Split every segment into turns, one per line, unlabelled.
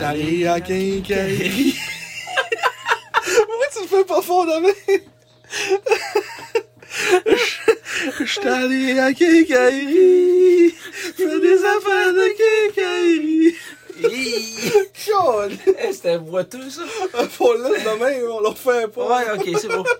Allez, à quincaillerie. Pourquoi tu le fais pas fort demain? Je suis allé à quincaillerie. Fais des affaires de quincaillerie.
Hi!
Sean!
Hey, C'était boiteux, ça.
Faut le laisse demain, on le refait pas. Ah,
Ouais, ok, c'est bon.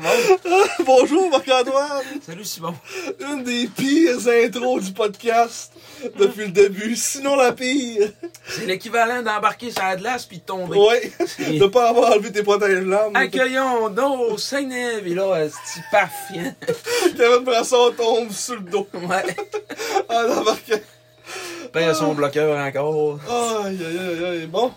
Bon,
Bonjour Marc-Antoine!
salut Simon.
Une des pires intros du podcast depuis le début, sinon la pire.
C'est l'équivalent d'embarquer sur la glace puis de tomber.
Ouais, de pas avoir enlevé tes protèges lames
Accueillons donc au Saguenay, et là, euh, petit paf, hein.
Kevin Brasson tombe sur le dos
Ouais.
en embarquant.
Ben, son bloqueur encore.
Aïe, aïe, aïe, aïe. Bon.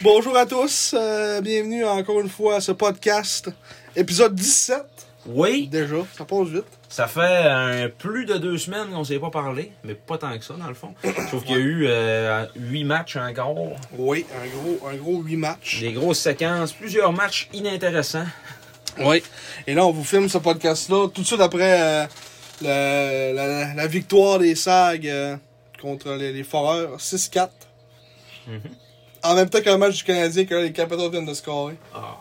Bonjour à tous. euh, bienvenue encore une fois à ce podcast. Épisode 17.
Oui,
Déjà, ça passe vite.
ça fait euh, plus de deux semaines qu'on s'est pas parlé, mais pas tant que ça, dans le fond. Sauf qu'il y a eu euh, huit matchs encore.
Oui, un gros, un gros 8 matchs.
Des grosses séquences, plusieurs matchs inintéressants.
Oui. Et là, on vous filme ce podcast-là tout de suite après euh, la, la- la victoire des SAG euh, contre les, les Foreurs 6-4. En même temps qu'un match du Canadien que les Capitals viennent de scorer.
Ah,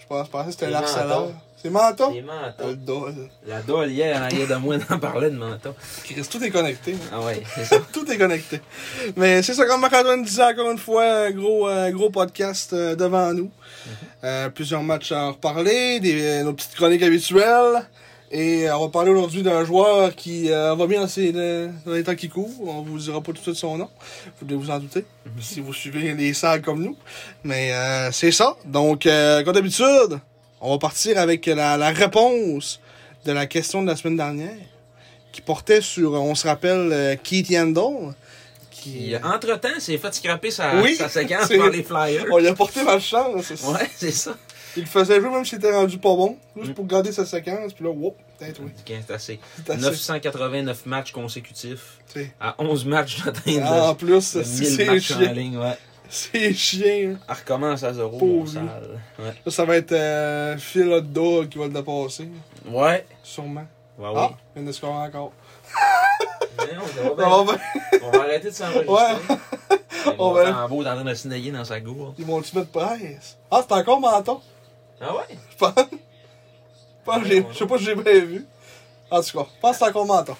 Je pense, je pensais que c'était
C'est
l'Arsenal.
Menton.
C'est Menton?
les
Ah, Le
mentons.
dole.
La dolle hier, hein, en arrière de moi, d'en parler de menton.
Chris, tout est connecté. hein.
Ah ouais, c'est ça.
Tout est connecté. Mais c'est ça, comme Marc-Antoine disait encore une fois, un gros, euh, gros podcast euh, devant nous. Euh, plusieurs matchs à en reparler, des, euh, nos petites chroniques habituelles. Et euh, on va parler aujourd'hui d'un joueur qui euh, va bien dans, ses- dans les temps qui courent. On vous dira pas tout de suite son nom. Vous devez vous en douter si vous suivez les salles comme nous. Mais euh, c'est ça. Donc, euh, comme d'habitude, on va partir avec la, la réponse de la question de la semaine dernière qui portait sur, on se rappelle, euh, Keith Yandel. Qui,
Puis, euh, entre-temps, c'est fait scraper sa,
Oui,
sa séquence
c'est-
par les Flyers.
on lui a porté malchance. c'est-
Ouais, c'est ça.
Il le faisait jouer même s'il était rendu pas bon, juste pour garder sa séquence. Puis là, whoop, peut-être oui.
Ok, C'est assez.
C'est assez.
989 matchs consécutifs.
Tu sais.
À 11 matchs d'atteindre
Ah, en plus,
le
c'est
1000
c'est
matchs en
chien.
ligne. Ouais.
C'est chien. hein.
Elle recommence à zéro,
Pauvre
mon sale. Ouais.
Là, ça va être euh, Phil Hot Dog qui va le dépasser,
Ouais.
sûrement.
Ouais,
Ah,
Bah oui.
il vient de scorer encore. Ah, ben,
Mais on, ça va
Ça
bien.
va bien.
on va arrêter de s'enregistrer.
Ouais.
Mais
On
mon
va-
tambour est en train de s'inailler dans sa gourde.
Ils vont-tu mettre presse? Ah, c'est encore menton.
Ah ouais?
Je pense. Je pense que j'ai- je sais pas si j'ai bien vu. En tout cas, je pense que c'est encore menton.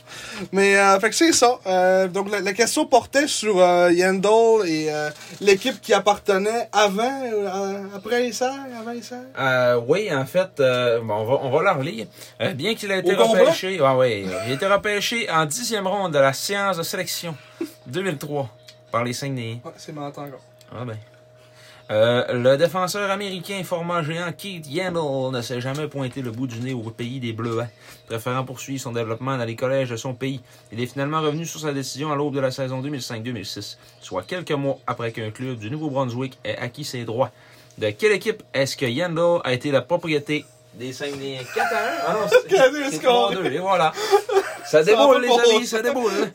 Mais, euh, fait que c'est ça. Euh, donc, la, la question portait sur euh, Yandel et euh, l'équipe qui appartenait avant, euh, après les serres, avant les serres.
Euh, oui, en fait, euh, bon, on, va, on va la relire. Euh, bien qu'il ait été
Au complet?
repêché, ah, ouais, il a été repêché en dixième ronde de la séance de sélection 2003 par les Saguenayens.
Ouais, c'est menton encore.
Ah ben. Euh, le défenseur américain format géant Keith Yandel ne s'est jamais pointé le bout du nez au pays des Bleuets, préférant poursuivre son développement dans les collèges de son pays. Il est finalement revenu sur sa décision à l'aube de la saison 2005-2006, soit quelques mois après qu'un club du Nouveau-Brunswick ait acquis ses droits. De quelle équipe est-ce que Yandel a été la propriété des 5 des 4 à 1? Ah non, c'est-
Regardez le
c'est
score.
3-2, et voilà. Ça déboule, les
pas pour
amis, ça déboule. hein?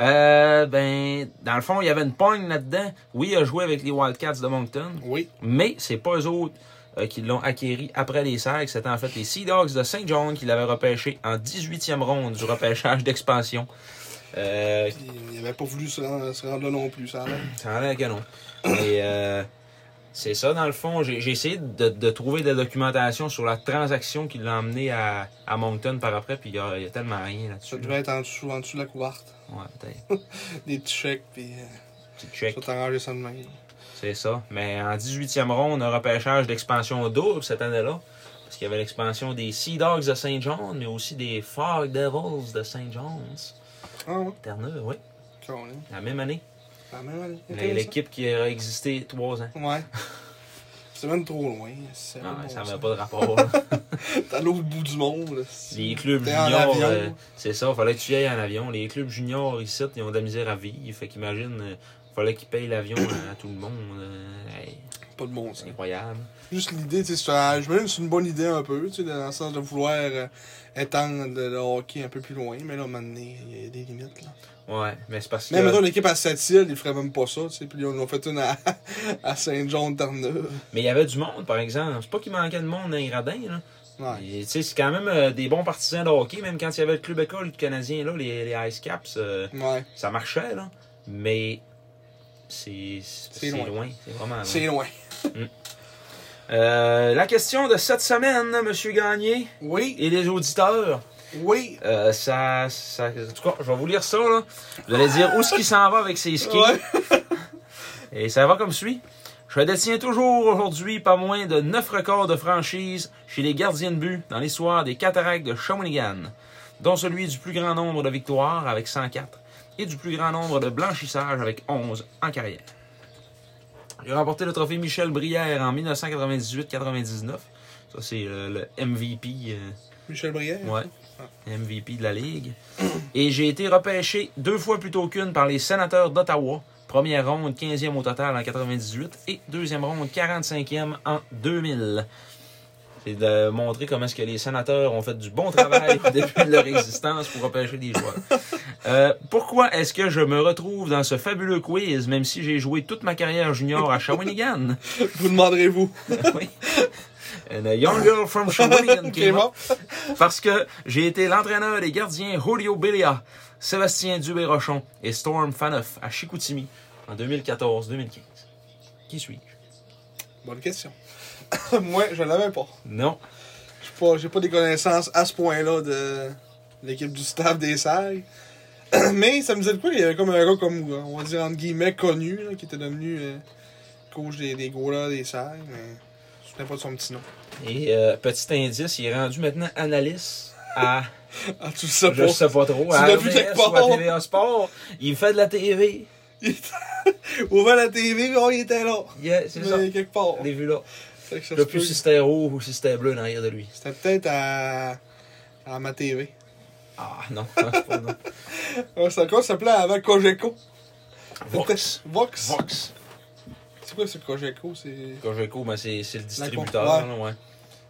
Euh, ben, dans le fond, il y avait une pogne là-dedans. Oui, il a joué avec les Wildcats de Moncton,
Oui.
mais c'est pas eux autres euh, qui l'ont acquéri après les Sags. C'était en fait les Sea Dogs de St. John qui l'avaient repêché en 18e ronde du repêchage d'expansion. Euh,
Il avait pas voulu se rendre, se rendre là non plus, ça a l'air.
ça en a que non. Mais euh, c'est ça, dans le fond. J'ai j'ai essayé de, de trouver de la documentation sur la transaction qui l'a emmené à, à Moncton par après, puis il y, a- il y a tellement rien
Ça
là-dessus. là.
devait être en dessous, en dessous de la couverte.
Ouais, peut-être.
Des petits chèques, puis euh,
Petit check.
ça t'arrangeait ça de même.
C'est ça. Mais en 18e ronde, un repêchage d'expansion double cette année-là. Parce qu'il y avait l'expansion des Sea Dogs de St. John, mais aussi des Fog Devils de St. John's.
Ah ouais,
Terre-Neuve, oui.
Colin.
La même année.
Ah, mais allez,
Mais
intéressant.
L'équipe qui a existé trois ans.
Ouais. C'est même trop loin. c'est
Non,
Ah, bon
Ah, ça
sens.
n'avait pas de rapport. là.
T'es à l'autre bout du monde. là, c'est-
Les clubs
T'es en
juniors,
avion.
euh, c'est ça, fallait que tu y ailles en avion. Les clubs juniors ici, ils ont de la misère à vivre. Fait qu'imagine, euh, fallait qu'ils payent l'avion à, à tout le monde. euh, hey,
Pas de bon sens.
c'est incroyable.
Juste l'idée, tu sais, c'est un- je me dis que c'est une bonne idée un peu, tu sais, dans le sens de vouloir euh, étendre le hockey un peu plus loin, mais là, à un moment donné, il y a des limites, là.
Ouais, mais c'est parce que.
Même maintenant, l'équipe à Sept-Îles, ils feraient même pas ça, tu sais, puis ils en ont fait une à, à Saint-Jean-de-Terre-Neuve.
Mais il y avait du monde, par exemple. C'est pas qu'il manquait de monde dans les gradins, là.
Ouais.
Ah, Et, Tu sais, c'est quand même euh, des bons partisans de hockey, même quand il y avait le club école canadien, là, les, les Ice Caps, euh,
Ouais.
ça marchait, là. Mais c'est c'est
loin.
loin. C'est vraiment loin.
C'est loin.
Euh, la question de cette semaine, Monsieur Gagné
Oui,
et les auditeurs,
oui.
euh, ça, ça- En tout cas, je vais vous lire ça, là. Vous allez dire où est-ce qu'il s'en va avec ses skis.
Ouais.
Et ça va comme suit. Je détiens toujours aujourd'hui pas moins de 9 records de franchise chez les gardiens de but dans l'histoire des cataractes de Shawinigan, dont celui du plus grand nombre de victoires avec 104 et du plus grand nombre de blanchissages avec 11 en carrière. J'ai remporté le trophée Michel Brière en 1998-99. Ça, c'est le, le MVP. euh,
Michel Brière.
Ouais. MVP de la Ligue. Et j'ai été repêché deux fois plus tôt qu'une par les sénateurs d'Ottawa. Première ronde, 15e au total en 98 et deuxième ronde, 45e en 2000. C'est de montrer comment est-ce que les sénateurs ont fait du bon travail depuis leur existence pour repêcher des joueurs. Euh, pourquoi est-ce que je me retrouve dans ce fabuleux quiz, même si j'ai joué toute ma carrière junior à Shawinigan?
Vous demanderez-vous.
Oui. And a young girl from Shawinigan
Ok,
came up
bon.
parce que j'ai été l'entraîneur des gardiens Julio Belia, Sébastien Dubé-Rochon et Storm Faneuf à Chicoutimi en 2014-2015. Qui suis-je?
Bonne question. Moi, je l'avais pas.
Non.
Je suis pas- J'ai pas des connaissances à ce point-là de l'équipe du staff des Serres. Mais ça me disait de quoi, il y avait comme un gars comme, on va dire entre guillemets, connu, là, qui était devenu euh, coach des, des là des Serres, mais je ne souviens pas de son petit nom.
Et euh, petit indice, il est rendu maintenant analyste à,
Ah, tu le sais
je
pas.
sais pas trop, à
l'as vu quelque
RDS ou à
part.
TVA Sport. Il fait de la TV.
Ouvert la TV, mais oh, il était là.
Yeah, c'est ça.
Mais quelque part.
Je l'ai vu là.
Fait que ça
Je
se
sais plus
peut.
si c'était rouge ou si c'était bleu derrière de lui.
C'était peut-être à... à ma TV.
Ah non, c'est pas non.
Ouais, c'est encore, Ah, ça s'appelait avant Cogeco.
Vox.
Vox.
Vox.
C'est quoi ce Cogeco? C'est
Cogeco, ben c'est c'est le
Ouais.
distributeur. là, ouais.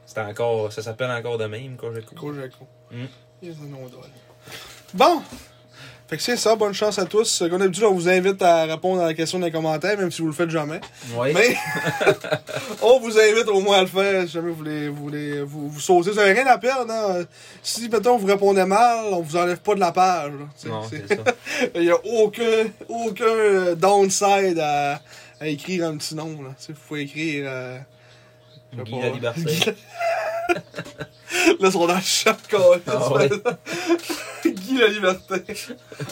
C'est encore, ça s'appelle encore de même, Cogeco.
Cogeco.
Mm.
Il y a un nom drôle. Bon! Fait que c'est ça, bonne chance à tous. Comme d'habitude, on vous invite à répondre à la question dans les commentaires, même si vous le faites jamais.
Ouais.
Mais on vous invite au moins à le faire si jamais vous voulez vous, voulez, vous, vous sauter. Vous n'avez rien à perdre. Hein? Si, mettons, vous répondez mal, on vous enlève pas de la page. là. C'est-
Non,
c'est-
c'est ça.
Il n'y a aucun, aucun euh, downside à, à écrire un petit nom. Là. Tu sais, Vous pouvez écrire. euh, je sais
Guy
pas,
la liberté.
Là, ils sont dans le chat, quoi.
Ah ouais.
Guy la liberté.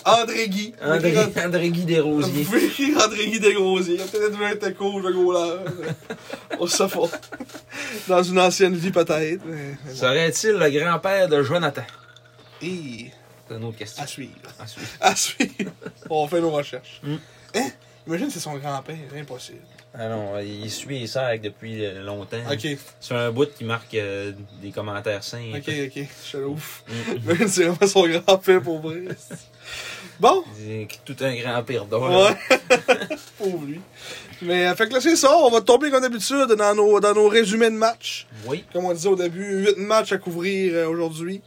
André Guy.
André, André Guy
Vous
Desrosiers.
pouvez écrire André Guy Desgrosiers. Il a peut-être devenu un teco, je go là. On sait pas. Dans une ancienne vie, peut-être. mais- mais bon.
Serait-il le grand-père de Jonathan?
Et
C'est une autre question.
à suivre.
Ah, oui.
À suivre. On fait nos recherches.
Mm.
Hein? Imagine, c'est son grand-père. Impossible.
Ah non, il suit les sacs depuis euh, longtemps.
Ok,
C'est un bout qui marque euh, des commentaires sains.
ok, ok. Je suis ouf.
Mm.
Imagine, c'est vraiment son grand-père pour vrai. Bon.
Il est Tout un grand-père d'or. là.
Ouais. Pauvre lui. Mais euh, fait que là, c'est ça. On va tomber comme d'habitude dans nos, dans nos résumés de matchs.
Oui.
Comme on disait au début, 8 matchs à couvrir euh, aujourd'hui.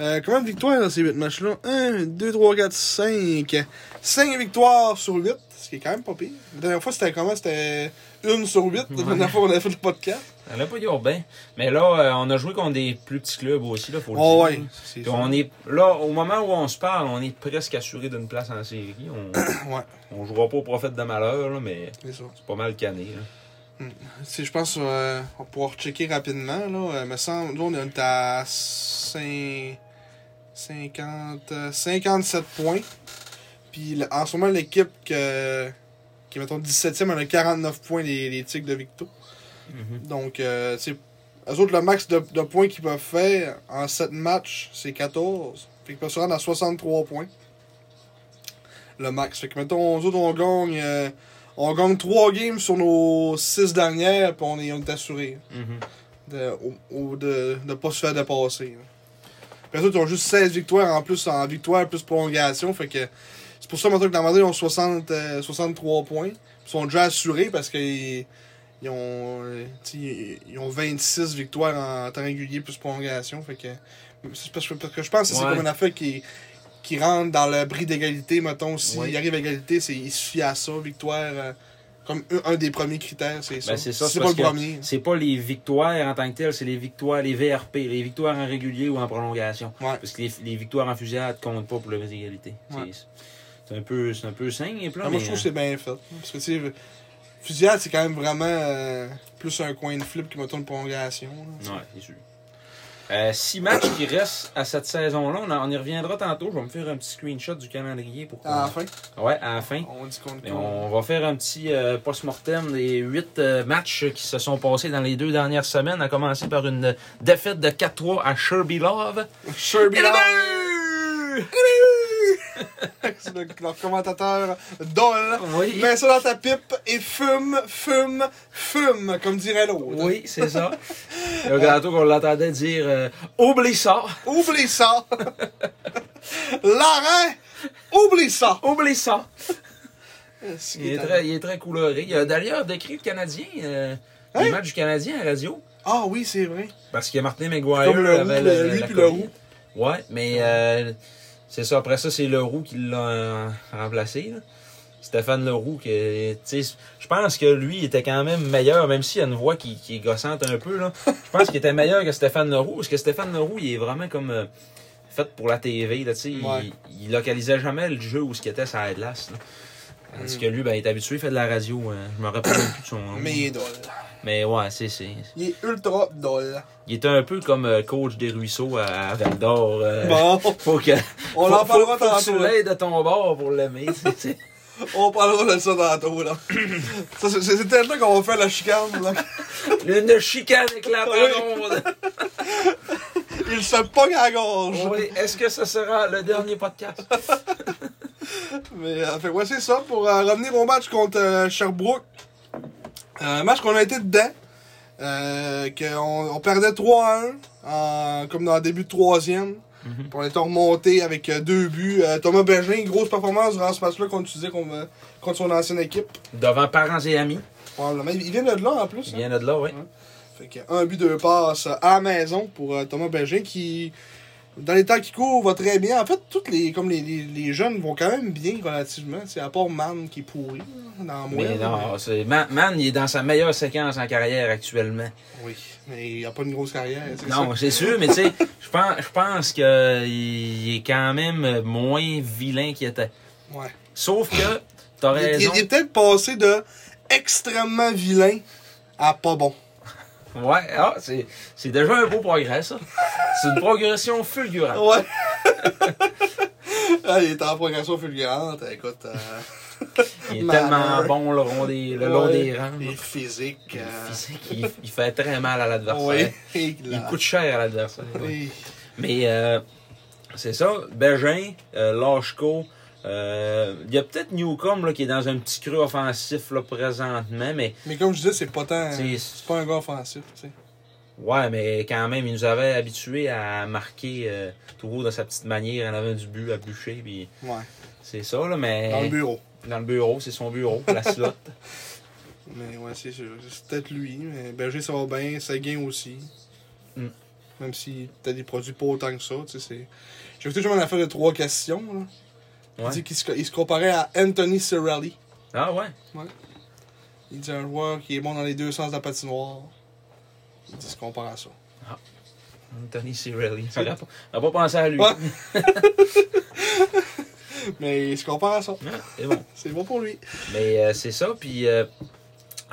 Euh, combien de victoires dans ces 8 matchs-là 1, 2, 3, 4, 5. 5 victoires sur 8, ce qui est quand même pas pire. La dernière fois, c'était comment C'était 1 sur 8. La dernière fois, on avait fait le podcast.
Ça n'a pas dit bien. Mais là, euh, on a joué contre des plus petits clubs aussi, là, faut le
Oh,
dire.
ouais. C'est
Puis
ça.
on est, là, au moment où on se parle, on est presque assuré d'une place en série. On,
Ouais,
on jouera pas au prophète de malheur, là, mais
c'est ça.
c'est pas mal canné. là.
Si je pense euh, on va pouvoir checker rapidement, là, euh, me semble, nous, on est à cin- 50, euh, 57 points. Puis le- en ce moment, l'équipe que- qui est, mettons, 17e, on a 49 points les, les Tigres de Victo. Donc, euh, tu sais, eux autres, le max de, de points qu'ils peuvent faire en 7 matchs, c'est 14. Fait qu'ils peuvent se rendre à 63 points. Le max. Fait que, mettons, nous autres, on gagne, euh, on gagne 3 games sur nos 6 dernières, puis on est, on est assuré
Mhm.
de au- au- de, de pas se faire dépasser. là. Puis eux autres, ils ont juste 16 victoires en plus, en victoire plus prolongation. Fait que c'est pour ça maintenant que dans Madrid, ils ont 60, euh, 63 points. Ils sont déjà assurés parce qu'ils ils ont, euh, tu sais, ils ils ont 26 victoires en temps régulier plus prolongation. Fait que, c'est parce, que, parce que je pense que c'est
Ouais.
comme une affaire qui, qui rentre dans le bris d'égalité. Mettons, s'ils
Ouais.
arrivent à égalité, c'est, ils se fient à ça. Victoire, euh, comme un, un des premiers critères, c'est ça.
Ben, c'est ça,
Si
c'est
c'est pas le
parce que-
premier.
C'est pas les victoires en tant que telles, c'est les victoires, les VRP, les victoires en régulier ou en prolongation.
Ouais.
Parce que les, les victoires en fusillade comptent pas pour le bris d'égalité.
Ouais.
C'est- C'est un peu, c'est un peu sain et plein.
Ah, moi, je trouve que c'est bien fait. Parce que, tu sais, fusillade, c'est quand même vraiment euh, plus un coin de flip qui tourné une prolongation. là.
hein. Ouais, c'est sûr. Euh, six matchs qui restent à cette saison-là. On, en- on y reviendra tantôt. Je vais me faire un petit screenshot du calendrier pour. qu'on-
À la fin,
Ouais, à la fin.
on dit qu'on
Mais
on...
on va faire un petit euh, post-mortem des huit euh, matchs qui se sont passés dans les deux dernières semaines, à commencer par une défaite de 4-3 à Sherby Love.
Sure
Et le
Blanc,
but!
c'est le- leur commentateur Dole.
Oui.
Mets ça dans ta pipe et fume, fume, fume, comme dirait l'autre.
Oui, c'est ça. Le gâteau qu'on l'entendait dire euh, Oublie ça!
Oublie ça! Laurent! Oublie ça!
Oublie ça!
Est-ce
Il
qu'il
est
est
très, il est très coloré. Il a d'ailleurs décrit le Canadien, euh, les
Hein?
matchs du Canadien à la radio.
Ah oui, c'est vrai.
Parce que Martin McGuire
Comme Leroux,
avait
le-
la-
lui
la
puis Leroux.
COVID. Ouais, mais euh, c'est ça. Après ça, c'est Leroux qui l'a euh, remplacé. là. Stéphane Leroux, que, tu sais, je pense que lui il était quand même meilleur, même s'il a une voix qui, qui est gossante un peu. Là. Je pense qu'il était meilleur que Stéphane Leroux, parce que Stéphane Leroux, il est vraiment comme euh, fait pour la TV. Là, tu sais, il-
Ouais.
il, localisait jamais le jeu où ce qui était sa glace. là. Tandis que lui, ben, il est habitué, il fait de la radio. hein. Je me rappelle même plus de son nom.
Mm. Mais il est Dole.
Mais ouais, c'est... c'est-
Il est ultra Dole.
il était un peu comme euh, coach des ruisseaux à, à Val d'Or. euh,
Bon,
Faut que.
on
faut-
en parlera
faut- faut que
tantôt.
tu l'aies de ton bord pour l'aimer. tu sais.
On parlera de ça tantôt, là. ça, c'est- c'est peut-être là qu'on va faire la chicane, là.
Une chicane éclate en ondes.
Il se pogne à la gorge.
Oui, Est-ce que ce sera le dernier podcast?
Mais, euh, fait, ouais, c'est ça. Pour euh, revenir au match contre euh, Sherbrooke. Euh, un match qu'on a été dedans. Euh, que on, on perdait 3-1, en- comme dans le début de troisième. Puis on était remonté avec euh, deux buts. Euh, Thomas Bergin, grosse performance durant ce match-là contre, tu disais, qu'on va- contre son ancienne équipe.
Devant parents et amis.
Probablement. Il vient de là en plus.
Il
hein.
vient de là, oui.
Fait que un but, deux passes à la maison pour euh, Thomas Bergin qui, dans les temps qui courent, va très bien. En fait, toutes les, comme les, les, les jeunes vont quand même bien relativement. C'est à part Man qui est pourri là, dans moi.
Mais non, c'est- Man, Man, il est dans sa meilleure séquence en carrière actuellement.
Oui, mais il a pas une grosse carrière. c'est ça.
Non, c'est sûr, mais tu sais, je pense, je pense que il est quand même moins vilain qu'il était.
Ouais.
Sauf que, t'as
Il, il-
raison.
il est peut-être passé de extrêmement vilain à pas bon.
Ouais, ah, c'est c'est déjà un beau progrès, ça. C'est une progression fulgurante.
Ouais. Ah, il est en progression fulgurante. Écoute, euh,
Il est
Malheur.
tellement bon le, rond des, le long
ouais,
des rangs.
Il est
là.
physique. euh,
Physique, il, il fait très mal à l'adversaire.
ouais.
Il coûte cher à l'adversaire.
Oui.
Mais euh, c'est ça, Bergin, euh, Lashko, euh, il y a peut-être Newcomb là, qui est dans un petit creux offensif là, présentement, mais
Mais comme je disais, c'est pas tant.
C'est-
C'est pas un gars offensif, tu sais.
ouais, mais quand même, il nous avait habitués à marquer euh, toujours dans sa petite manière en avait du but à bûcher. Puis
Ouais.
c'est ça, là, mais
Dans le bureau.
dans le bureau, c'est son bureau, la slot.
Mais ouais, c'est sûr. C'est peut-être lui, mais Berger, ça va bien, ça gagne aussi.
Mm.
Même si t'as des produits pas autant que ça, tu sais. c'est- J'ai écouté justement l'affaire de trois questions, là. Il
Ouais.
dit qu'il se, il se comparait à Anthony Cirelli.
Ah ouais.
Il dit un joueur qui est bon dans les deux sens de la patinoire. Il dit, il se compare à ça.
Anthony Cirelli. On n'a pas, on n'a pas pensé à lui.
Ouais. Ah! Mais il se compare à ça.
Ouais, c'est bon.
C'est bon pour lui.
Mais euh, c'est ça. Puis euh,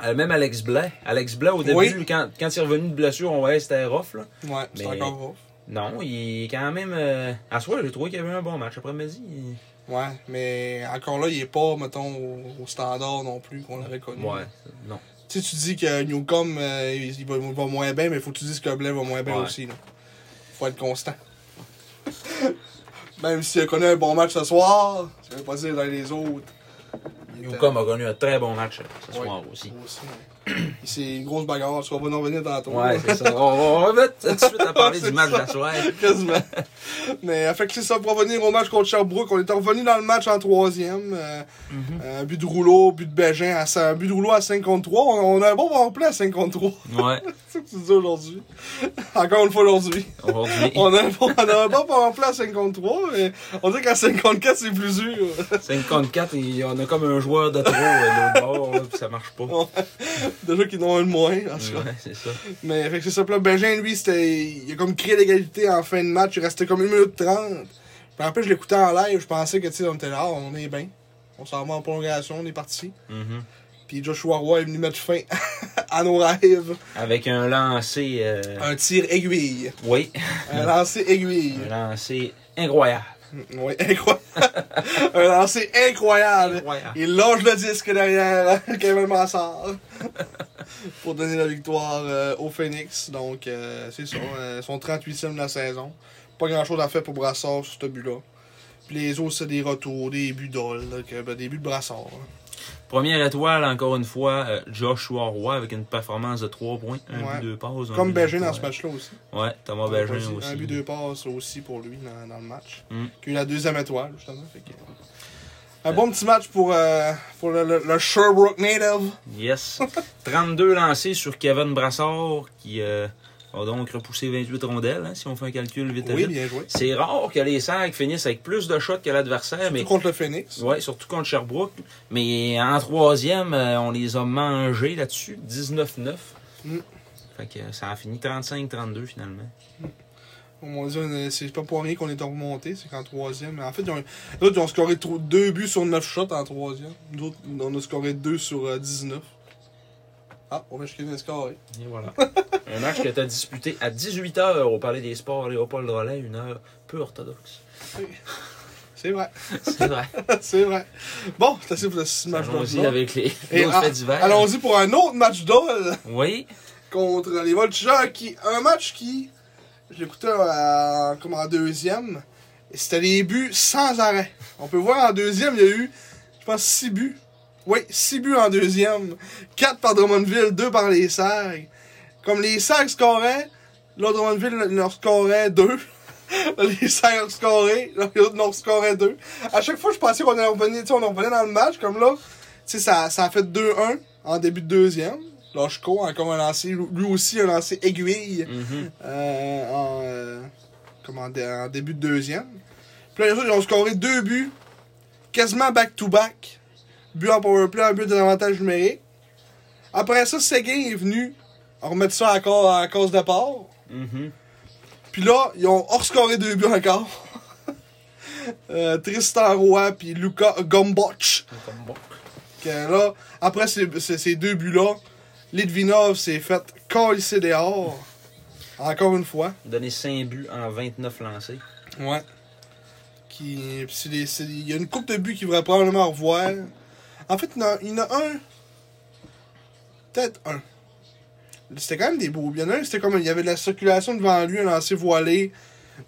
euh, même Alex Blais. Alex Blais, au début,
Oui.
quand, quand il est revenu de blessure, on voyait que c'était rough. Là.
Ouais, c'est
Mais-
encore bon.
Non, il est quand même. euh, à soi, j'ai trouvé qu'il y avait eu un bon match après-midi. il-
Ouais, mais encore là, il est pas, mettons, au, au standard non plus qu'on avait connu.
Ouais, non.
Tu sais, tu dis que Newcomb, euh, il, il va, il va moins bien, mais faut que tu dises que Blais va moins bien
Ouais.
aussi. Là. Faut être constant. Même s'il a connu un bon match ce soir, ça veut pas dire dans les autres. Il était-
Newcomb a connu un très bon match euh, ce
Ouais.
soir aussi.
Aussi, ouais. Il- C'est une grosse bagarre, ça va nous revenir tantôt.
Ouais, c'est ça. On, on va mettre tout de suite à parler
C'est
du match de
ça.
la soirée.
Quasiment. Mais euh, fait que c'est ça pour revenir au match contre Sherbrooke. On est revenu dans le match en troisième. Euh, euh, but de rouleau, but de Bégin, à cin- but de rouleau à 5 contre 3. On, on a un bon power play à 5 contre 3.
Ouais,
c'est ce que tu dis aujourd'hui. Encore une fois aujourd'hui.
aujourd'hui.
On a, un bon- on a un bon power play à 5 contre 3, mais on dirait qu'à 5 contre 4, c'est plus dur.
5 contre 4 et on a comme un joueur de trop euh, de l'autre bord, là, puis ça marche pas.
Déjà qu'ils n'ont un de moins. en tout cas.
Ouais, c'est ça.
Mais fait que c'est ça. Puis là, Bégin, lui, c'était, il a comme créé l'égalité en fin de match. Il restait comme 1 minute 30. Puis après, je l'écoutais en live. Je pensais que, tu sais, on était là, Ah, on est bien. On s'en va en prolongation, on est parti.
Mhm.
Puis Joshua Roy est venu mettre fin à nos rêves.
Avec un lancer. euh,
Un tir aiguille.
Oui,
Un lancer aiguille.
un lancer incroyable.
Oui, incroyable. un lancer incroyable.
Incroyable.
Il longe le disque derrière Kevin Mansard pour donner la victoire euh, au Phoenix. Donc, euh, c'est ça, euh, son 38e de la saison. Pas grand-chose à faire pour Brassard sur ce but-là. Puis les autres, c'est des retours, des buts d'ol, là, que- ben, des buts de Brassard. là.
Première étoile, encore une fois, euh, Joshua Roy avec une performance de 3 points, un
Ouais.
but, deux passes. un
Comme
but,
Berger
deux
dans ce
passes.
match-là aussi.
Ouais, Thomas
On l'a pas
Berger
dit.
aussi.
Un but, deux passes aussi pour lui dans, dans le match.
Mm. Euh.
Qui a eu la deuxième étoile, justement. Fait que- Un bon petit match pour, euh, pour le, le- le Sherbrooke Native.
Yes. 32 lancés sur Kevin Brassard qui euh, a donc repoussé 28 rondelles, hein, si on fait un calcul vite à
Oui,
vite.
bien joué.
C'est rare que les sacs finissent avec plus de shots que l'adversaire, mais
Contre le Phoenix.
ouais, surtout contre Sherbrooke. Mais en troisième, euh, on les a mangés là-dessus, 19-9.
Mm.
Fait que euh, ça a fini 35-32 finalement.
Comme on dit, on est- euh, c'est pas pour rien qu'on est remonté, c'est qu'en troisième. En fait, ils ont, les autres, ils ont scoré tro- deux buts sur 9 shots en troisième. Nous autres, on a scoré 2 sur euh, 19. Ah, on va checker les scores. hein.
Et voilà. Un match que tu as disputé à 18h au Palais des Sports Léopold Rollet, une heure peu orthodoxe.
C'est vrai,
C'est vrai.
c'est vrai. Bon, c'est assez pour le six match
Allons-y
d'or.
avec les
Et
les autres
ah,
faits divers.
Allons-y pour un autre match d'ol
Oui.
contre les Voltigeurs. Qui, un match qui, je l'écoutais euh, comme en deuxième, et c'était des buts sans arrêt. On peut voir en deuxième, il y a eu, je pense, 6 buts. Oui, 6 buts en deuxième. 4 par Drummondville, 2 par les Sags. Comme les Sags scoraient, là, Drummondville leur scorait 2. les Sags leur scoraient, là, les autres leur scoraient 2. À chaque fois, je pensais qu'on allait revenir, tu sais, on revenait dans le match, comme là, tu sais, ça, ça a fait 2-1 en début de deuxième. Loshko, encore un lancé, lui aussi un lancé aiguille
Mhm.
euh, en, euh, comment, dé- en début de deuxième. Puis là, les autres, ils ont scoré deux buts, quasiment back-to-back. But en powerplay, un but de l'avantage numérique. Après ça, Seguin est venu remettre ça à, ca- à cause de part.
Mhm.
Puis là, ils ont hors-scoré deux buts encore. euh, Tristan Roy puis Luca Gomboch.
Comme bon.
Que là, après ces, ces- ces deux buts-là, Litvinov s'est fait colisser dehors. Encore une fois.
Donner 5 buts en 29 lancés.
Ouais. Qui, pis c'est des- c'est- il y a une coupe de buts qu'il va probablement revoir. En fait, il y en a, il y en a un. Peut-être un. C'était quand même des beaux. Il y en a un, c'était comme. Il y avait de la circulation devant lui, un lancer voilé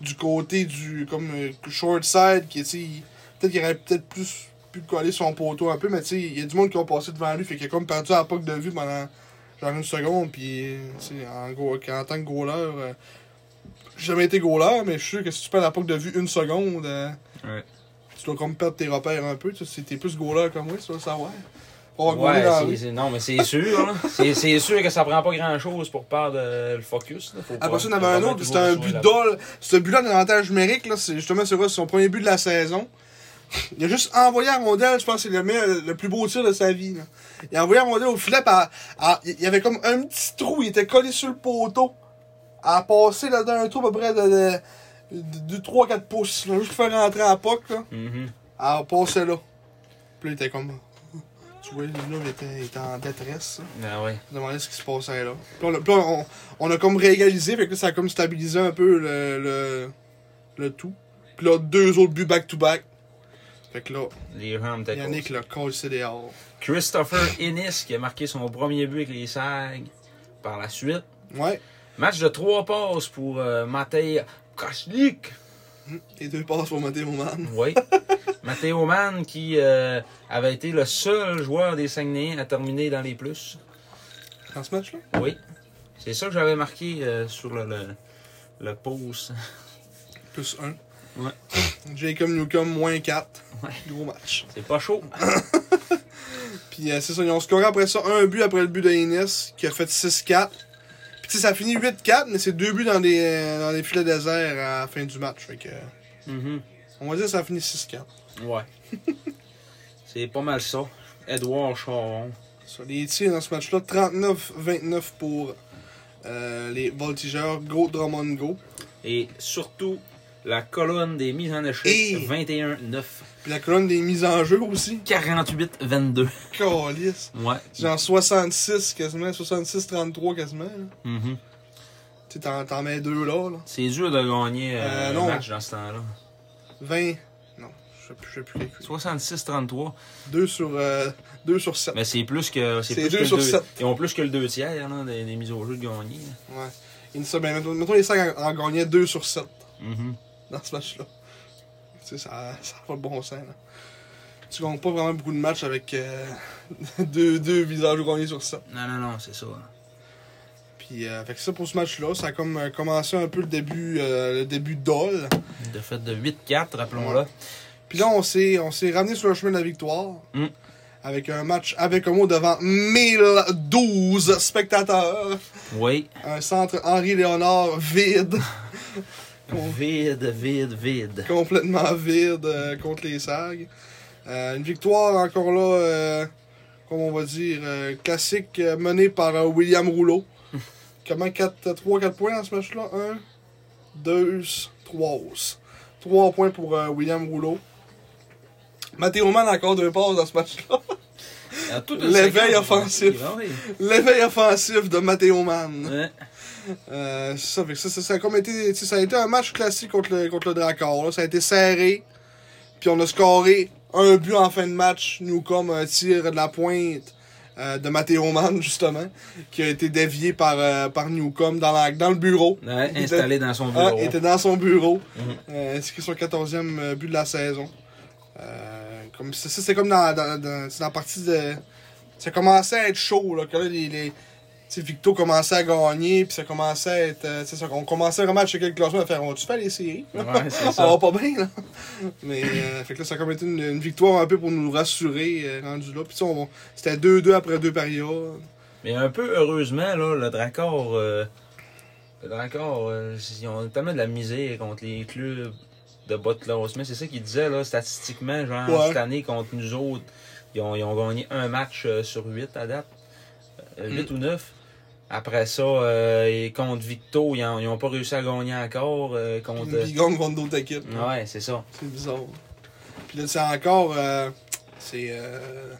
du côté du. comme euh, short side, qui tu sais, il- Peut-être qu'il aurait peut-être plus pu coller son poteau un peu, mais tu sais, il y a du monde qui ont passé devant lui, fait qu'il a comme perdu la poque de vue pendant genre une seconde, puis euh, tu sais, en, gros, en tant que goaler. euh, j'ai jamais été goaler, mais je suis sûr que si tu perds la poque de vue une seconde, euh,
Ouais.
tu dois comme perdre tes repères un peu. Tu sais, t'es plus goaler comme moi, tu dois le savoir. On va goaler
Ouais,
dans la
c'est-
rue.
c'est- non, mais c'est sûr. hein. C'est c'est sûr que ça prend pas grand-chose pour perdre euh, le focus. là. Faut pas-
Après ça, on
faut
avait un
vraiment
autre,
toujours
c'était un
jouer
but
là-bas.
d'ol. Ce but-là d'avantage numérique, là, c'est justement c'est vrai, c'est son premier but de la saison. Il a juste envoyé la rondelle, je pense que c'est le, meilleur- le plus beau tir de sa vie. là. Il a envoyé la rondelle au filet, puis à- à- il y avait comme un petit trou, il était collé sur le poteau. À passer là-dedans un trou à peu près de, de, 3-4 pouces, là, juste pour faire rentrer à la POC. Là.
Mhm.
Ah, on passait là. Puis là, il était comme. Tu vois, lui, là, il était, il était en détresse. là.
Ah ouais.
Il se demandait ce qui se passait là. Puis on, a- puis on, on a comme réégalisé, fait que là, ça a comme stabilisé un peu le, le, le tout. Puis là, deux autres buts back-to-back. Fait que là,
Les Rams peut-être
Yannick l'a collé dehors.
Christopher Innis qui a marqué son premier but avec les Sags par la suite.
Ouais.
Match de trois passes pour euh, Matej Kachlik.
Et deux passes pour Maté Moman.
Oui. Matteo Mann qui euh, avait été le seul joueur des Saguenayens à terminer dans les plus.
Dans ce match-là.
Oui. C'est ça que j'avais marqué euh, sur le, le, le post.
Plus un.
Ouais.
Jacob Newcomb, moins 4.
Ouais.
Gros match.
C'est pas chaud.
Puis euh, c'est ça, ils ont scoré après ça un but après le but de Inès, qui a fait 6-4. Puis tu sais, ça a fini 8-4, mais c'est deux buts dans des, euh, dans des filets déserts à la fin du match. Fait que, euh,
Mhm.
on va dire que ça a fini 6-4.
Ouais. C'est pas mal ça. Edouard Charon.
Sur les tirs dans ce match-là, 39-29 pour euh, les voltigeurs Go Drummond Go.
Et surtout, la colonne des mises en échec,
Et-
21-9.
Puis la colonne des mises en jeu aussi.
48-22.
Calice.
Ouais.
Genre 66 quasiment, 66-33 quasiment. là.
Mhm.
Tu sais, t'en t'en mets deux là. là.
C'est dur de gagner euh,
Euh,
un
non.
match dans ce temps-là.
20. Non, je sais plus, je sais plus calculer.
66-33.
2 sur, euh, deux sur 7.
Mais c'est plus que.
C'est
plus
deux
que le
sur
deux-
sept.
Ils ont plus que le deux tiers là, des, des mises au jeu de gagner. là.
Ouais. Ils sont- ben, mettons, mettons les sacs en, en gagnaient 2 sur 7
Mhm.
dans ce match-là. Tu sais, ça ça a pas de bon sens. Là. Tu gagnes pas vraiment beaucoup de matchs avec euh, deux, deux visages gagnés sur 7.
Non, non, non, c'est ça. hein.
Puis, euh, fait que ça pour ce match-là, ça a comme euh, commencé un peu le début, euh, le début d'All.
De fait de 8-4, rappelons-le.
Puis là, on s'est, on s'est ramené sur le chemin de la victoire.
Mm.
Avec un match avec un mot devant 1012 spectateurs.
Oui.
Un centre Henri-Léonard vide. Bon.
Vide, vide, vide.
complètement vide euh, contre les SAG. Euh, une victoire encore là, euh, comme on va dire, euh, classique euh, menée par euh, William Rouleau. Comment 3-4 points dans ce match-là 1, 2, 3. 3 points pour euh, William Rouleau. Mathéo Mann a encore deux passes dans ce match-là.
À toute une
L'éveil
séquence,
offensif.
Ah oui.
L'éveil offensif de Mathéo Mann.
Ouais.
Euh, c'est ça, fait que ça, ça, ça a comme été, tu sais, ça a été un match classique contre le, contre le Dracor. là. Ça a été serré. Puis on a scoré un but en fin de match, nous comme un tir de la pointe euh, de Matteo Mann, justement, qui a été dévié par, euh, par Newcombe dans, la- dans le bureau.
Ouais,
Il était-
installé dans son
Ah,
bureau.
il était dans son bureau.
Mhm.
Euh, inscrit son 14e euh, but de la saison. Euh, comme ça, ça, c'est comme dans, dans, dans- c'est dans la partie de. Ça commençait à être chaud, là. Que là, les. les tu sais, Victo commençait à gagner, puis ça commençait à être. euh, tu sais, ça, on commençait vraiment à checker le classement, à faire on tu fais les séries.
Ouais, c'est
Ça
ça.
va pas bien, là. Mais, euh, fait que là, ça a comme été une, une victoire un peu pour nous rassurer, euh, rendu là. Puis, tu sais, on- c'était 2-2 après deux périodes.
Mais un peu heureusement, là, le Dracor. euh, le Dracor, euh, ils ont tellement de la misère contre les clubs de bas de classement. C'est ça qu'ils disaient, là, statistiquement, genre,
Ouais.
cette année, contre nous autres, ils ont, ils ont gagné un match euh, sur huit à date. Euh, Huit ou neuf. Après ça, euh, et contre Victo, ils n'ont pas réussi à gagner encore. euh,
Puis,
contre.
une bigonne contre d'autres équipes. là.
Ouais, c'est ça.
C'est bizarre. Puis là, c'est encore. euh, c'est. Euh,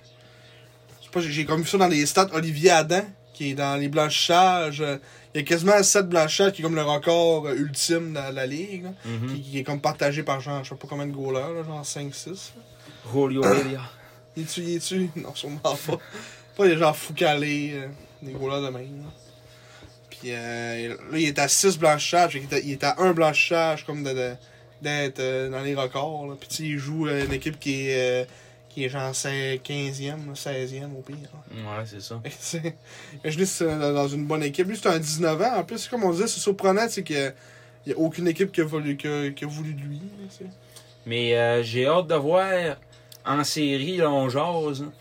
je sais pas, j'ai- j'ai comme vu ça dans les stats. Olivier Adam, qui est dans les blanchissages. euh, il y a quasiment 7 blanchissages, qui est comme le record euh, ultime de la, la ligue. là,
Mhm.
qui, qui est comme partagé par genre, je sais pas combien de goalers, là, genre 5-6.
Julio Velia.
Y est-tu, y est-tu Non, sûrement pas. Pas des gens foucalés, euh, des goalers de même. là. Puis euh, là, il est à 6 blanchissages. fait qu'il est à- Il est à 1 blanchissage, comme de- de- d'être euh, dans les records. là. Puis tu sais, il joue euh, une équipe qui est, euh, qui est genre cin- 15e, là, 16e au pire. hein. là.
Ouais, c'est ça.
Fait que c'est- Imaginez si c'est dans dans une bonne équipe. Lui, c'est un 19 ans. En plus, comme on disait, c'est surprenant, c'est que. Il n'y a aucune équipe qui a voulu, qui a- qui a voulu de lui. là, tu sais.
Mais euh, j'ai hâte de voir en série, là, on jase. hein.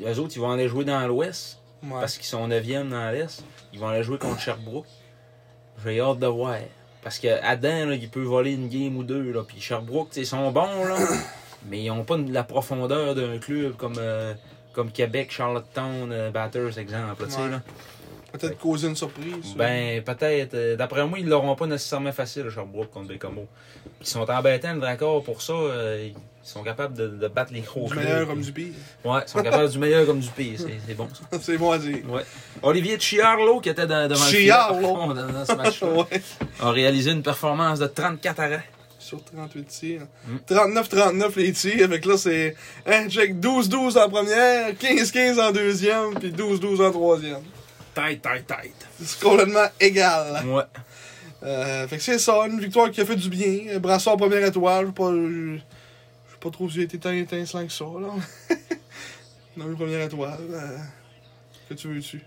Eux autres, ils vont aller jouer dans l'Ouest
Ouais.
parce qu'ils sont 9e dans l'Est. Ils vont aller jouer contre Sherbrooke. J'ai hâte de voir. Parce que Adam, là, il peut voler une game ou deux. Là. Puis Sherbrooke, tu sais, ils sont bons, là. mais ils n'ont pas de la profondeur d'un club comme, euh, comme Québec, Charlottetown, euh, Batters, exemple. là, tu sais,
Ouais.
là.
Peut-être causer une surprise.
Ben, peut-être. euh, D'après moi, ils l'auront pas nécessairement facile, à Sherbrooke, contre Bécamo. Ils sont embêtants, le Dracor, pour ça. euh, ils sont capables de, de battre les gros
du
clubs.
meilleur comme du pire.
Ouais, ils sont capables du meilleur comme du pire. C'est c'est bon, ça.
C'est bon à dire.
Ouais. Olivier Chiarlo, qui était dans- devant le filet,
Chiarlo.
au fond, dans, dans ce match
Ouais.
a réalisé une performance de 34 arrêts.
sur 38 tirs. 39-39 les tirs. Fait que là, c'est hein, check 12-12 en première, 15-15 en deuxième, puis 12-12 en troisième.
Tête, tête, tête.
C'est complètement égal.
Ouais.
Euh, fait que c'est ça, une victoire qui a fait du bien. Brassard première étoile, je sais pas, je je sais pas trop si j'ai été tant étincelant que ça. Là. non, une première étoile. euh, que tu veux tu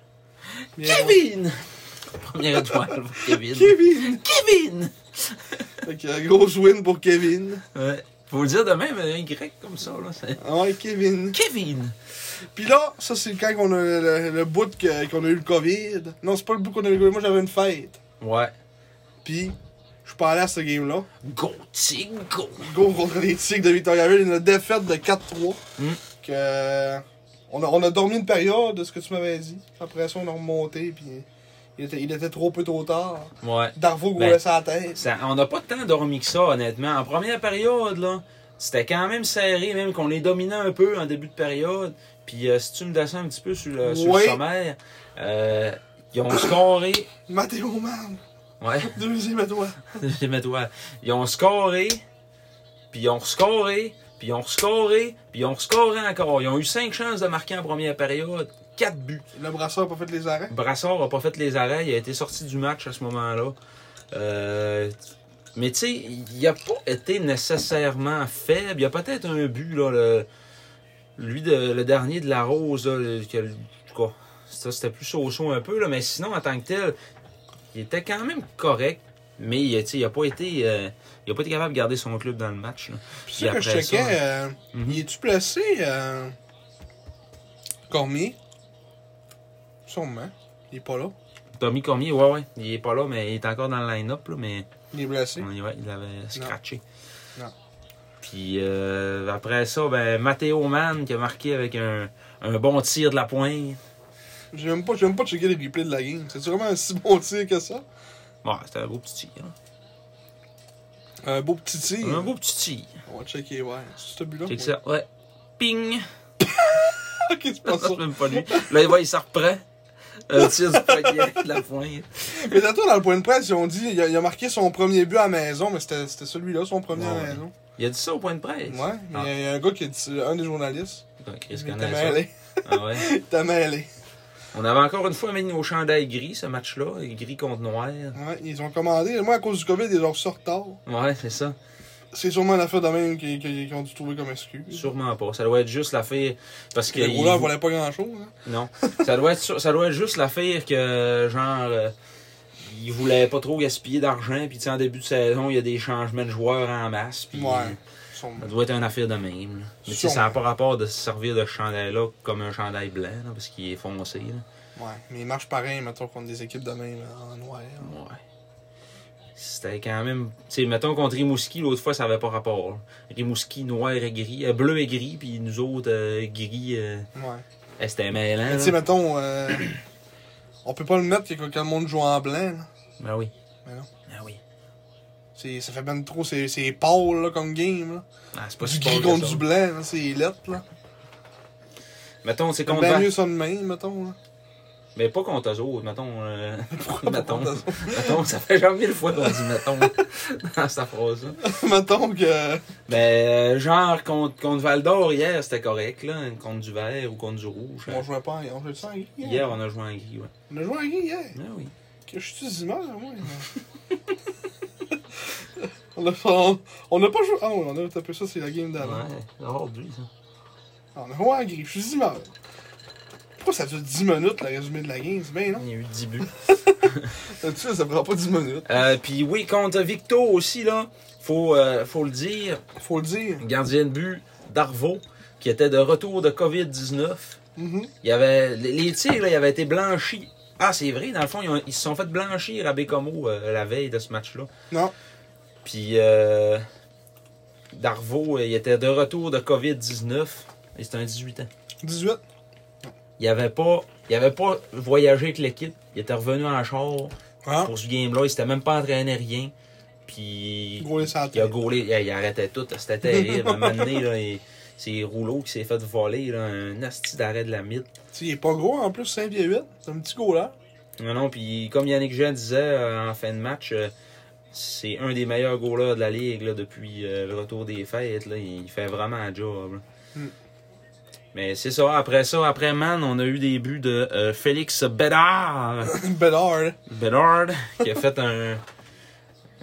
Bien,
Kevin! Première étoile pour Kevin.
Kevin!
Kevin!
Fait que, euh, grosse win pour Kevin.
Ouais. Faut le dire de même, un grec comme ça, là. c'est-
Ah Ouais, Kevin.
Kevin!
Puis là, ça c'est quand qu'on a le, le bout que- qu'on a eu le COVID. Non, c'est pas le bout qu'on a eu le COVID. Moi j'avais une fête.
Ouais.
Puis, je suis pas allé à ce game-là.
Go, tig, go!
Go contre les Tigres de Victoriaville, une défaite de 4-3.
Mm.
Que, on, a, on a dormi une période de ce que tu m'avais dit. Après ça, on a remonté, puis il était, il était trop peu trop tard.
Ouais.
Darvo
Ben,
roulait sa tête.
Ça- on n'a pas tant dormi que ça, honnêtement. En première période, là, c'était quand même serré, même qu'on les dominait un peu en début de période. Puis euh, si tu me descends un petit peu sur le, sur le
Oui.
sommaire, euh, ils ont scoré.
Mathéo Man,
Ouais,
deuxième étoile.
je mets toi. Ils ont scoré, puis ils ont scoré, puis ils ont scoré, puis ils ont scoré encore. Ils ont eu cinq chances de marquer en première période, quatre buts.
Le brasseur n'a pas fait les arrêts.
Brassard n'a pas fait les arrêts, il a été sorti du match à ce moment-là. Euh, mais tu sais, il n'a pas été nécessairement faible. Il y a peut-être un but, là, le, lui, de, le dernier de la Rose, là, le- que- en tout cas, ça c'était plus so un peu, là, mais sinon, en tant que tel, il était quand même correct. Mais tu sais, il n'a pas, été, euh, il a pas été capable de garder son club dans le match. là.
Puis
Puis
ça que je
après ça,
checkais, euh,
Mhm.
il est-tu placé euh, Cormier Sûrement. Il est pas là.
Tommy Cormier, ouais, ouais, il est pas là, mais il est encore dans le line-up, là, mais
Il est blessé.
Ouais, ouais, il l'avait scratché.
Non.
Puis euh, après ça, ben, Matteo Mann qui a marqué avec un, un bon tir de la poigne.
J'ai même pas, j'ai même pas checké les replays de la game. C'est vraiment un si bon tir que ça.
Ouais, c'était un beau petit tir. hein.
Un beau petit tir.
Un beau petit tir.
On va checker, ouais. C'est ce but-là.
Check
ouais.
ça. Ouais. Ping!
ok, c'est pas
Non,
ça.
c'est même pas lui. Là, il voit, il s'en reprend. Un tir du poignet de la poigne.
mais tantôt, dans le point de presse, ils ont dit il a, il a marqué son premier but à la maison, mais c'était c'était celui-là, son premier à
Ouais.
la maison.
Il a dit ça au point de presse.
Ouais, mais
Ah.
il y a- il y a un gars qui a dit ça, un des journalistes.
Ah, Chris
Il
connaît
était
ça.
mêlé.
Ah ouais.
Il était mêlé.
On avait encore une fois mis nos chandails gris, ce match-là. Gris contre noir.
Ouais, ils ont commandé. Moi, à cause du COVID, ils ont sorti tard.
Ouais, c'est ça.
C'est sûrement l'affaire de même qu'ils qu'ils- qu'ils ont dû trouver comme excuse.
Sûrement pas. Ça doit être juste la fille. Parce que.
Les
il-
rouleurs valaient pas grand-chose. hein.
Non. ça, doit être, sûr- ça doit être juste l'affaire que, genre, euh, il voulait pas trop gaspiller d'argent. Puis, tu sais, en début de saison, il y a des changements de joueurs en masse. Puis,
Ouais. Ils sont-
ça doit être une affaire de même. là. Mais, tu sais,
Sûrement.
ça n'a pas rapport de se servir de ce chandail-là comme un chandail blanc, là, parce qu'il est foncé. là.
Ouais, mais ils marchent pareil, mettons, contre des équipes de même en noir.
Ouais. C'était quand même. Tu sais, mettons contre Rimouski, l'autre fois, ça avait pas rapport. là. Rimouski, noir et gris. euh, bleu et gris, puis nous autres, euh, gris. euh,
Ouais.
eh, C'était mêlant.
Mais tu
là.
sais, mettons, euh, on peut pas le mettre quand quand le monde joue en blanc. là.
Ben oui.
Mais non.
Ben oui.
C'est- Ça fait même trop, c'est c'est pâle là, comme game. Là.
Ah, c'est pas
Du
si bon
gris
que
contre
ça.
du blanc, là, c'est lettre. là.
Mettons, c'est contre.
Bien mieux ça de même, mettons. Là.
Mais pas contre eux autres, mettons. euh, mettons,
contre
mettons, ça fait genre mille fois qu'on dit mettons dans cette phrase-là.
mettons que.
Mais euh, genre contre, contre Val d'Or hier, c'était correct, là. Contre du vert ou contre du rouge.
On jouait pas en on jouait ça en gris. hein?
Hier, on a joué en gris, ouais.
On a joué en gris hier.
Ah oui.
Que je suis d'images, moi. on, a, on, on a pas joué. Ah, ouais, on a tapé ça, c'est la game
Ouais,
d'avant.
c'est aujourd'hui, ça.
Ah, On a joué en gris, je suis d'images. Pourquoi ça dure 10 minutes le résumé de la game? C'est bien, non?
Il y a eu 10 buts.
Tu sais, ça prend pas 10 minutes.
Euh, Puis oui, contre Victo aussi, là, faut, euh, faut le dire,
Faut le dire.
gardien de but d'Arvo, qui était de retour de COVID-19.
Mhm.
Il y avait, les, les tirs, là, ils avaient été blanchis. Ah, c'est vrai, dans le fond, ils, ont- ils se sont fait blanchir à Bécomo euh, la veille de ce match-là.
Non.
Puis, euh, Darvo, euh, il était de retour de COVID-19 et c'était un 18 ans.
18.
Il avait pas, il avait pas voyagé avec l'équipe. Il était revenu en char
Ah.
pour ce game-là. Il s'était même pas entraîné rien. Puis,
Gros les
il a
santé.
gaulé, il, il arrêtait tout. C'était terrible. à un moment donné, là, il- c'est Rouleau qui s'est fait voler là, un asti d'arrêt de la mythe.
Il est pas gros en plus, 5 pieds 8. C'est un petit gros là.
Non, non, puis comme Yannick Jean disait euh, en fin de match, euh, c'est un des meilleurs goalers de la ligue là, depuis euh, le retour des fêtes. là. Il fait vraiment un job. là.
Mm.
Mais c'est ça. Après ça, après Man, on a eu des buts de euh, Félix Bédard.
Bellard.
Bédard, qui a fait un.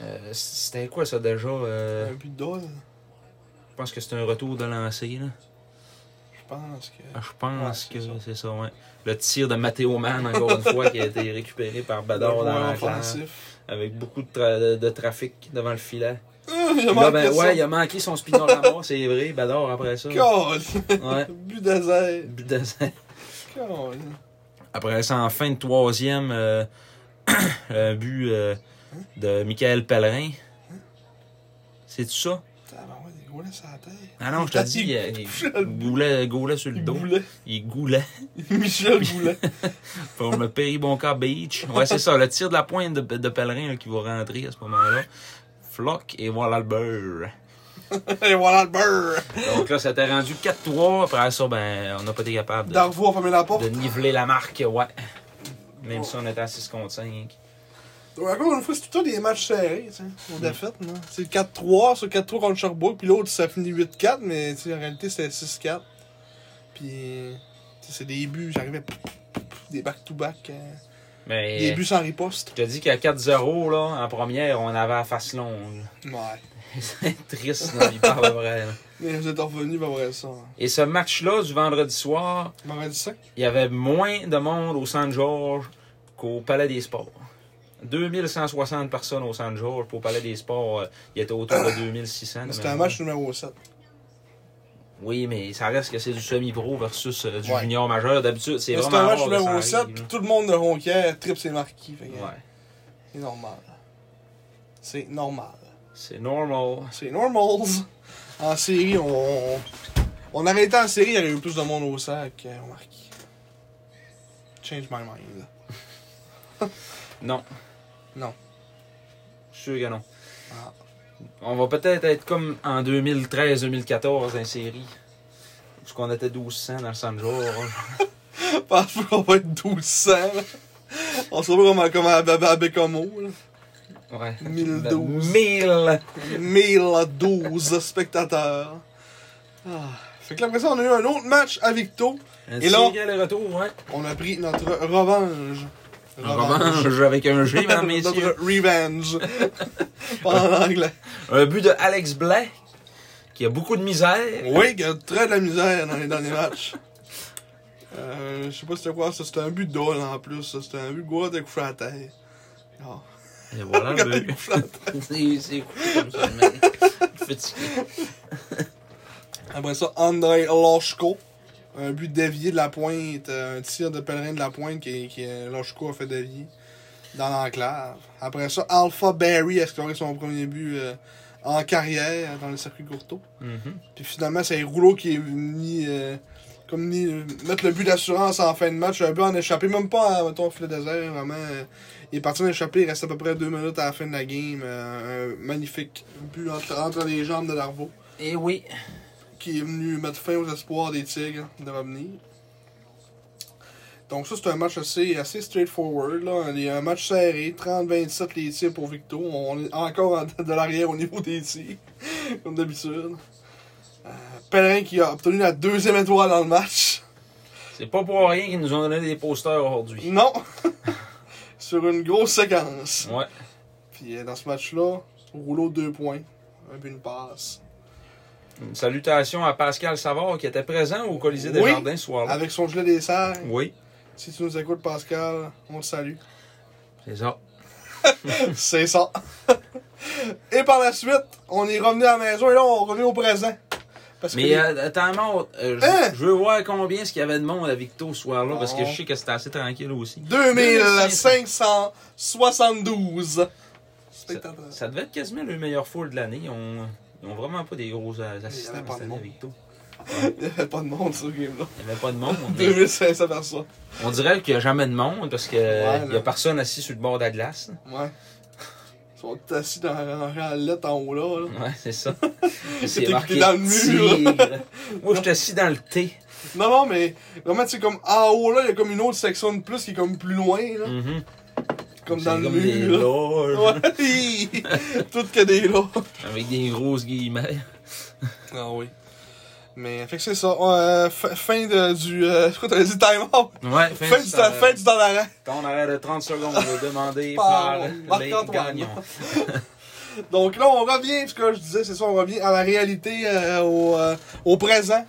euh, c'était quoi ça déjà Euh,
Un but d'or,
Je pense que c'était un retour de lancer. Là.
je pense que.
Ah, Je pense
Ouais, c'est
que c'est ça, ouais. Le tir de Matteo Mann, encore une fois, qui a été récupéré par Bédard dans
Joueur
la classe,
offensif.
avec beaucoup de, tra- de- de trafic devant le filet.
Ah, il
Là,
a manqué
ben,
ça.
ouais, il a manqué son spinorama, c'est vrai, Bédard après ça.
Colle.
Ouais.
But désert.
But de-
Colle.
Après ça, en fin de troisième, euh, un but euh, de Michael Pellerin. C'est-tu ça?
Putain, ben ouais, des gros là, ça tête.
Ah non, je te
Ah,
dis,
il-
il, il goulait, goulait sur le
Il
dos.
Boulet.
Il goulait.
Michel Boulet.
Pour le Péribonca Beach. Ouais, c'est ça, le tir de la pointe de, de Pellerin là, qui va rentrer à ce moment-là. Flock et voilà le beurre.
Et voilà le beurre.
Donc là, ça t'a rendu 4-3. Après ça, ben, on n'a pas été capable de,
Darvaux a fermé la porte.
de niveler la marque, ouais. Même si on était à 6 contre 5.
Ouais, encore une fois, c'est tout le temps des matchs serrés, tu sais, aux défaites, non? C'est 4-3, sur 4-3 contre Sherbrooke, puis l'autre, ça finit 8-4, mais tu sais, en réalité, c'était 6-4. Puis, tu sais, c'est des buts, j'arrivais pff, pff, pff, des back-to-back, euh, des
Mais euh,
buts sans riposte.
je te dis qu'à 4-0, là, en première, on avait la face longue.
Ouais.
C'est triste, non, il parle vrai. là.
Mais vous êtes revenus, ben vrai, ça. hein.
Et ce match-là, du vendredi soir,
Je m'aurais dit ça.
il y avait moins de monde au Saint-Georges qu'au Palais des Sports. 2160 personnes au Saint-Georges. Pour au Palais des Sports, euh, il était autour de 2600.
Mais
de
C'était un
mémoire.
match numéro 7.
Oui, mais ça reste que c'est du semi-pro versus euh, du
Ouais.
junior majeur. D'habitude, c'est
Mais
vraiment
C'était un match
rare que ça
numéro
arrive,
7,
là.
puis tout le monde de ronquait, triple c'est marquis. Fait que,
Ouais.
C'est normal. C'est normal.
C'est normal.
Ah, C'est normals. En série, on. on- On aurait été en série, il y aurait eu plus de monde au sac, euh, on marque. Change my mind.
Non.
Non.
Je suis sûr que non.
Ah.
On va peut-être être comme en 2013-2014 en série. Parce qu'on était 1200 dans le hein. Saint-Georges.
Je pense pas qu'on va être 1200. là. On se retrouve comme, comme à, à, à Bécomo. là.
Ouais.
1012.
1000.
1012 spectateurs. Ah. Fait que là, après ça, on a eu un autre match à Victo.
Et
là-
là, le retour, ouais.
On a pris notre revanche.
En revanche, avec un G, mesdames, messieurs.
notre revenge. Pas en anglais.
Un but de Alex Blais, qui a beaucoup de misère.
Oui, il y a très de la misère dans les derniers matchs. Euh, je sais pas c'était quoi, ça c'était un but d'ol en plus, ça c'était un but de Gourde couché à Ah, la tête. Non.
Et voilà le but.
Couché à la tête.
C'est c'est cool comme ça, man. Fatigué.
Après ça, André Loshko, un but dévié de la pointe, euh, un tir de pèlerin de la pointe qui, qui euh, Loshko a fait dévier dans l'enclave. Après ça, Alpha Barry a scoré son premier but euh, en carrière dans le circuit courto.
Mhm.
Puis finalement, c'est Rouleau qui est venu euh, comme ni, euh, mettre le but d'assurance en fin de match. Un but en échappé, même pas à mettons, au filet désert. Vraiment, euh, il est parti en échappé. Il reste à peu près deux minutes à la fin de la game. Euh, un magnifique but entre, entre les jambes de Larvo
Et oui.
qui est venu mettre fin aux espoirs des Tigres de revenir. Donc ça, c'est un match assez, assez straightforward. Là. Il y a un match serré, 30-27 les tirs pour Victo. On est encore en tête de l'arrière au niveau des tirs, comme d'habitude. Euh, Pellerin qui a obtenu la deuxième étoile dans le match.
C'est pas pour rien qu'ils nous ont donné des posters aujourd'hui.
Non! Sur une grosse séquence.
Ouais.
Puis euh, dans ce match-là, rouleau deux points. Un but, une passe.
Une salutation à Pascal Savard, qui était présent au Colisée des
Oui.
Jardins ce soir-là.
Avec son gilet des serres.
Oui.
Si tu nous écoutes, Pascal, on te salue.
C'est ça.
C'est ça. et par la suite, on est revenu à la maison et là, on revient au présent. Parce que
Mais euh, attends, Maud, euh, je-
Hein?
je, veux voir combien ce qu'il y avait de monde à Victo ce soir-là, parce que
Non.
je sais que c'était assez tranquille aussi.
2572
Ça,
spectateurs.
ça devait être quasiment le meilleur foule de l'année. Ils ont, ils ont vraiment pas des gros euh,
Il y
assistants
avait pas de
cette année
monde.
à Victo.
Il n'y avait pas de monde sur ce game-là.
Il n'y avait pas de monde. mais-
2500 personnes.
On dirait qu'il n'y a jamais de monde parce que
Ouais,
il y
là.
a personne assis sur le bord de la glace.
Ouais. Ils sont assis dans dans la lettre en haut là. là.
Ouais, c'est ça.
T'es- t'es dans le mur.
tigre. Moi, je suis assis dans le thé.
Non, non,
Mm.
mais vraiment, tu sais, comme en haut là, il y a comme une autre section de plus qui est comme plus loin là.
Mhm.
comme
C'est
dans le
comme des
mur. là.
loges,
Ouais. Tout que des lots.
avec des grosses guillemets.
Ah oui. Mais, fait que c'est ça. Euh, fin fin de, du. Euh, quoi, t'avais dit time out?
Ouais, euh,
Fin, du, temps- fin du temps d'arrêt.
Ton arrêt de 30 secondes demandé par
Par Marc-Antoine.
les gagnants.
Donc là, on revient, parce que là, je disais, c'est ça, on revient à la réalité, euh, au, euh, au présent.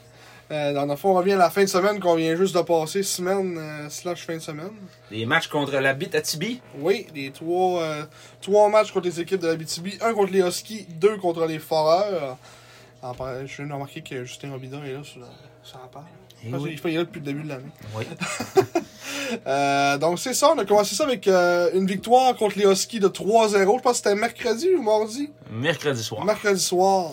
Euh, dans le fond, on revient à la fin de semaine qu'on vient juste de passer, semaine euh, slash fin de semaine.
Les matchs contre la bite à Tibi.
Oui, les trois, euh, trois matchs contre les équipes de la BTB, un contre les Huskies, deux contre les Foreurs. En par- Je viens de remarquer que Justin Robida est là sur la, sur la page. Je pense qu'il est là depuis le début de l'année.
Oui.
Euh, donc c'est ça, on a commencé ça avec euh, une victoire contre les Huskies de 3-0. Je pense que c'était mercredi ou mardi.
Mercredi soir.
Mercredi soir,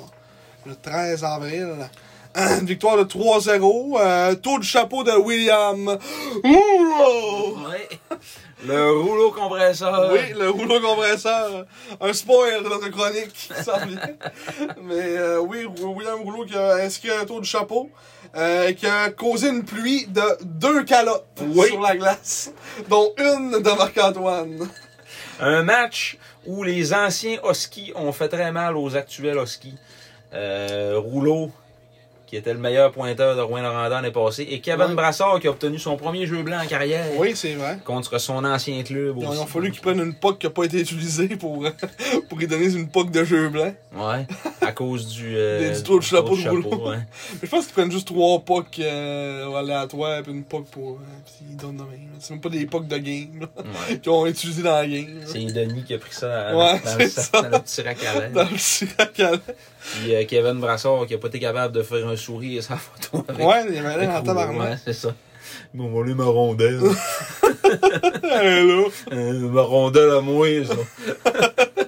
le 13 avril. Une victoire de 3-0. Euh, tour du chapeau de William. Rouleau!
Ouais. Le rouleau compresseur.
Oui, le rouleau compresseur. Un spoil de notre chronique qui s'en vient. Mais euh, oui, Rou- William Rouleau qui a inscrit un tour du chapeau euh, qui a causé une pluie de deux calottes
Oui.
sur la glace, dont une de Marc-Antoine.
Un match où les anciens Huskies ont fait très mal aux actuels Huskies. Euh, Rouleau, qui était le meilleur pointeur de Rouen-Noranda l'année passée, et Kevin
Ouais.
Brassard, qui a obtenu son premier jeu blanc en carrière
Oui, c'est vrai.
contre son ancien club
Il
aussi.
a fallu qu'il prenne une POC qui n'a pas été utilisée pour, pour lui donner une POC de jeu blanc.
Ouais, à cause du... euh,
Des- du trou de chapeau
trou
de rouleau.
ouais.
Mais je pense qu'ils prennent juste trois pucks euh, aléatoires puis une puck pour. euh, puis ils donnent de même. C'est même pas des pucks de game
Ouais.
qu'ils ont utilisé dans la game. là.
C'est Denis qui a pris ça dans,
Ouais,
dans le,
c'est
dans
ça.
le petit rack à
Dans
l'air.
le Chirac à l'air.
Puis euh, Kevin Brassard qui a pas été capable de faire un sourire sans photo avec
Ouais, il y avait
avec
l'air en
Rouleau,
tabarnak.
ouais, c'est ça. Bon, on est ma rondelle.
Hey, là.
Euh, ma rondelle à moi, ça.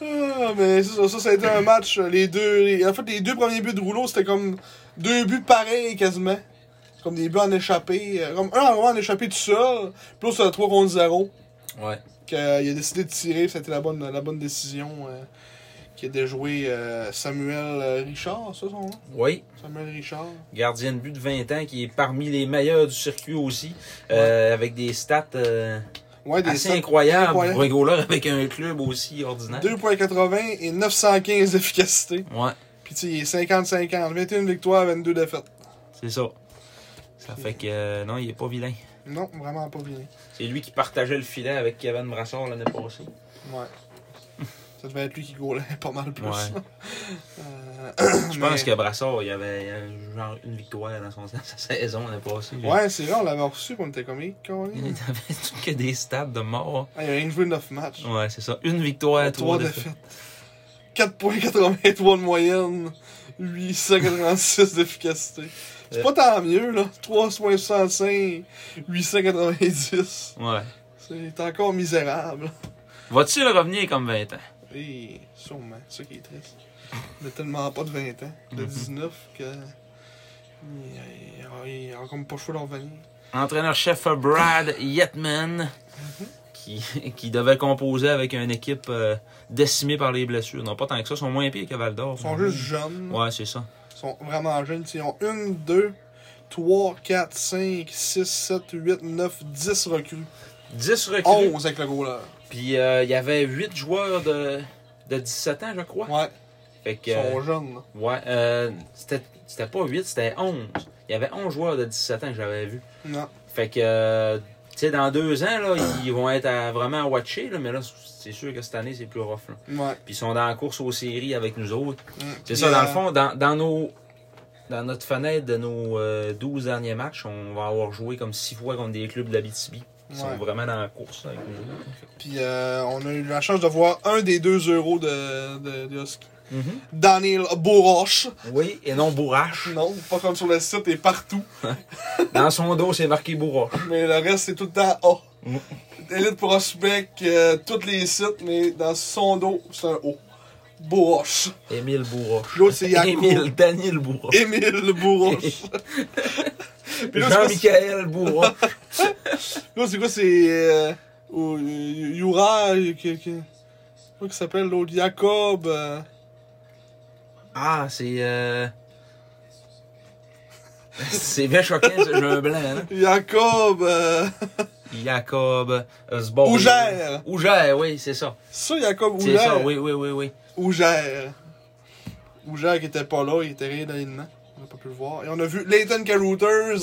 Ah, mais c'est ça, ça, ça a été un match. euh, Les deux, les- en fait, les deux premiers buts de rouleau, c'était comme deux buts pareils quasiment. Comme des buts en échappé. euh, Comme un en en échappé tout seul, plus euh, 3 contre 0.
Ouais.
qu'il euh, a décidé de tirer, c'était la bonne, la bonne décision euh, qui a déjoué euh, Samuel euh, Richard, ça son nom?
Oui,
Samuel Richard.
gardien de but de 20 ans qui est parmi les meilleurs du circuit aussi, euh, avec des stats euh,
Ouais, des
assez
stats-
incroyables.
incroyables.
Pour un goaler avec un club aussi ordinaire.
2.80 et 915 d'efficacité.
Ouais,
Puis tu sais, il est 50-50, 21 victoires, 22 défaites.
c'est ça. Ça fait que euh, non, il est pas vilain.
Non, vraiment pas bien.
C'est lui qui partageait le filet avec Kevin Brassard l'année passée.
Ouais. Ça devait être lui qui goalait pas mal plus.
Ouais.
Euh,
Je
mais-
pense que Brassard, il y avait, il y avait genre une victoire dans son, sa saison l'année passée.
Ouais, c'est vrai, on l'avait reçu, on était comme hey, con,
Il
hein.
avait tout que des stats de mort.
Ah, il a rien joué 9 matchs.
Ouais, c'est ça. Une victoire, trois
3
défaites.
défaites. 4.83 de moyenne, 886 d'efficacité. C'est
Euh.
pas tant mieux, là. 3.65, 890.
Ouais.
C'est encore misérable.
Va-t-il revenir comme 20 ans?
Et sûrement, c'est ça qui est triste. Il a tellement pas de 20 ans, de
Mhm.
19, que. il- il- Il a comme pas chaud d'en venir.
Entraîneur-chef Brad Yetman, qui, qui devait composer avec une équipe euh, décimée par les blessures. Non, pas tant que ça, ils sont moins pires que Val d'Or.
Ils sont juste jeunes.
Mhm. Ouais, c'est ça.
Ils sont vraiment jeunes. tu sais, Ils ont 1, 2, 3, 4, 5, 6, 7, 8, 9, 10 recrues.
10 recrues.
11 avec le goaler.
Puis euh, il y avait 8 joueurs de, de 17 ans, je crois.
Ouais,
Fait que,
ils
euh,
sont jeunes. là.
ouais, euh, c'était c'était pas 8, c'était 11. Il y avait 11 joueurs de 17 ans que j'avais vu.
Non.
Fait que, euh, tu sais, dans deux ans, là, ils vont être à- vraiment à watcher, là, mais là, c'est sûr que cette année, c'est plus rough. là.
Ouais.
Puis ils sont dans la course aux séries avec nous autres.
Mm.
C'est
Puis,
ça, dans le
euh,
fond, dans, dans nos. Dans notre fenêtre de nos euh, 12 derniers matchs, on va avoir joué comme 6 fois contre des clubs de la BTB. Ils sont
Ouais.
vraiment dans la course avec nous.
Puis euh, on a eu la chance de voir un des deux euros de, de, de Husky. Daniel Bourroche.
Oui, et non Bourrache.
Mm-hmm. Non, pas comme sur le site et partout.
Dans son dos, c'est marqué Bourrache.
Mais le reste, c'est tout le temps A.
Mm.
Elite Prospect, euh, tous les sites, mais dans son dos, c'est un O. Bourroche.
Émile Bourrache.
L'autre, c'est Yacoub.
Émile Daniel Bourrache.
Émile Bourroche. Puis là, c'est quoi, c'est-
Jean-Michael Bourrache.
là, c'est quoi, c'est. Euh, au- Yura. euh, que- que- Comment il s'appelle l'autre Jacob. euh,
Ah, c'est. Euh... C'est bien choquant, ça, j'ai un blanc. hein. Là.
Jacob, euh,
Jacob Zboril.
Ougère.
euh, Ougère, oui, c'est ça.
Ça, Jacob
C'est ça,
Ougère.
oui, oui, oui, oui.
Ougère. Ougère qui était pas là, il était rayé d'alignement. On n'a pas pu le voir. Et on a vu Leighton Carouters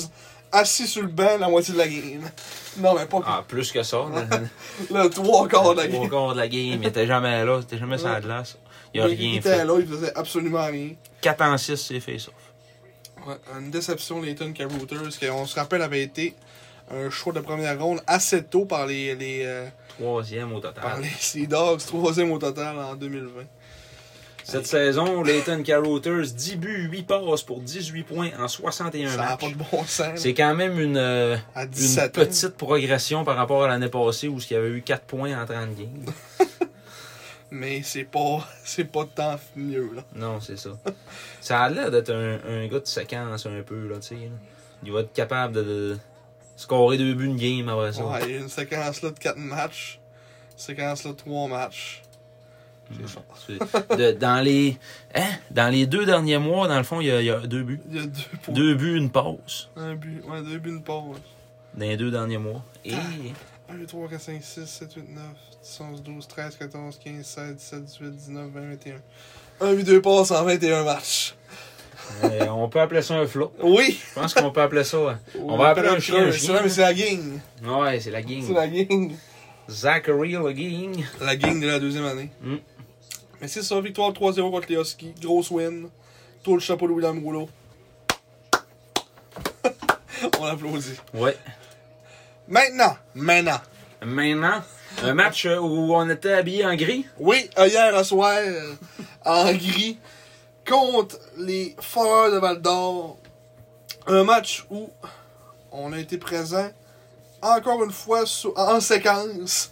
assis sur le banc la moitié de la game. Non, mais pas
Ah, plus que ça. Au
le trois quarts de la game.
cours de la game, il était jamais là, il était jamais sur la glace. Il a
il
rien
était
fait.
là, il faisait absolument rien.
4 en 6, c'est fait, sauf.
Ouais, une déception, Leighton Carouters, qui, on se rappelle, avait été un choix de première ronde assez tôt par les, les, euh,
Troisième au
par
total.
les Sea Dogs, troisième au total en 2020.
Cette saison, Leighton Carouters, 10 buts, 8 passes pour 18 points en 61
Ça n'a
matchs.
pas de bon sens.
C'est quand même une, euh,
À
une
17 ans.
petite progression par rapport à l'année passée où il y avait eu 4 points en 30 games.
Mais c'est pas, c'est pas tant mieux, là.
Non, c'est ça. Ça a l'air d'être un, un gars de séquence un peu, là, tu sais. là. Il va être capable de, de scorer deux buts une game après ça.
Ouais, il y a une séquence là de 4 matchs, une séquence là de 3 matchs.
C'est ça. Mm. C'est- de- dans, les, hein, dans les deux derniers mois, dans le fond, il y a, il y a deux buts.
Il y a 2 points.
Deux buts, une passe.
Un but, ouais, 2 buts, une pause.
Dans les deux derniers mois. Et
1, 2, 3, 4, 5, 6, 7, 8, 9, 10, 11, 12, 13, 14, 15, 16, 17, 18, 19, 20, 21. Un but, deux passes en 21 matchs. Ah.
euh, on peut appeler ça un flop.
Oui!
Je pense qu'on peut appeler ça. hein. On va appeler un chien un
C'est
chien. Hmm.
vrai, mais c'est la gang.
Ouais, c'est la
C'est
game.
la gang.
Zachary le gang.
La gang de la deuxième année.
Mm.
Mais c'est ça, victoire 3-0 contre les Huskies. Grosse win. Tout le chapeau de William Rouleau. On applaudit.
Ouais.
Maintenant, maintenant.
Maintenant, un match euh, où on était habillé en gris.
Oui, euh, hier à soir, euh, en gris, contre les Foreurs de Val d'Or. Un match où on a été présent encore une fois sou- en séquence.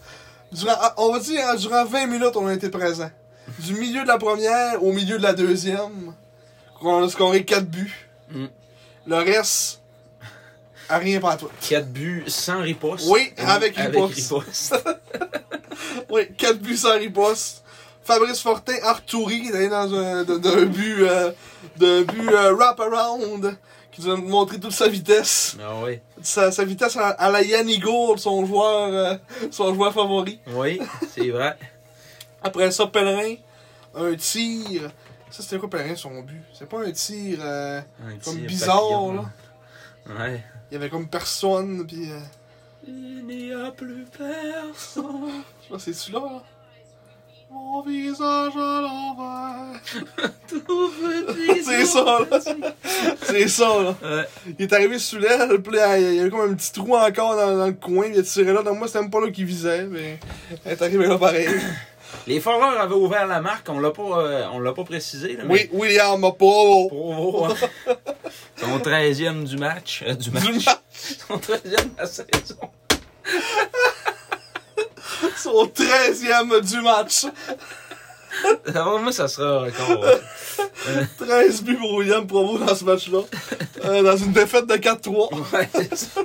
Durant, on va dire, hein, durant 20 minutes, on a été présent. Du milieu de la première au milieu de la deuxième, on a scoré 4 buts.
Mm.
Le reste, à rien pas à tout.
4 buts sans riposte.
Oui,
Et
avec riposte. Oui, 4 buts sans riposte. Fabrice Fortin, Arturi, il est allé dans un, de- d'un but, euh, d'un but euh, wrap-around, qui nous a montré toute sa vitesse.
Ah oui.
Sa, sa vitesse à, à la Yanni Gould, son joueur, euh, son joueur favori.
Oui, c'est vrai.
Après ça, Pellerin, un tir. Ça, c'était quoi Pellerin, son but? C'est pas un tir, euh,
Un petit
Comme bizarre,
papillon, là. Ouais.
il y avait comme personne, puis... euh,
Il n'y a plus personne.
je sais pas, c'est celui-là, là? Mon visage à l'envers. C'est ça, là. C'est ça, là.
Ouais.
Il est arrivé sous l'aile, puis là, il y avait comme un petit trou encore dans, dans le coin, il a tiré là. Donc moi, c'était même pas là qu'il visait, mais il est arrivé là pareil.
Les Foreurs avaient ouvert la marque, on l'a pas, euh, on l'a pas précisé. Là,
Oui, William Provo.
Provo, hein. Son 13e du match. euh, du match.
Du match.
Son 13e de la saison.
Son 13e du match.
Alors, moi, ça sera un record.
13 buts pour William Provo dans ce match-là. Euh, dans une défaite de 4-3.
Ouais, c'est ça.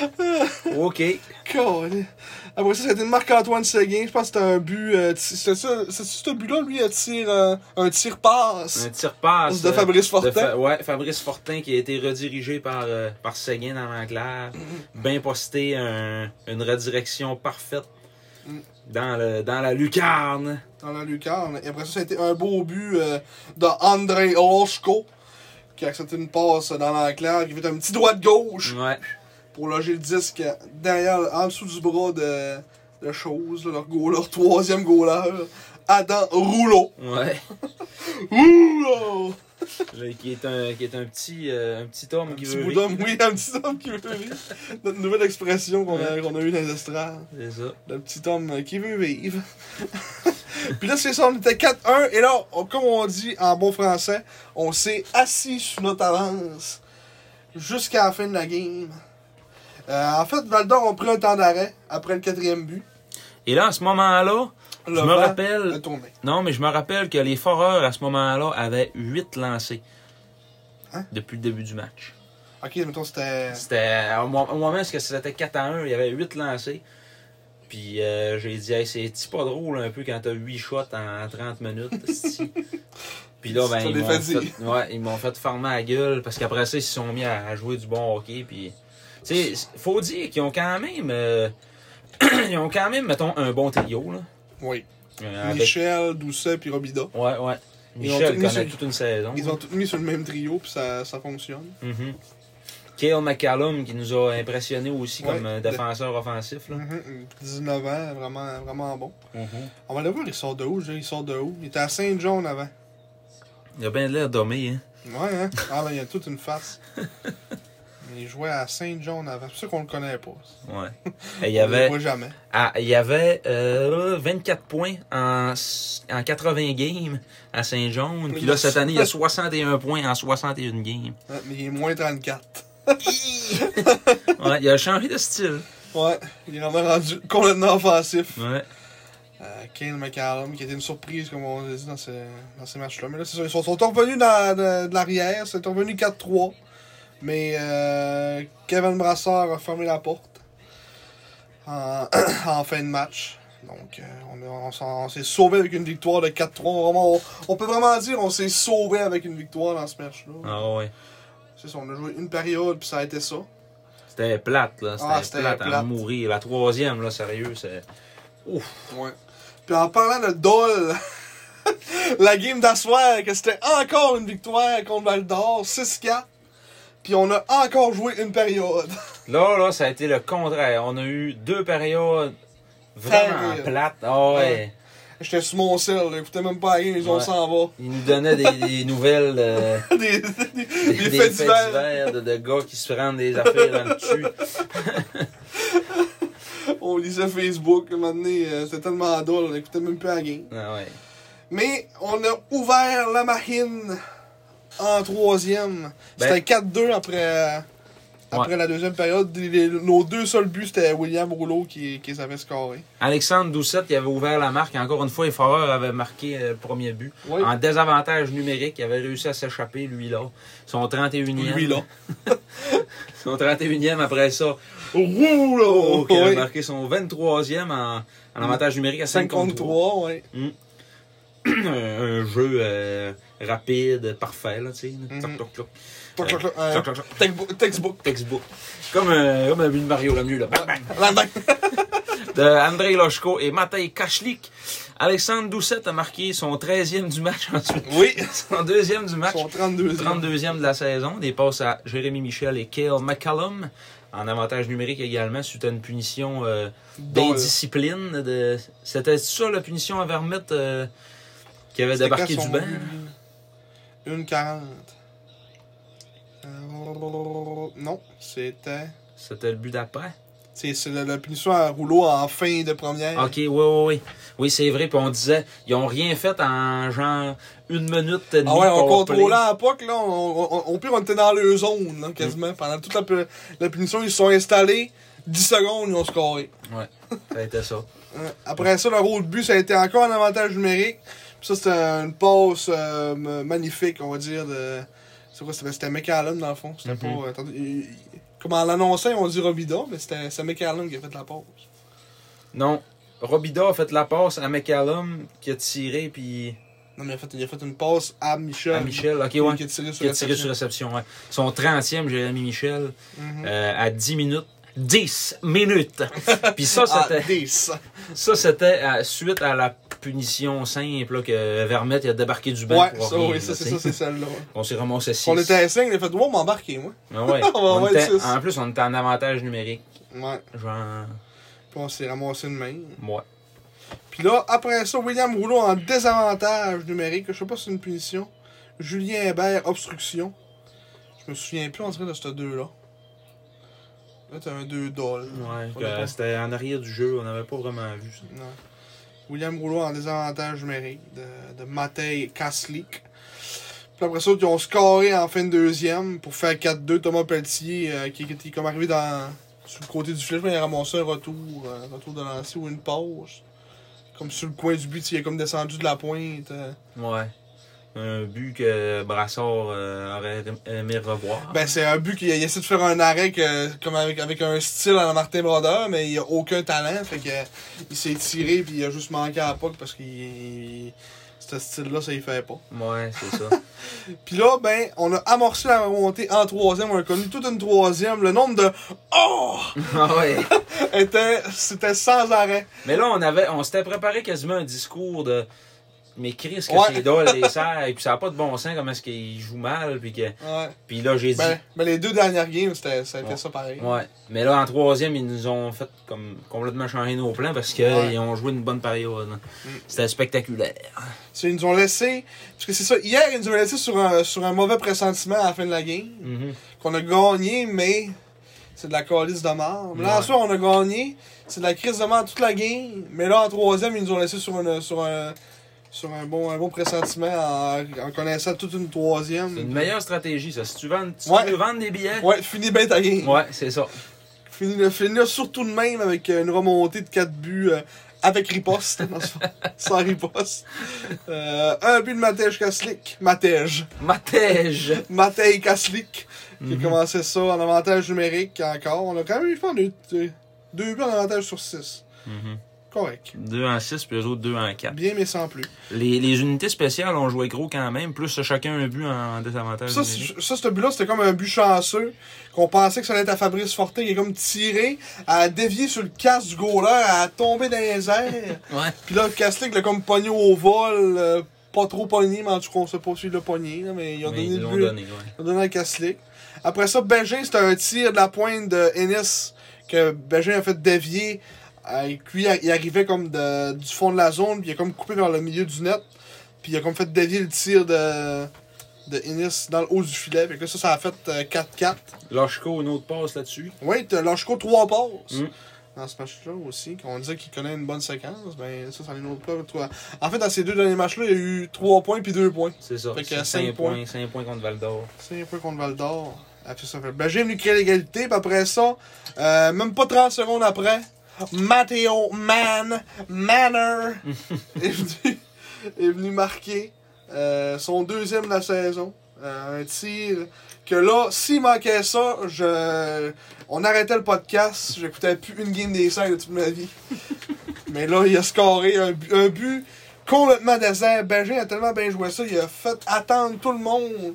OK.
Calais. Après ça, c'était Marc-Antoine Seguin. Je pense que c'était un but. euh, t- c'était ça. C'est ce but-là, lui, un tir, euh, un tir passe.
Un tir passe.
De
euh,
Fabrice Fortin.
de Fa- ouais, Fabrice Fortin qui a été redirigé par, euh, par Seguin dans l'enclave. Bien posté, un- une redirection parfaite Mm. dans, le, dans la lucarne.
dans la lucarne. Et après ça, ça a été un beau but euh, de André Oloshko, qui a accepté une passe dans l'enclave, qui fait un petit droit de gauche
Ouais.
pour loger le disque derrière, en dessous du bras de, de Chose, là, leur, goal- leur troisième goaler, Adam Rouleau.
Ouais.
Rouleau!
Là, qui, est un, qui est un petit, euh, un petit homme qui
Petit
veut
bout
vivre.
d'homme, oui, un petit homme qui veut vivre. Notre nouvelle expression qu'on a, qu'on a eue dans les estrades.
C'est ça.
Le petit homme qui veut vivre. Puis là, c'est ça, on était 4-1. Et là, on- comme on dit en bon français, on s'est assis sur notre avance jusqu'à la fin de la game. Euh, en fait, Valdor on pris un temps d'arrêt après le quatrième but.
Et là, à ce moment-là,
Le
je me
vent
rappelle.
a tourné.
Non, mais je me rappelle que les Foreurs, à ce moment-là, avaient 8 lancés.
Hein?
Depuis le début du match.
Ok, mettons, c'était.
C'était. Au mo- au moment où c'était 4 à 1, il y avait 8 lancés. Puis euh, j'ai dit, hey, c'est c'est pas drôle un peu quand t'as 8 shots en 30 minutes. esti. puis là, ben,
Ça
ils
les
m'ont
fait dire.
fait, ouais, ils m'ont fait farmer la gueule parce qu'après ça, ils se sont mis à, à jouer du bon hockey. Puis Tu sais, faut dire qu'ils ont quand même. euh, ils ont quand même, mettons, un bon trio, là.
Oui.
Euh, avec-
Michel, Doucet, puis Robida.
Ouais, ouais.
Ils ont
Michel
tout mis
connaît
sur-
toute une saison.
Ils ont tout mis sur le même trio, puis ça, ça fonctionne.
Mhm. Cale McCallum qui nous a impressionné aussi
Ouais,
comme euh,
de-
défenseur offensif. Là. Mhm.
Mhm. 19 ans, vraiment, vraiment bon. On va aller voir, il sort de où, Jay? il sort de où? Il était à Saint-John avant.
Il a bien l'air d'hommer. Hein?
Ouais, hein? Ah, ben, il a toute une face. il jouait à Saint-John avant. C'est pour ça qu'on le connaît pas.
Ouais. Et il y
On le
avait,
voit jamais.
ah, il y avait euh, 24 points en, s- en 80 games à Saint-John. Puis là, cette année, il y a 61 points en 61 games.
Ouais, Mais il est moins 34.
Ouais, il a changé de style.
Ouais, il est vraiment rendu complètement offensif.
Ouais.
Euh, Kane McCallum, qui était une surprise, comme on l'a dit dans, ce- dans ces matchs-là. Mais là, c'est ça, ils sont, sont revenus dans- de, de l'arrière, c'est revenu 4-3. Mais euh, Kevin Brassard a fermé la porte en, en fin de match. Donc, euh, on, a- on s'en- on s'est sauvé avec une victoire de 4-3. On, vraiment- on- on peut vraiment dire on s'est sauvé avec une victoire dans ce match-là.
Ah ouais.
C'est ça, on a joué une période, puis ça a été ça.
C'était plate, là. C'était
Ah, c'était
plate, à
plate.
mourir. La troisième, là, sérieux, c'est.
Ouais. Puis en parlant de Dole, la game d'asseoir, que c'était encore une victoire contre Val d'Or, 6-4. Puis on a encore joué une période.
Là, là, ça a été le contraire. On a eu deux périodes vraiment
Terrible.
plates. Ah ouais.
J'étais sur mon sel, là, écoutez même pas la game, les gens
Ouais.
s'en va.
Ils nous donnaient des, des nouvelles, euh,
Des, des,
des,
des
des
faits divers.
divers de, de gars qui se prennent des affaires dans le dessus.
On lisait Facebook, un moment donné, euh, c'était tellement Dole, on écoutait même plus la game.
Ah ouais.
Mais on a ouvert la machine en troisième.
Ben-
C'était 4-2 après, euh, après la deuxième période. Les- les- nos deux seuls buts, c'était William Rouleau qui, qui les avait scorés.
Alexandre Doucette, il avait ouvert la marque. Encore une fois, et Foreur avait marqué euh, le premier but.
Oui.
En désavantage numérique, il avait réussi à s'échapper, lui, là. Son 31e.
Lui, là.
Son 31e après ça. Rouleau! Qui avait
Oh, Oui.
marqué son 23e en, en avantage numérique à 53.
53, ouais.
un, un jeu euh, rapide, parfait, là, tu sais. là. Toc, toc, toc.
Toc, toc, toc,
Mm-hmm. Euh,
euh,
toc, toc, toc.
textbook- Textbook.
Textbook. Comme, euh, comme un but de Mario Lemieux, là. Bang, bang.
euh, La main.
De Andrei Loshko et Matej Kachlik. Alexandre Doucette a marqué son 13e du match ensuite.
Oui.
Son deuxième du match.
Son 32
32e de la saison. Des passes à Jérémy Michel et Cale McCallum. En avantage numérique également, suite à une punition euh,
Dole.
d'indiscipline. De... C'était ça la punition à Vermette euh, qui avait
C'était
débarqué
quand
du
son
banc.
but? Une 40. Euh, Non, c'était.
C'était le but d'après.
C'est c'est la, la punition à rouleau en fin de première.
OK, oui, oui, oui. Oui, c'est vrai. Puis on disait, ils ont rien fait en genre une minute et demie.
Ah ouais, on
power play.
contrôlait à POC, là. On, on, on- au pire, on était dans leur zone, là,
Mm.
quasiment. Pendant toute la, pu- la punition, ils se sont installés. 10 secondes, ils ont scoré.
Ouais, ça a été ça.
Hein. Après ça, leur autre but, ça a été encore un avantage numérique. Puis ça, c'était une passe euh, m- magnifique, on va dire. De... C'est quoi, c'était c'était McCallum, dans le fond. C'était
Mhm.
pas. euh, tandis- il- il- Comme en l'annonçant, on dit Robida, mais c'était c'est McCallum qui a fait la passe.
Non, Robida a fait la passe à McCallum qui a tiré puis
Non, mais il a fait, il a fait une passe à Michel.
à Michel. OK,
Qui,
ouais.
qui a tiré sur
Qui a
la
tiré sur réception. ouais. Son 30e, Jérémy Michel,
Mhm.
euh, à 10 minutes. 10 minutes! Puis ça,
Ah,
c'était.
10.
Ça, c'était à- suite à la punition simple là, que Vermette il a débarqué du banc.
Ouais,
pour
ça,
rien,
oui, ça,
là, tu
c'est
sais.
ça, c'est celle-là.
On s'est remonté 6.
On était à 5, il a fait, wow, m'embarquer, moi.
Ah ouais.
On va
On
avoir
était-
le six.
en plus, on était en avantage numérique.
Ouais.
Genre,
Puis on s'est ramassé de main.
moi.
Puis là, après ça, William Rouleau en désavantage numérique. Je sais pas si c'est une punition. Julien Hébert, obstruction. Je me souviens plus en train de ce 2-là. Là, t'as un 2 doll.
Ouais,
On a pas-
c'était en arrière du jeu, on n'avait pas vraiment vu ça.
Non. William Rouleau en désavantage numérique de, de Matej Kaslik. Puis après ça, ils ont scoré en fin de deuxième pour faire 4-2. Thomas Pelletier, euh, qui, qui était comme arrivé dans, sur le côté du flèche, il a ramassé un retour, euh, un retour de lancer ou une pause. Comme sur le coin du but, il est comme descendu de la pointe. euh.
Ouais. Un but que Brassard euh, aurait aimé revoir.
Ben, c'est un but qu'il a- il essaie de faire un arrêt que- comme avec, avec un style à la Martin Brodeur, mais il a aucun talent. Fait que, il s'est tiré puis il a juste manqué à la puck parce qu'il. c'était- ce style-là, ça y fait pas.
Ouais, c'est ça.
Puis là, ben, on a amorcé la remontée en troisième. On a connu toute une troisième. Le nombre de Oh!
Ah ouais.
était, c'était sans arrêt.
Mais là, on avait, on s'était préparé quasiment un discours de. Mais Chris, que
Ouais.
c'est dole les serres, et puis ça n'a pas de bon sens, comment est-ce qu'il joue mal, puis que.
Ouais.
Puis là, j'ai dit.
Ben, ben, les deux dernières games, c'était, ça a été
Ouais.
ça pareil.
Ouais. Mais là, en troisième, ils nous ont fait comme complètement changer nos plans parce qu'ils
Ouais. Mm.
ont joué une bonne période. hein. C'était spectaculaire.
C'est- Ils nous ont laissé. Parce que c'est ça, hier, ils nous ont laissé sur un, sur un mauvais pressentiment à la fin de la game.
Mhm.
Qu'on a gagné, mais c'est de la calice de mort. Mais là, en
Ouais.
soi, on a gagné. C'est de la crise de mort toute la game. Mais là, en troisième, ils nous ont laissé sur, une, sur, un, sur un, bon, un bon pressentiment en, en connaissant toute une
C'est une
troisième.
meilleure stratégie, ça. Si tu, vends, si tu
Ouais.
veux vendre des billets.
Ouais, finis bien ta game.
Ouais, c'est ça.
Fini le fini là, surtout de même avec euh, une remontée de 4 buts euh, avec riposte. Non, c'est pas- sans riposte. Euh, un but de Matej Kaslik. Matej.
Matège.
Matej Kaslik. Qui
Mhm.
commençait ça en avantage numérique encore. On a quand même eu on a eu, euh, deux buts en avantage sur 6.
Mhm.
Correct.
Deux en 6, puis eux autres deux en 4.
Bien, mais sans plus.
Les, les unités spéciales ont joué gros quand même, plus chacun un but en désavantage.
Ça,
numérique.
c'est- ça, ce but-là, c'était comme un but chanceux. Qu'on pensait que ça allait être à Fabrice Fortin. Il est comme tiré, à dévier sur le casque du goaler, à tomber dans les airs.
Ouais.
Puis là, Castlick l'a comme pogné au vol, euh, pas trop pogné, mais en tout cas, on sait pas s'il l'a pogné, là, mais ils ont
Mais
donné
ils
le
l'ont
but.
donné, ouais.
Ils ont donné à Castlick. Après ça, Bégin, c'était un tir de la pointe de Ennis que Bégin a fait dévier. Euh, et puis, il arrivait comme de- du fond de la zone, puis il a comme coupé vers le milieu du net. Puis il a comme fait dévier le tir de, de Ennis dans le haut du filet. Fait que là, ça, ça a fait euh, 4-4.
Loshko, une autre passe là-dessus.
Oui, t'as Lachko trois passes.
Mm.
Dans ce match-là aussi, qu'on disait qu'il connaît une bonne séquence, ben ça, ça en est une autre preuve. Toi. En fait, dans ces deux derniers matchs-là, il y a eu trois points puis deux points.
C'est ça.
Fait que
C'est
cinq
cinq
points.
points. 5 points contre Val d'Or.
C'est un peu contre Val d'Or. Après ça, fait- ben, j'ai venu créer l'égalité, puis après ça, euh, même pas 30 secondes après, Matteo Mann, Manner, est, venu, est venu marquer euh, son deuxième de la saison. Euh, un tir que là, s'il manquait ça, je, on arrêtait le podcast, j'écoutais plus une game des cinq de toute ma vie. Mais là, il a scoré un, bu- un but complètement désert. Benjamin a tellement bien joué ça, il a fait attendre tout le monde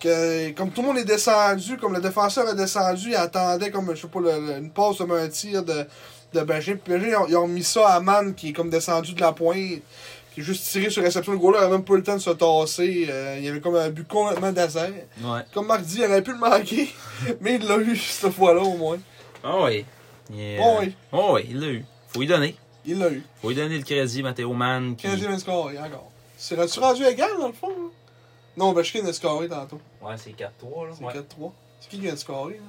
que comme tout le monde est descendu, comme le défenseur est descendu, il attendait comme je sais pas le- le- une passe comme un tir de, de Benjamin. Puis Benjamin, ils ont, ils ont mis ça à Man qui est comme descendu de la pointe. Qui est juste tiré sur réception. Le goaler avait même pas eu le temps de se tasser. Euh, il y avait comme un but complètement désert.
Ouais.
Comme Marc dit, il aurait pu le manquer. Mais il l'a eu cette fois-là au moins.
Ah oui. Yeah.
Oh oui.
Oh oui, il l'a eu. Faut lui donner.
Il l'a eu.
Faut lui donner le crédit, Matteo Mann. Qui...
15e score, encore. C'est rendu rendu égal dans le fond. là? Non, Bashkin a scoré tantôt.
Ouais, c'est 4-3, là.
C'est
Ouais.
4-3. C'est qui qui a scoré là?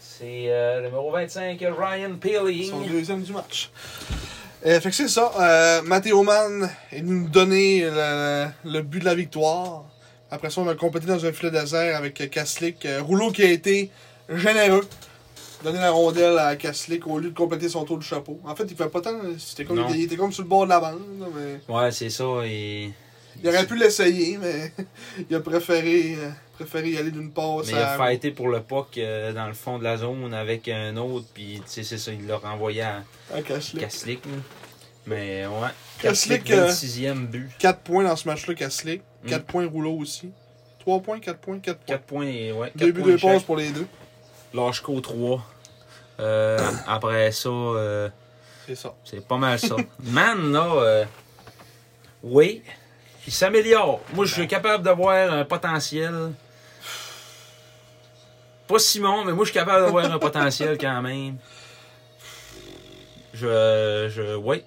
C'est euh, numéro 25, Ryan Peeling.
Son deuxième du match. Euh, fait que c'est ça. Euh, Matteo Mann est venu nous donner le, le but de la victoire. Après ça, on a complété dans un filet désert avec Kaslik. Euh, Rouleau qui a été généreux. Donner la rondelle à Kaslik au lieu de compléter son tour du chapeau. En fait, il fait pas tant. C'était comme,
Non.
il était comme sur le bord de la bande. là, Mais...
Ouais, c'est ça. Et...
Il aurait pu l'essayer, mais il a préféré, euh, préféré y aller d'une passe
Mais il a
à-
fighté pour le puck euh, dans le fond de la zone avec un autre, puis tu sais, c'est ça, il l'a renvoyé à
à Kaslik.
Kaslik. là. Mais ouais,
Mm. Kaslik,
Kaslik,
euh,
26e but.
4 points dans ce match-là, Kaslik.
Mm.
4 points Rouleau aussi. 3 points, 4 points, 4 points.
4 points, et- ouais. quatre
Deux buts,
points
deux passes
chaque.
pour les deux.
Lashko 3. Euh, après ça, euh,
C'est ça.
c'est pas mal ça. Man, là, euh, oui, il s'améliore. Moi,
Ben.
je suis capable de voir un potentiel. Pas Simon, mais moi, je suis capable de voir un potentiel quand même. Je. je oui.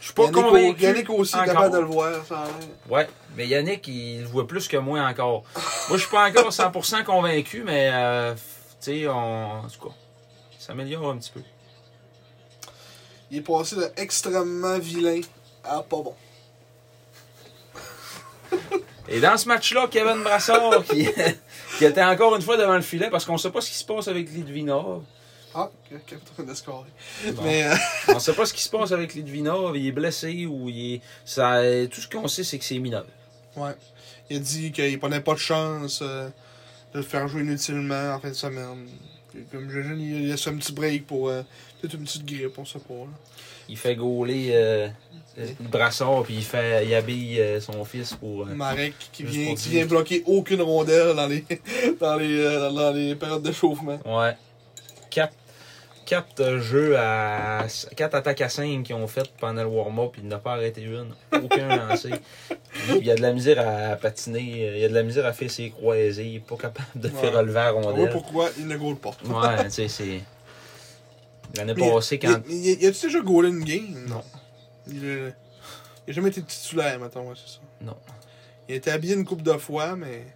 Je suis pas
Yannick,
convaincu.
au- Yannick aussi est
encore.
capable de le voir. Ça hein. a l'air.
Ouais, mais Yannick, il le voit plus que moi encore. Moi, je suis pas encore 100% convaincu, mais euh, tu sais, on... en tout cas, ça s'améliore un petit peu.
Il est passé de extrêmement vilain à pas bon.
Et dans ce match-là, Kevin Brassard, qui, qui était encore une fois devant le filet, parce qu'on sait pas ce qui se passe avec Lidvinov.
Ah, que- que- de scorer.
Bon,
Mais euh,
On sait pas ce qui se passe avec Lidvinov, il est blessé ou il est... Ça, tout ce qu'on sait, c'est que c'est mineur.
ouais. il a dit qu'il prenait pas de chance euh, de le faire jouer inutilement en fin de semaine. Comme je jeune, il laisse un petit break pour euh, peut-être une petite grippe, on sait pas. là.
Il fait gauler euh, euh, le brassard, puis il, fait, il habille euh, son fils pour. euh,
Marek qui
Juste
vient,
pour
qui
dire.
vient bloquer aucune rondelle dans les, dans les, euh, dans les périodes de chauffement.
ouais. Quatre, quatre euh, jeux à. Quatre attaques à 5 qu'ils ont fait pendant le warm-up, puis il n'a pas arrêté une. Aucun lancé. Puis il y a de la misère à patiner, euh, il y a de la misère à faire ses croisés, il n'est pas capable de
Ouais. Ah
faire relever la
On voit
rondelle.
pourquoi il ne goal pas.
Ouais, tu sais, c'est. L'année
Mais
passée,
il-
quand.
il- il- Y a-tu déjà goalé une game
Non.
Il euh, il a jamais été titulaire, mettons, ouais, c'est ça.
Non.
Il a été habillé une couple de fois, mais.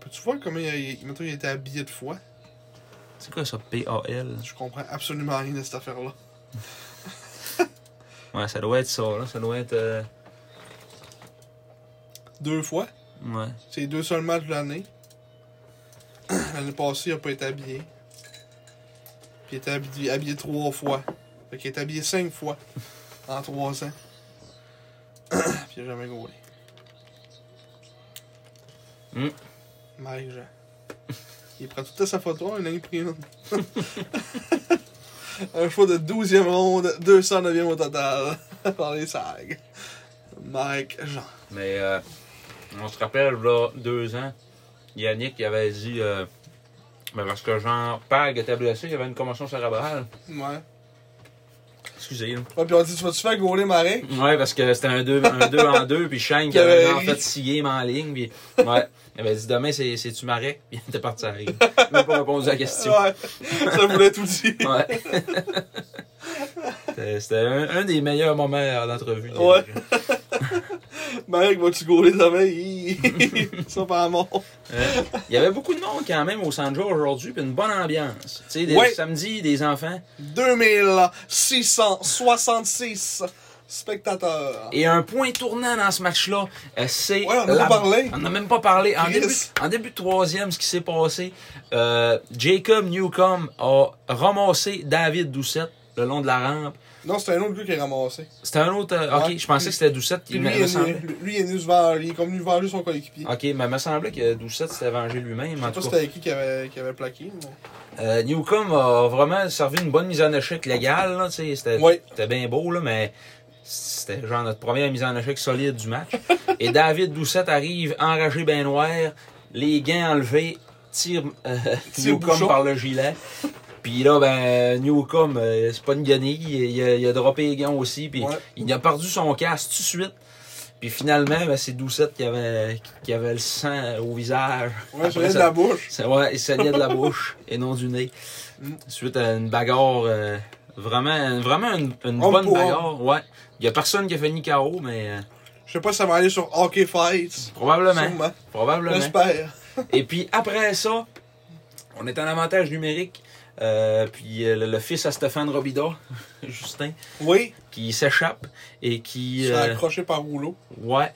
Peux-tu voir comment il a, il- mettons, il a été habillé de fois
C'est quoi ça, PAL?
Je comprends absolument rien de cette affaire-là.
Ouais, ça doit être ça, là. Ça doit être. euh,
Deux fois
Ouais.
C'est les deux seuls matchs de l'année. L'année passée, il n'a pas été habillé. Puis il était habillé, habillé trois fois. Fait qu'il est habillé cinq fois en trois ans. Puis il n'a jamais goalé.
Hmm.
Mike Jean. Il prend toute sa photo, il en a pris une. Un choix de 12e ronde, 209e au total par les SAG. Mike Jean.
Mais euh, on se rappelle, là, deux ans, Yannick il avait dit. Euh, ben, parce que Jean Pag était blessé, il avait une commotion cérébrale.
Ouais.
Excusez. là.
Ouais, puis on dit, tu vas-tu faire gauler Marek?
Ouais, parce que c'était un 2 un deux en 2, puis Shane qui avait genre fait scier mais en ligne. Puis, ouais. Il avait dit demain, c'est- c'est-tu Marek? Puis il était parti à rire. Il n'a pas répondu à la question.
Ouais, ça voulait tout dire.
Ouais. C'était- C'était un, un des meilleurs moments à l'entrevue.
Ouais. Marek, vas-tu gauler demain? Hi, hi, hi. ça pas à mort.
Euh, Il y avait beaucoup de monde quand même au Sanjo aujourd'hui, puis une bonne ambiance. Tu sais, des-
Ouais.
samedi, des enfants
2666 spectateurs.
Et un point tournant dans ce match-là, euh, c'est.
Ouais, on en a
la-
parlé.
On n'a même pas parlé. En
Chris.
début, en début de troisième, ce qui s'est passé, euh, Jacob Newcomb a ramassé David Doucette le long de la rampe.
Non, c'était un autre gars qui a ramassé.
C'était un autre. euh, ok,
Ouais.
je pensais que c'était Doucette
Puis
qui
lui,
me
il
me
est venu-
semblait.
lui, il est venu se venger. Il est comme venu venger son coéquipier.
Ok, mais il me semblait que Doucette s'était vengé lui-même. Ah, En
Je sais pas
tout cas,
c'était qui qui avait, qui avait plaqué. mais-
Euh, Newcomb a vraiment servi une bonne mise en échec légale. là, tu sais, C'était
Ouais.
c'était bien beau, là, mais c'était genre notre première mise en échec solide du match. Et David Doucette arrive enragé ben noir, les gants enlevés, tire euh,
Tire
Newcomb
bouchon.
par le gilet. Puis là, ben, Newcomb, euh, c'est pas une guenille, il a, il a droppé les gants aussi, puis
Ouais.
il a perdu son casque tout de suite. Puis finalement, ben, c'est Doucette qui avait, qui avait le sang au visage.
Ouais, ça
Après
vient de
ça-
la bouche.
ça, ouais, il saignait de la bouche et non du nez.
Mm.
Suite à une bagarre, euh, vraiment, vraiment une, une
Homme
bonne
pour homme.
bagarre. Ouais. Il y a personne qui a fini KO, mais euh,
Je sais pas si ça va aller sur Hockey Fights.
probablement.
Sûrement.
Probablement.
J'espère.
Et puis après ça, on est en avantage numérique. Euh, puis euh, le, le fils à Stéphane Robida, Justin,
Oui,
qui s'échappe et qui.
il s'est
euh,
accroché par rouleau.
Ouais.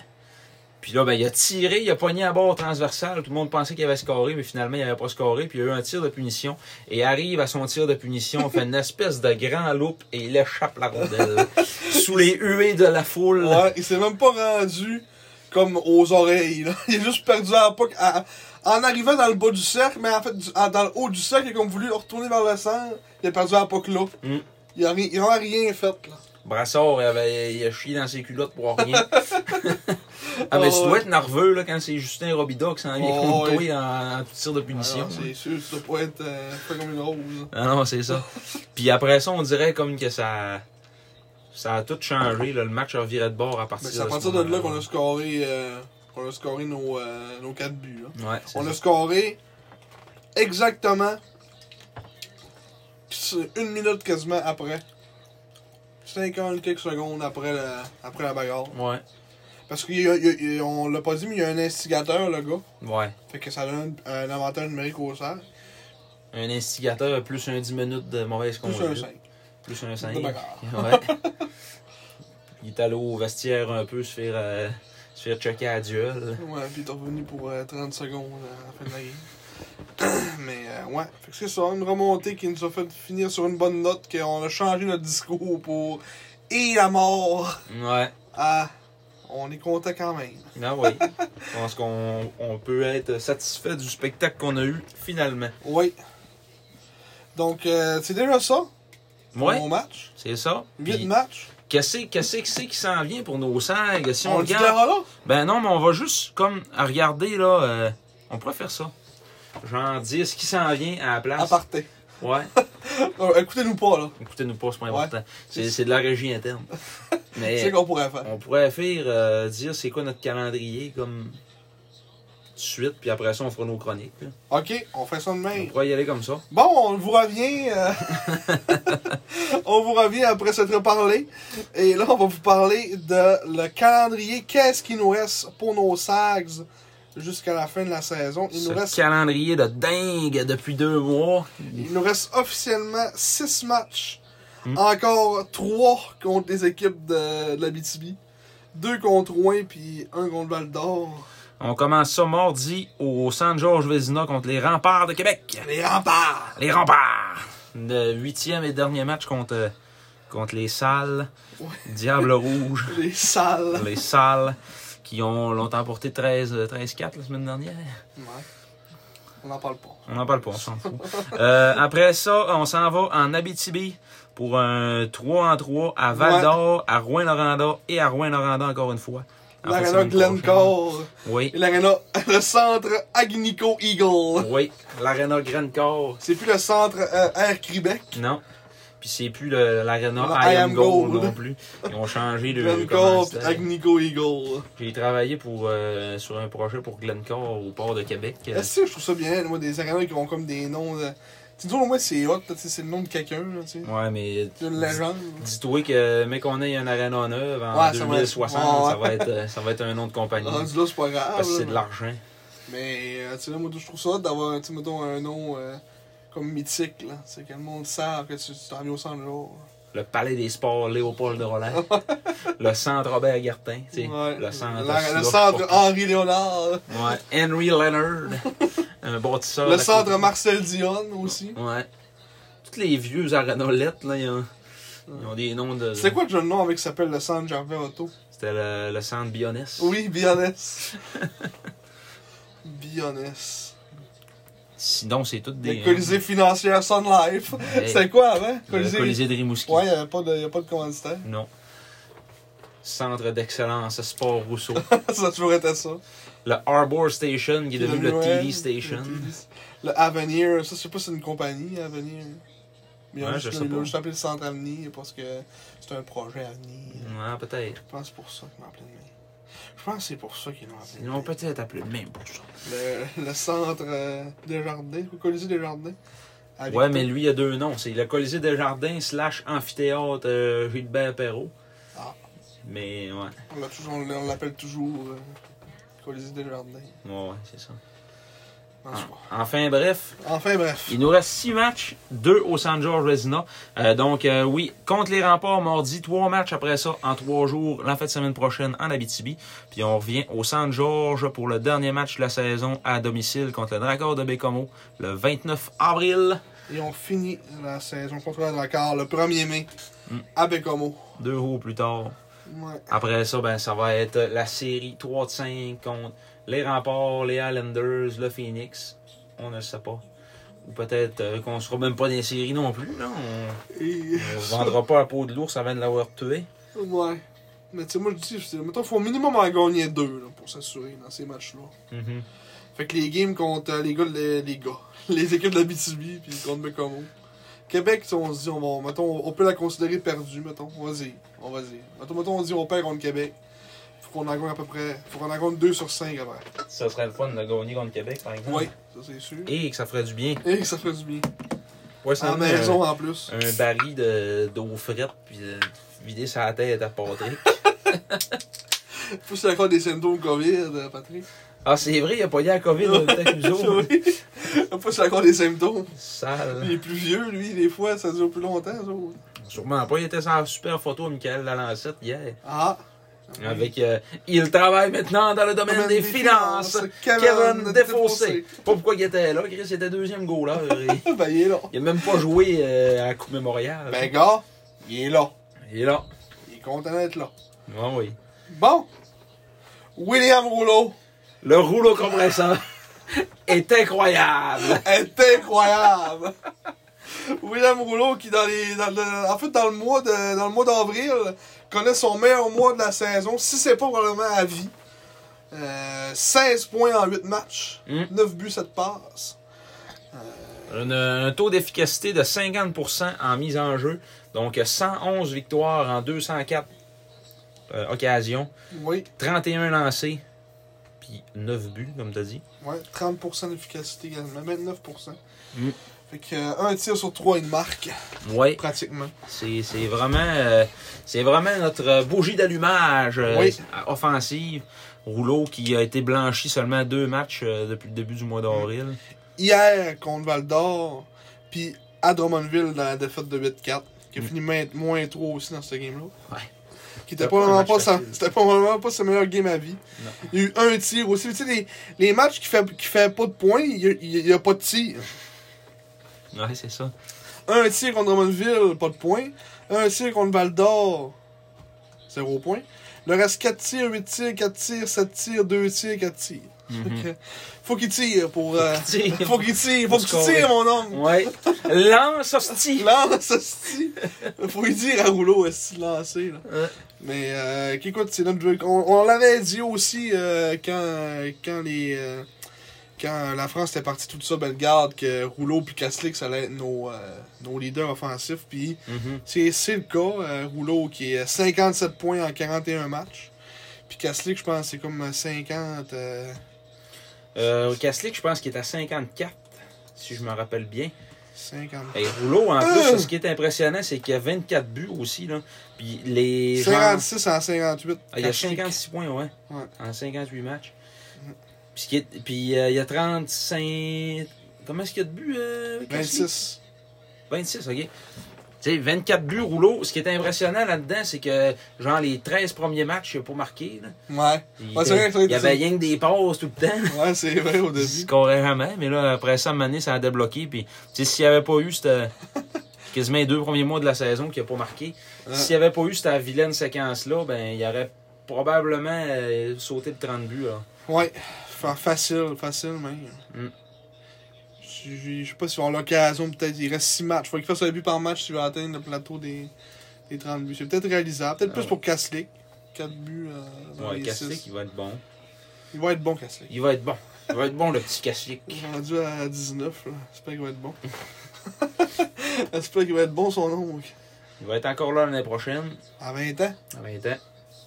Puis là, ben, il a tiré, il a pogné à bord transversal. Tout le monde pensait qu'il avait scoré, mais finalement, il n'avait pas scoré. Puis il y a eu un tir de punition. Et arrive à son tir de punition, fait une espèce de grand loop et il échappe la rondelle. sous les huées de la foule.
Ouais, il s'est même pas rendu comme aux oreilles. Là. Il a juste perdu la puck à- en arrivant dans le bas du cercle, mais en fait, du- en- dans le haut du cercle, il a comme voulu retourner vers le centre. Il a perdu la puck là.
Mm.
Il a, ri- il a vraiment rien fait. Là.
Brassard, il, avait, il a chié dans ses culottes pour rien. ah, mais tu dois être nerveux là, quand c'est Justin Robida qui s'en vient
Oh,
contre toi
oui.
en, en tir de punition.
Alors, C'est sûr, ça doit pas être euh, pas comme une rose.
Ah non, c'est ça. Puis après ça, on dirait comme que ça. Ça a tout changé, là. le match a viré de bord à partir
Mais c'est à
de
partir de là qu'on a scoré, euh, qu'on a scoré nos, euh, nos 4 buts. là.
a... Ouais, c'est
On a
ça.
scoré exactement c'est une minute quasiment après. 50 quelques secondes après la, après la bagarre.
Ouais,
Parce qu'il y a- il y a- il y a- on l'a pas dit, mais il y a un instigateur, le gars.
ouais.
Fait que ça donne un avantage numérique au cerf.
Un instigateur plus un 10 minutes de mauvaise
Plus
conduite.
un 5.
Plus un 5.
De bagarre.
Ouais. Il est allé au vestiaire un peu se faire, euh, se faire checker à duel.
Ouais, puis t'es revenu pour euh, 30 secondes à la fin de la game. mais euh, ouais, fait que c'est ça, une remontée qui nous a fait finir sur une bonne note, qu'on a changé notre discours pour Et la mort
Ouais.
à Ah, On est content quand même.
Ah oui. Je pense qu'on on peut être satisfait du spectacle qu'on a eu finalement.
Oui. Donc, euh, c'est déjà ça, pour
Ouais,
mon match.
c'est ça.
8
Puis,
matchs.
Qu'est-ce qu'est-ce que c'est qui s'en vient pour nos sags? Si on,
on le
regarde.
déclarera là?
Ben non, mais on va juste comme à regarder là. euh, on pourrait faire ça. Genre dire ce qui s'en vient à la place.
Aparté.
Ouais.
Euh, Écoutez-nous pas, là.
Écoutez-nous pas, c'est pas
Ouais.
important. C'est c'est de la régie interne.
C'est
Mais
ce qu'on pourrait faire.
on pourrait faire euh, dire c'est quoi notre calendrier comme tout de suite, puis après ça on fera nos chroniques. là.
OK, on fait ça demain.
On pourrait y aller comme ça.
Bon, on vous revient. euh, on vous revient après s'être reparlé. Et là, on va vous parler de le calendrier. Qu'est-ce qu'il nous reste pour nos SAGs jusqu'à la fin de la saison? Il
Ce
nous reste,
calendrier de dingue depuis deux mois.
il nous reste officiellement 6 matchs.
Hmm.
Encore 3 contre les équipes de, de la BTB. 2 contre Rouen, puis 1 contre Val d'Or.
On commence ça mardi au San Georges Vézina contre les Remparts de Québec.
Les remparts!
Les Remparts! Le huitième et dernier match contre, euh, contre les Salles. Diable Rouge.
Les salles.
les Salles qui ont longtemps porté 13, euh, 13-4 la semaine dernière.
Ouais. On n'en parle pas.
On n'en parle pas, on s'en fout. Euh, après ça, on s'en va en Abitibi pour un 3 en 3 à Val d'Or, à Rouen-Noranda et à Rouen-Noranda encore une fois. En fin de
L'arena
semaine prochaine.
Glencore.
Oui.
Et l'arena, le centre Agnico Eagle.
Oui. L'Arena Glencore.
C'est plus le centre euh, Air Québec.
Non. Puis c'est plus le- l'Arena
Ah,
I
I
Am
Am
Gold,
Gold.
non plus. Ils ont changé de. comment
Glencore pis
c'était.
Agnico Eagle.
J'ai travaillé pour, euh, sur un projet pour Glencore au port de Québec. Euh,
Est-ce que je trouve ça bien, moi, des arenas qui ont comme des noms. de- Tu dis, au moins, c'est hot, là, tu sais, c'est le nom de quelqu'un, là, tu sais.
Ouais, mais.
C'est une légende.
Dis-toi que, mais qu'on ait un Arena neuve en
Ouais, ça va être-
2060,
ouais, ouais.
ça, va être, euh, ça va être un nom de compagnie.
Rendu là, Ah, c'est pas grave.
Parce que c'est
là,
de l'argent.
Mais, euh, tu sais, là, moi, je trouve ça hot d'avoir, tu sais, mettons, un nom euh, comme mythique, là. C'est que le monde savent que tu tu t'en viens au centre, là.
Le palais des sports Léopold de Rollin. le centre Robert Gartin. tu sais.
Ouais.
Le centre.
La- le
Slush
centre
Pop.
Henri Léonard.
Ouais. Henry Leonard. un bâtisseur.
Le
de-
centre Marcel Dionne aussi.
Ouais. Toutes les vieux arénolettes, là, ils ont, ils ont des noms de.
C'était quoi le jeune nom avec qui s'appelle le centre Gervais Auto
C'était le, le centre Bioness.
Oui, Bioness. Bioness.
Sinon, c'est toutes des. euh,
Le Colisée financière Sun Life.
Hey.
C'était quoi avant
Le Colisée, de Rimouski.
Ouais, il n'y avait pas de, y a pas de commanditaire.
Non. Centre d'excellence Sport Rousseau.
ça a toujours été ça.
le Arbor Station, qui est
Puis
devenu le
Noël,
TV Station.
le TV Le Avenir, ça, je sais pas si c'est une compagnie, Avenir. Mais ils ont
Ouais, je
juste-
sais
ils l'ont
pas.
juste appelé le centre Avenir parce que c'est un projet Avenir.
Ouais, peut-être.
Je pense que c'est pour ça qu'ils l'ont appelé de même. Je pense que c'est pour ça qu'ils l'ont appelé.
Ils
de
l'ont
même.
peut-être appelé le même pour ça.
Le, le centre euh, Desjardins, le Colisée Desjardins. Avec
Ouais, mais lui, il a deux noms. C'est le Colisée des Jardins slash amphithéâtre euh, Gilbert Perrault.
Ah.
Mais ouais,
On l'a toujours- on l'a- on l'appelle toujours euh, Colisée des Jardins.
ouais, ouais, c'est ça.
En tout cas.
Enfin, bref,
Enfin bref.
Ah. Il nous reste 6 matchs, 2 au San George Resina. Euh, donc, euh, oui, contre les remparts mardi, 3 matchs après ça en 3 jours, la fin de semaine prochaine en Abitibi. Puis on revient au San George pour le dernier match de la saison à domicile contre le Dracor de Bécomo le 29 avril.
Et on finit la saison contre le Drakkar le 1er mai
Mm.
à Bécomo.
Deux jours plus tard.
Ouais.
Après ça, ben, ça va être la série 3 de 5 contre les remparts, les Highlanders, le Phoenix. On ne le sait pas. Ou peut-être euh, qu'on ne sera même pas dans les séries non plus. Là. On-
Et...
On vendra pas la peau de l'ours avant de l'avoir tué.
Ouais. Mais tu sais, moi je dis, je dis, mettons, faut au minimum en gagner deux là, pour s'assurer dans ces matchs-là.
Mm-hmm.
Fait que les games contre euh, les gars, les, les gars, les équipes de la BTB puis contre Bécomo. Québec, si on se dit, on va, mettons, on peut la considérer perdue, mettons. Vas-y, on va dire. Mettons, mettons, on dit, on perd contre Québec. Faut qu'on en gagne à peu près, faut qu'on en gagne 2 sur 5 après.
Ça serait le fun de gagner contre Québec, par exemple.
Oui, ça c'est sûr.
Et que ça ferait du bien.
Et que ça fait du bien.
Ouais, ça
En
met
maison en plus.
Un, un baril de- d'eau frette, puis de vider sa tête à Patrick.
Faut c'est encore des symptômes Covid, euh, Patrick.
ah, c'est vrai, il a pas eu la COVID dans le temps que nous autres.
Oui. Faut c'est encore des symptômes. Il
Sale.
est plus vieux, lui, des fois, ça dure plus longtemps, ça.
Sûrement pas. Il était sans super photo, Michael Lalancette, hier.
Ah!
Avec euh, Il travaille maintenant dans le domaine,
Domaine
des,
des
finances.
finances, Kevin
Kevin Défossé.
Défossé.
Pas pourquoi il était là. Chris était deuxième goaler. Il-
Ah, Ben, il est là.
Il a même pas joué euh, à la Coupe Mémorial.
Ben, gars, il est là.
Il est là.
Il est content d'être là.
Ouais, oui.
Bon! William Rouleau
Le rouleau compresseur est incroyable.
est incroyable! William Rouleau qui dans les dans le- en fait dans le mois de dans le mois d'avril connaît son meilleur mois de la saison, si c'est pas probablement à vie. Euh, 16 points en 8 matchs,
Mm.
9 buts, 7 passes.
Un, euh, un taux d'efficacité de 50% en mise en jeu. Donc euh, 111 victoires en 204 euh, occasions.
Oui,
31 lancés. Puis 9 buts, comme tu as dit.
ouais, 30% d'efficacité également, 29%.
Mm.
Fait que euh, un tir sur trois, il marque,
Ouais,
pratiquement.
c'est c'est vraiment, euh, c'est vraiment notre euh, bougie d'allumage euh,
Oui.
offensive. Rouleau qui a été blanchi seulement à deux matchs euh, depuis le début du mois d'avril.
Hier contre Val d'Or, puis à Drummondville dans la défaite de 8-4, qui a
Mm.
fini main- moins 3 aussi dans ce game-là.
Ouais.
Qui
C'était
était
pas un
probablement
match
pas, sa-
facile.
c'était probablement pas sa meilleure game à vie.
Non.
Il y a eu un tir aussi. Tu sais, les, les matchs qui fait, qui fait pas de points, il y a- il n'y a, pas de tir.
Ouais, c'est ça.
Un tir contre Drummondville, pas de points. Un tir contre Val d'Or, 0 points. Le reste 4 tirs, 8 tirs, 4 tirs, 7 tirs, 2 tirs, 4 tirs.
Mhm.
Fait que Faut qu'il tire pour. euh,
qu'il tire.
faut qu'il tire, faut
Pour
qu'il tire, mon homme.
Ouais. Lance hostie.
Lance, hostie. Faut lui dire à Rouleau, est lancer, là.
Ouais.
Mais, euh, écoute, c'est notre jeu. On, on l'avait dit aussi euh, quand, quand les. euh, quand la France était partie toute ça, Bellegarde, que Rouleau puis Kaslik, ça allait être nos, euh, nos leaders offensifs. Puis
Mhm.
c'est c'est le cas. euh, Rouleau qui est à 57 points en 41 matchs. Puis Kaslik, je pense, c'est comme 50. euh,
Euh, Kaslik, je pense qu'il est à 54, si je me rappelle bien.
50.
Et Rouleau, en
Euh.
plus, ce qui est impressionnant, c'est qu'il y a 24 buts aussi. Là. Puis les gens-
56 en 58.
Ah, il y a
Kaslik.
56 points, ouais,
Ouais. Mm.
en 58 matchs. Puis, ce qui est- puis, euh, il y a 35... Comment est-ce qu'il y a de buts, euh, Kaslik?
26.
26, OK. Tu sais, 24 buts, Rouleau. Ce qui est impressionnant là-dedans, c'est que, genre, les 13 premiers matchs, il n'a pas marqué. Là.
Ouais.
Il,
Ouais, c'est vrai que ça a
il
été
y avait
ça.
rien que des passes tout le temps.
Ouais, c'est vrai au
Il
début.
scorait jamais, mais là, après ça, Mané, ça a débloqué. Puis, tu sais, s'il n'y avait pas eu, c'était quasiment les deux premiers mois de la saison qu'il n'a pas marqué.
Ouais.
S'il n'y avait pas eu cette vilaine séquence-là, ben, il aurait probablement euh, sauté de 30 buts. là.
Ouais, fa- facile, facile même.
Mm.
Je- Je je sais pas si on a l'occasion, peut-être il reste 6 matchs. Faut qu'il fasse un but par match s'il veut atteindre le plateau des, des 30 buts. C'est peut-être réalisable. Peut-être
Ah
plus
ouais.
pour Kaslik. 4 buts euh, dans
Ouais,
les
Kaslik,
six.
il va être bon.
Il va être bon, Kaslik.
Il va être bon. Il va être bon, le petit Kaslik.
Il est rendu à 19, là. J'espère qu'il va être bon. J'espère qu'il va être bon son oncle.
Il va être encore là l'année prochaine.
À 20 ans,
À 20 ans.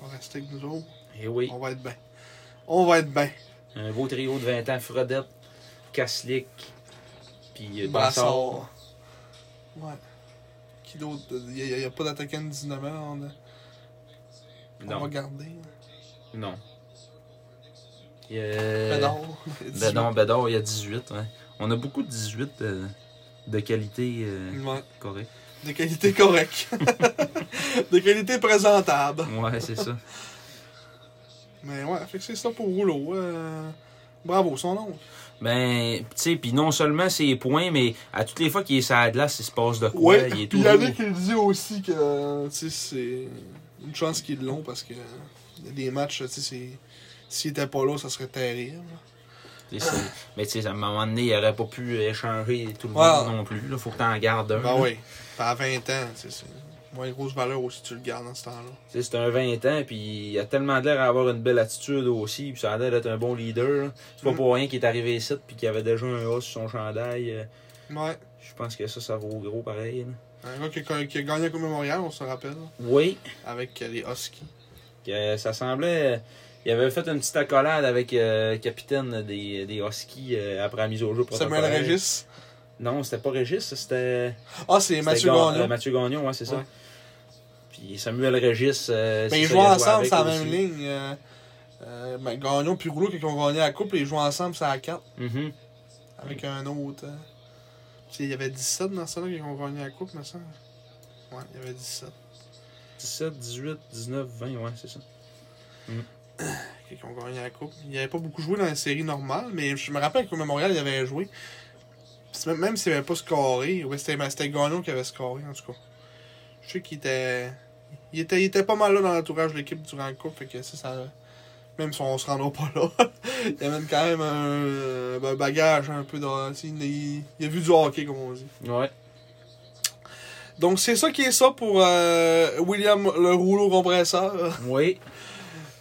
on va rester avec nous autres.
Et oui,
On va être bien. On va être bien.
un beau trio de 20 ans. Fredette, Kaslik, puis euh, Brassard.
Brassard. Ouais. Qui d'autre Il n'y a, pas d'attaquant de 19 ans. On, a- on va hein.
Non,
garder.
non. Euh,
Ben non.
Bédard, Bédard, il y a 18. Ouais. On a beaucoup de 18 euh, de qualité euh,
Ouais.
correcte.
De qualité correcte. de qualité présentable.
Ouais, c'est ça.
Mais ouais, fait que c'est ça pour Rouleau. Euh, bravo, son nom.
Ben, tu sais, puis non seulement ses points, mais à toutes les fois qu'il est sur la glace, il se passe de quoi.
Ouais,
il est
puis
tout
Yannick, il dit aussi que euh, tu sais, c'est une chance qu'ils l'ont parce que il y a des matchs, tu sais, c'est- s'il était pas là, ça serait terrible.
Tu sais, c'est- Mais tu sais, à un moment donné, il aurait pas pu échanger tout le
Ouais.
monde non plus. Là, faut que t'en gardes un. là.
Ben oui, Puis à 20 ans, tu sais, c'est moins grosse valeur aussi tu le gardes dans ce temps-là.
Tu sais, C'est un 20 ans, puis il a tellement l'air d'avoir une belle attitude aussi, puis ça a l'air d'être un bon leader. là. C'est pas
Mm.
pour rien qu'il est arrivé ici, puis qu'il avait déjà un A sur son chandail. euh,
Ouais.
Je pense que ça, ça vaut gros pareil. là.
Un gars qui a, qui a gagné la Coupe Memorial, on se rappelle,
Oui,
avec euh, les Huskies.
Que ça semblait. Il avait fait une petite accolade avec euh, capitaine des, des Huskies euh, après la mise au jeu.
Samuel
protocolaire.
Régis.
Non, c'était pas Régis, ça, c'était.
Ah, c'est
c'était
Mathieu
Ga-
Gagnon.
euh, Mathieu Gagnon, ouais, c'est ça.
Ouais.
Puis Samuel Régis. euh,
Mais
c'est
Ben, ils
ça,
jouent
il a joué
ensemble,
avec
c'est la
aussi.
même ligne. Euh, euh, ben, Gagnon puis Rouleau, quand ils ont gagné la Coupe, ils jouent ensemble, c'est à 4,
Mhm.
avec un autre. euh. Tu sais, Il y avait 17 dans ça, là, qui ont gagné la Coupe, me semble. Ouais, il y avait 17.
17, 18, 19, 20, ouais, c'est ça.
qui ont gagné la coupe. Il n'avait pas beaucoup joué dans la série normale, mais je me rappelle qu'au Memorial, il avait joué. Puis Même même s'il n'avait pas scoré, ouais, c'était mais c'était Gagnon qui avait scoré, en tout cas. Je sais qu'il était... Il était, il était pas mal là dans l'entourage de l'équipe durant la coupe, fait que ça, ça- Même si on se rendra pas là, il amène quand même un, un bagage un peu dans... tu sais, Il, il a vu du hockey, comme on dit.
Ouais.
Donc, c'est ça qui est ça pour euh, William le rouleau compresseur.
Oui.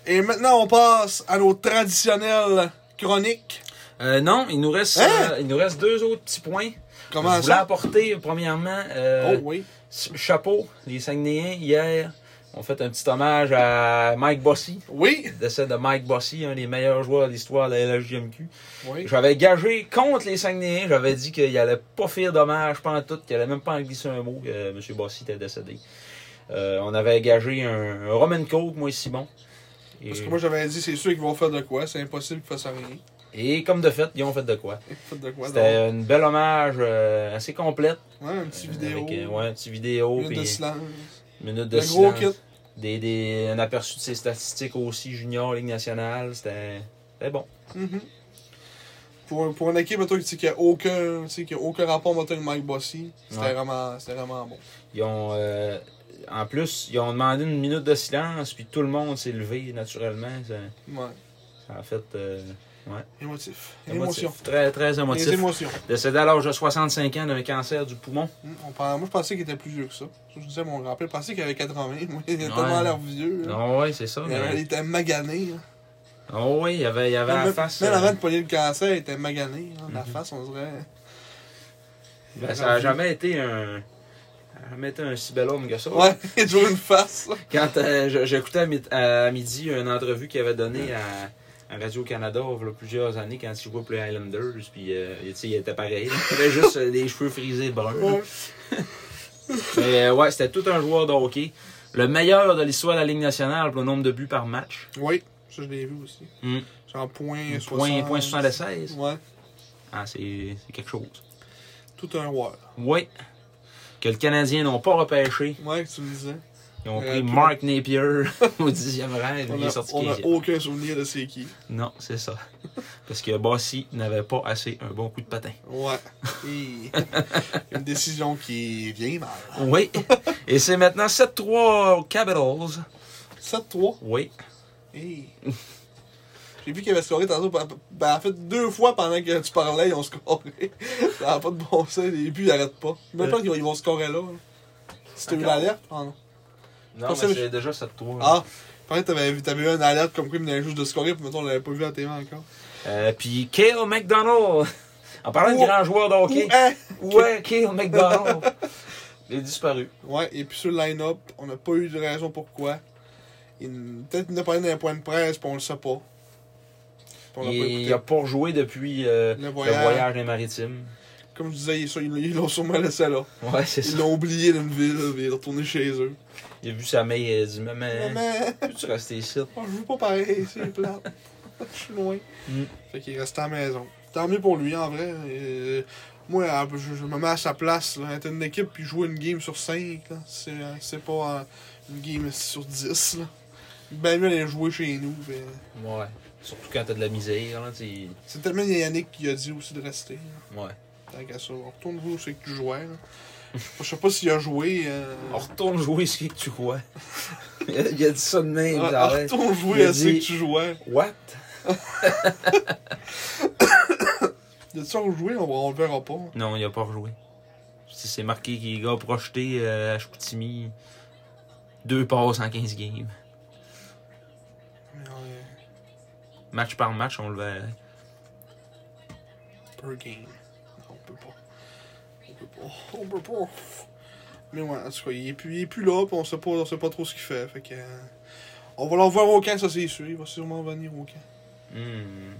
Et maintenant, on passe à nos traditionnelles chroniques.
Euh, non, il nous reste,
Hein?
euh, il nous reste deux autres petits points.
Comment
je voulais
ça?
apporter, premièrement,
Oh
euh,
oui.
chapeau. Les Saguenayens, hier, ont fait un petit hommage à Mike Bossy.
Oui.
Décès de Mike Bossy, un des meilleurs joueurs de l'histoire de la LHJMQ.
Oui.
J'avais gagé contre les Saguenayens. J'avais dit qu'il allait pas faire dommage, pas en tout, qu'il allait même pas en glisser un mot, que M. Bossy était décédé. Euh, on avait gagé un, un Roman Coke, moi et Simon. Et,
Parce que moi, j'avais dit, c'est sûr qu'ils vont faire de quoi. C'est impossible qu'ils fassent rien.
et comme de fait, ils ont fait de quoi.
Ils font de quoi. donc.
C'était une belle hommage euh, assez complète.
Ouais, une petite vidéo.
Avec, euh, ouais, une petite vidéo.
Minute de
puis
silence.
une minute de
Le gros
silence.
kit.
Des, des, un aperçu de ses statistiques aussi, junior, Ligue nationale. C'était c'était bon.
Mhm. Pour, pour une équipe, mettons, tu sais, qui a aucun, tu sais, qui a aucun rapport, mettons, avec Mike Bossy, c'était
Ouais.
vraiment, c'était vraiment bon.
Ils ont, euh, en plus, ils ont demandé une minute de silence, puis tout le monde s'est levé naturellement. Ça,
Ouais.
ça a fait euh,
Émotif.
émotif.
Émotion.
Très, très
Les
émotif.
émotions.
Décédé à l'âge de 65 ans d'un cancer du poumon.
Hum, on pense- moi, je pensais qu'il était plus vieux que ça. Ça, Je disais à mon grand-père, je pensais qu'il avait 80. Moi, il a
Ouais.
tellement l'air vieux. là.
Non, oui, Ah c'est ça.
Il, avait- il
Mais...
était magané. là.
Oh, oui, il y avait, il y avait la
même,
face.
même
euh, Mhm.
avant de pogner le cancer, il était magané. là. La face, on dirait.
ben, ça n'a jamais été un. ça a Jamais été un si bel homme que ça.
Ouais, il a toujours une face.
Quand euh, je- j'écoutais à, mi- à midi une entrevue qu'il avait donnée à, à Radio-Canada il y a plusieurs années quand il jouait pour les Highlanders, puis euh, tu sais, il était pareil. là. Il avait juste euh, des cheveux frisés bruns.
Ouais.
Mais euh, ouais, c'était tout un joueur de hockey. Le meilleur de l'histoire de la Ligue nationale pour le nombre de buts par match.
Oui, ça, je l'ai vu aussi.
Hum.
Genre, point,
Point,
60.
point 76.
Ouais,
Ah, c'est c'est quelque chose.
tout un war.
Oui. Que le Canadien n'ont pas repêché.
Ouais, que tu me disais.
Ils ont
Euh,
pris
puis-
Mark Napier au 10e rang.
On
Il est
a,
sorti
on a
15e.
aucun souvenir de c'est qui.
Non, c'est ça. Parce que Bossy n'avait pas assez un bon coup de patin.
Ouais. Et- une décision qui vient mal.
Oui. Et c'est maintenant 7-3 aux Capitals.
7-3.
Oui.
Hey. J'ai vu qu'il avait scoré tantôt. par- Ben, en fait, deux fois pendant que tu parlais, ils ont scoré. Ça n'a pas de bon sens. Et puis, ils n'arrêtent pas. Même pas qu'ils vont- ils vont scorer là. hein. Si t'as eu
Euh. Encore.
l'alerte, ah non.
Non,
Pas
mais
ça,
c'est déjà 7-3.
Ah! Pareil, t'avais vu, t'avais eu une alerte comme quoi il venait juste de scorer, puis mettons, on l'avait pas vu à la télé encore.
Euh, puis Kale McDonald. En parlant
Ouh.
de grand joueur de hockey.
Ou, hein?
Ouais, Kale McDonald. Il est disparu.
Ouais, et puis sur le line-up, on n'a pas eu de raison pourquoi. Il- Peut-être qu'il n'a pas eu d'un point de presse, puis on le sait pas. Puis on l'a pas
Il
écouté.
n'a pas rejoué depuis euh,
Le
le, voyage.
voyage.
des maritimes.
Comme je disais, ils sont- ils ils l'ont sûrement laissé là.
Ouais, c'est ça.
Ils l'ont oublié d'une ville, puis il est retourné chez eux.
Il a vu sa mère et il a dit Maman,
Maman,
peux-tu rester ici
on joue pas pareil, c'est plate. Je suis loin.
Mm.
Fait qu'il est resté à la maison. Tant mieux pour lui, en vrai. Euh, moi, euh, je, je me mets à sa place. Là. Être une équipe, puis jouer une game sur 5, c'est euh, c'est pas euh, une game sur 10. Là. Ben mieux aller jouer chez nous. puis, euh,
Ouais. Surtout quand t'as de la misère. Là, t'sais.
C'est tellement Yannick qui a dit aussi de rester. là.
ouais.
Tant qu'à ça, on retourne vous c'est que tu jouais. là. Je sais pas- je sais pas s'il a joué. euh,
On retourne jouer ce que tu crois. il, a, il a dit ça de même.
Ah,
ça,
ah,
ouais.
retourne
Il
jouer
a
à ce que
dit-
tu jouais.
What?
De ça rejouer, on, on le verra pas.
Non, il a pas rejoué. C'est c'est marqué qu'il a projeté euh, à Chicoutimi deux passes en 15 games.
Mais, euh,
Match par match, on le verrait.
per game. Non, on peut pas. On peut pas. On peut pas. Mais ouais, en tout cas, il est plus, il est plus là, pis on sait pas, on sait pas trop ce qu'il fait. Fait que. euh, On va l'envoyer au camp, ça c'est sûr. Il va sûrement venir au camp.
Hmm.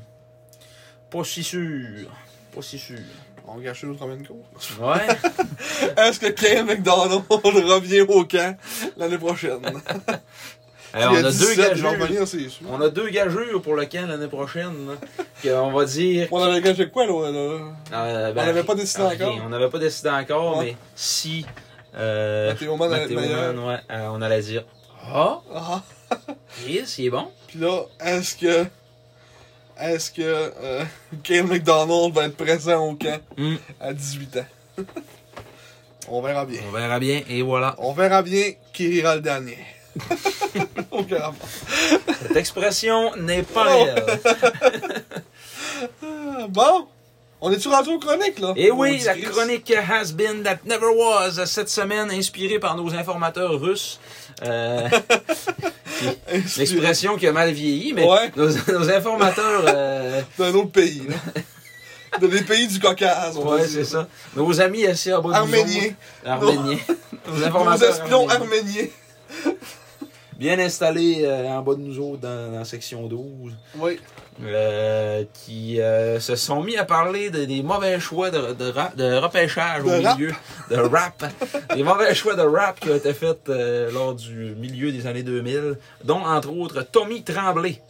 Pas si sûr. Pas si sûr.
On gâche notre Roman Coke.
Ouais.
Est-ce que Kyle McDonald revient au camp l'année prochaine?
Alors, Eh, on, a deux
17, il va
gageurs,
revenir, c'est sûr.
on a deux gageurs pour le camp l'année prochaine. là. Que on va dire.
On avait gagé quoi, là? là?
Euh, ben,
On n'avait pas décidé
rien.
encore.
On n'avait pas décidé encore,
Ouais.
mais si. Euh,
Matteo Mann allait être
Matteo
meilleur.
Mann, ouais, euh, on allait dire. Ah,
Ah,
Chris, il est bon.
pis là, est-ce que. Est-ce que. euh, Kyle McDonald va être présent au camp?
Hmm.
à 18 ans. On verra bien.
On verra bien, et voilà.
On verra bien qui rira le dernier. On verra pas.
Cette expression n'est pas
Oh.
réelle.
Euh, Bon, On est-tu rendu aux chroniques, là?
Et Eh oui,
On
la
digresse.
chronique Has Been That Never Was, cette semaine inspirée par nos informateurs russes. Euh, L'expression qui a mal vieilli, mais
Ouais.
nos, nos informateurs... euh,
D'un autre pays, là. De des pays du Caucase, on va
ouais,
dire.
c'est ça. Nos amis assez à bas de
Arméniens.
bouillon. Arméniens. nos
Nos
informateurs
espions
arméniens.
arméniens.
Bien installés euh, en bas de nous autres dans, dans section 12.
Oui.
euh, qui euh, se sont mis à parler de- des mauvais choix de, de, ra- de repêchage au
De rap.
milieu de rap. des mauvais choix de rap qui ont été faits euh, lors du milieu des années 2000, dont entre autres Tommy Tremblay.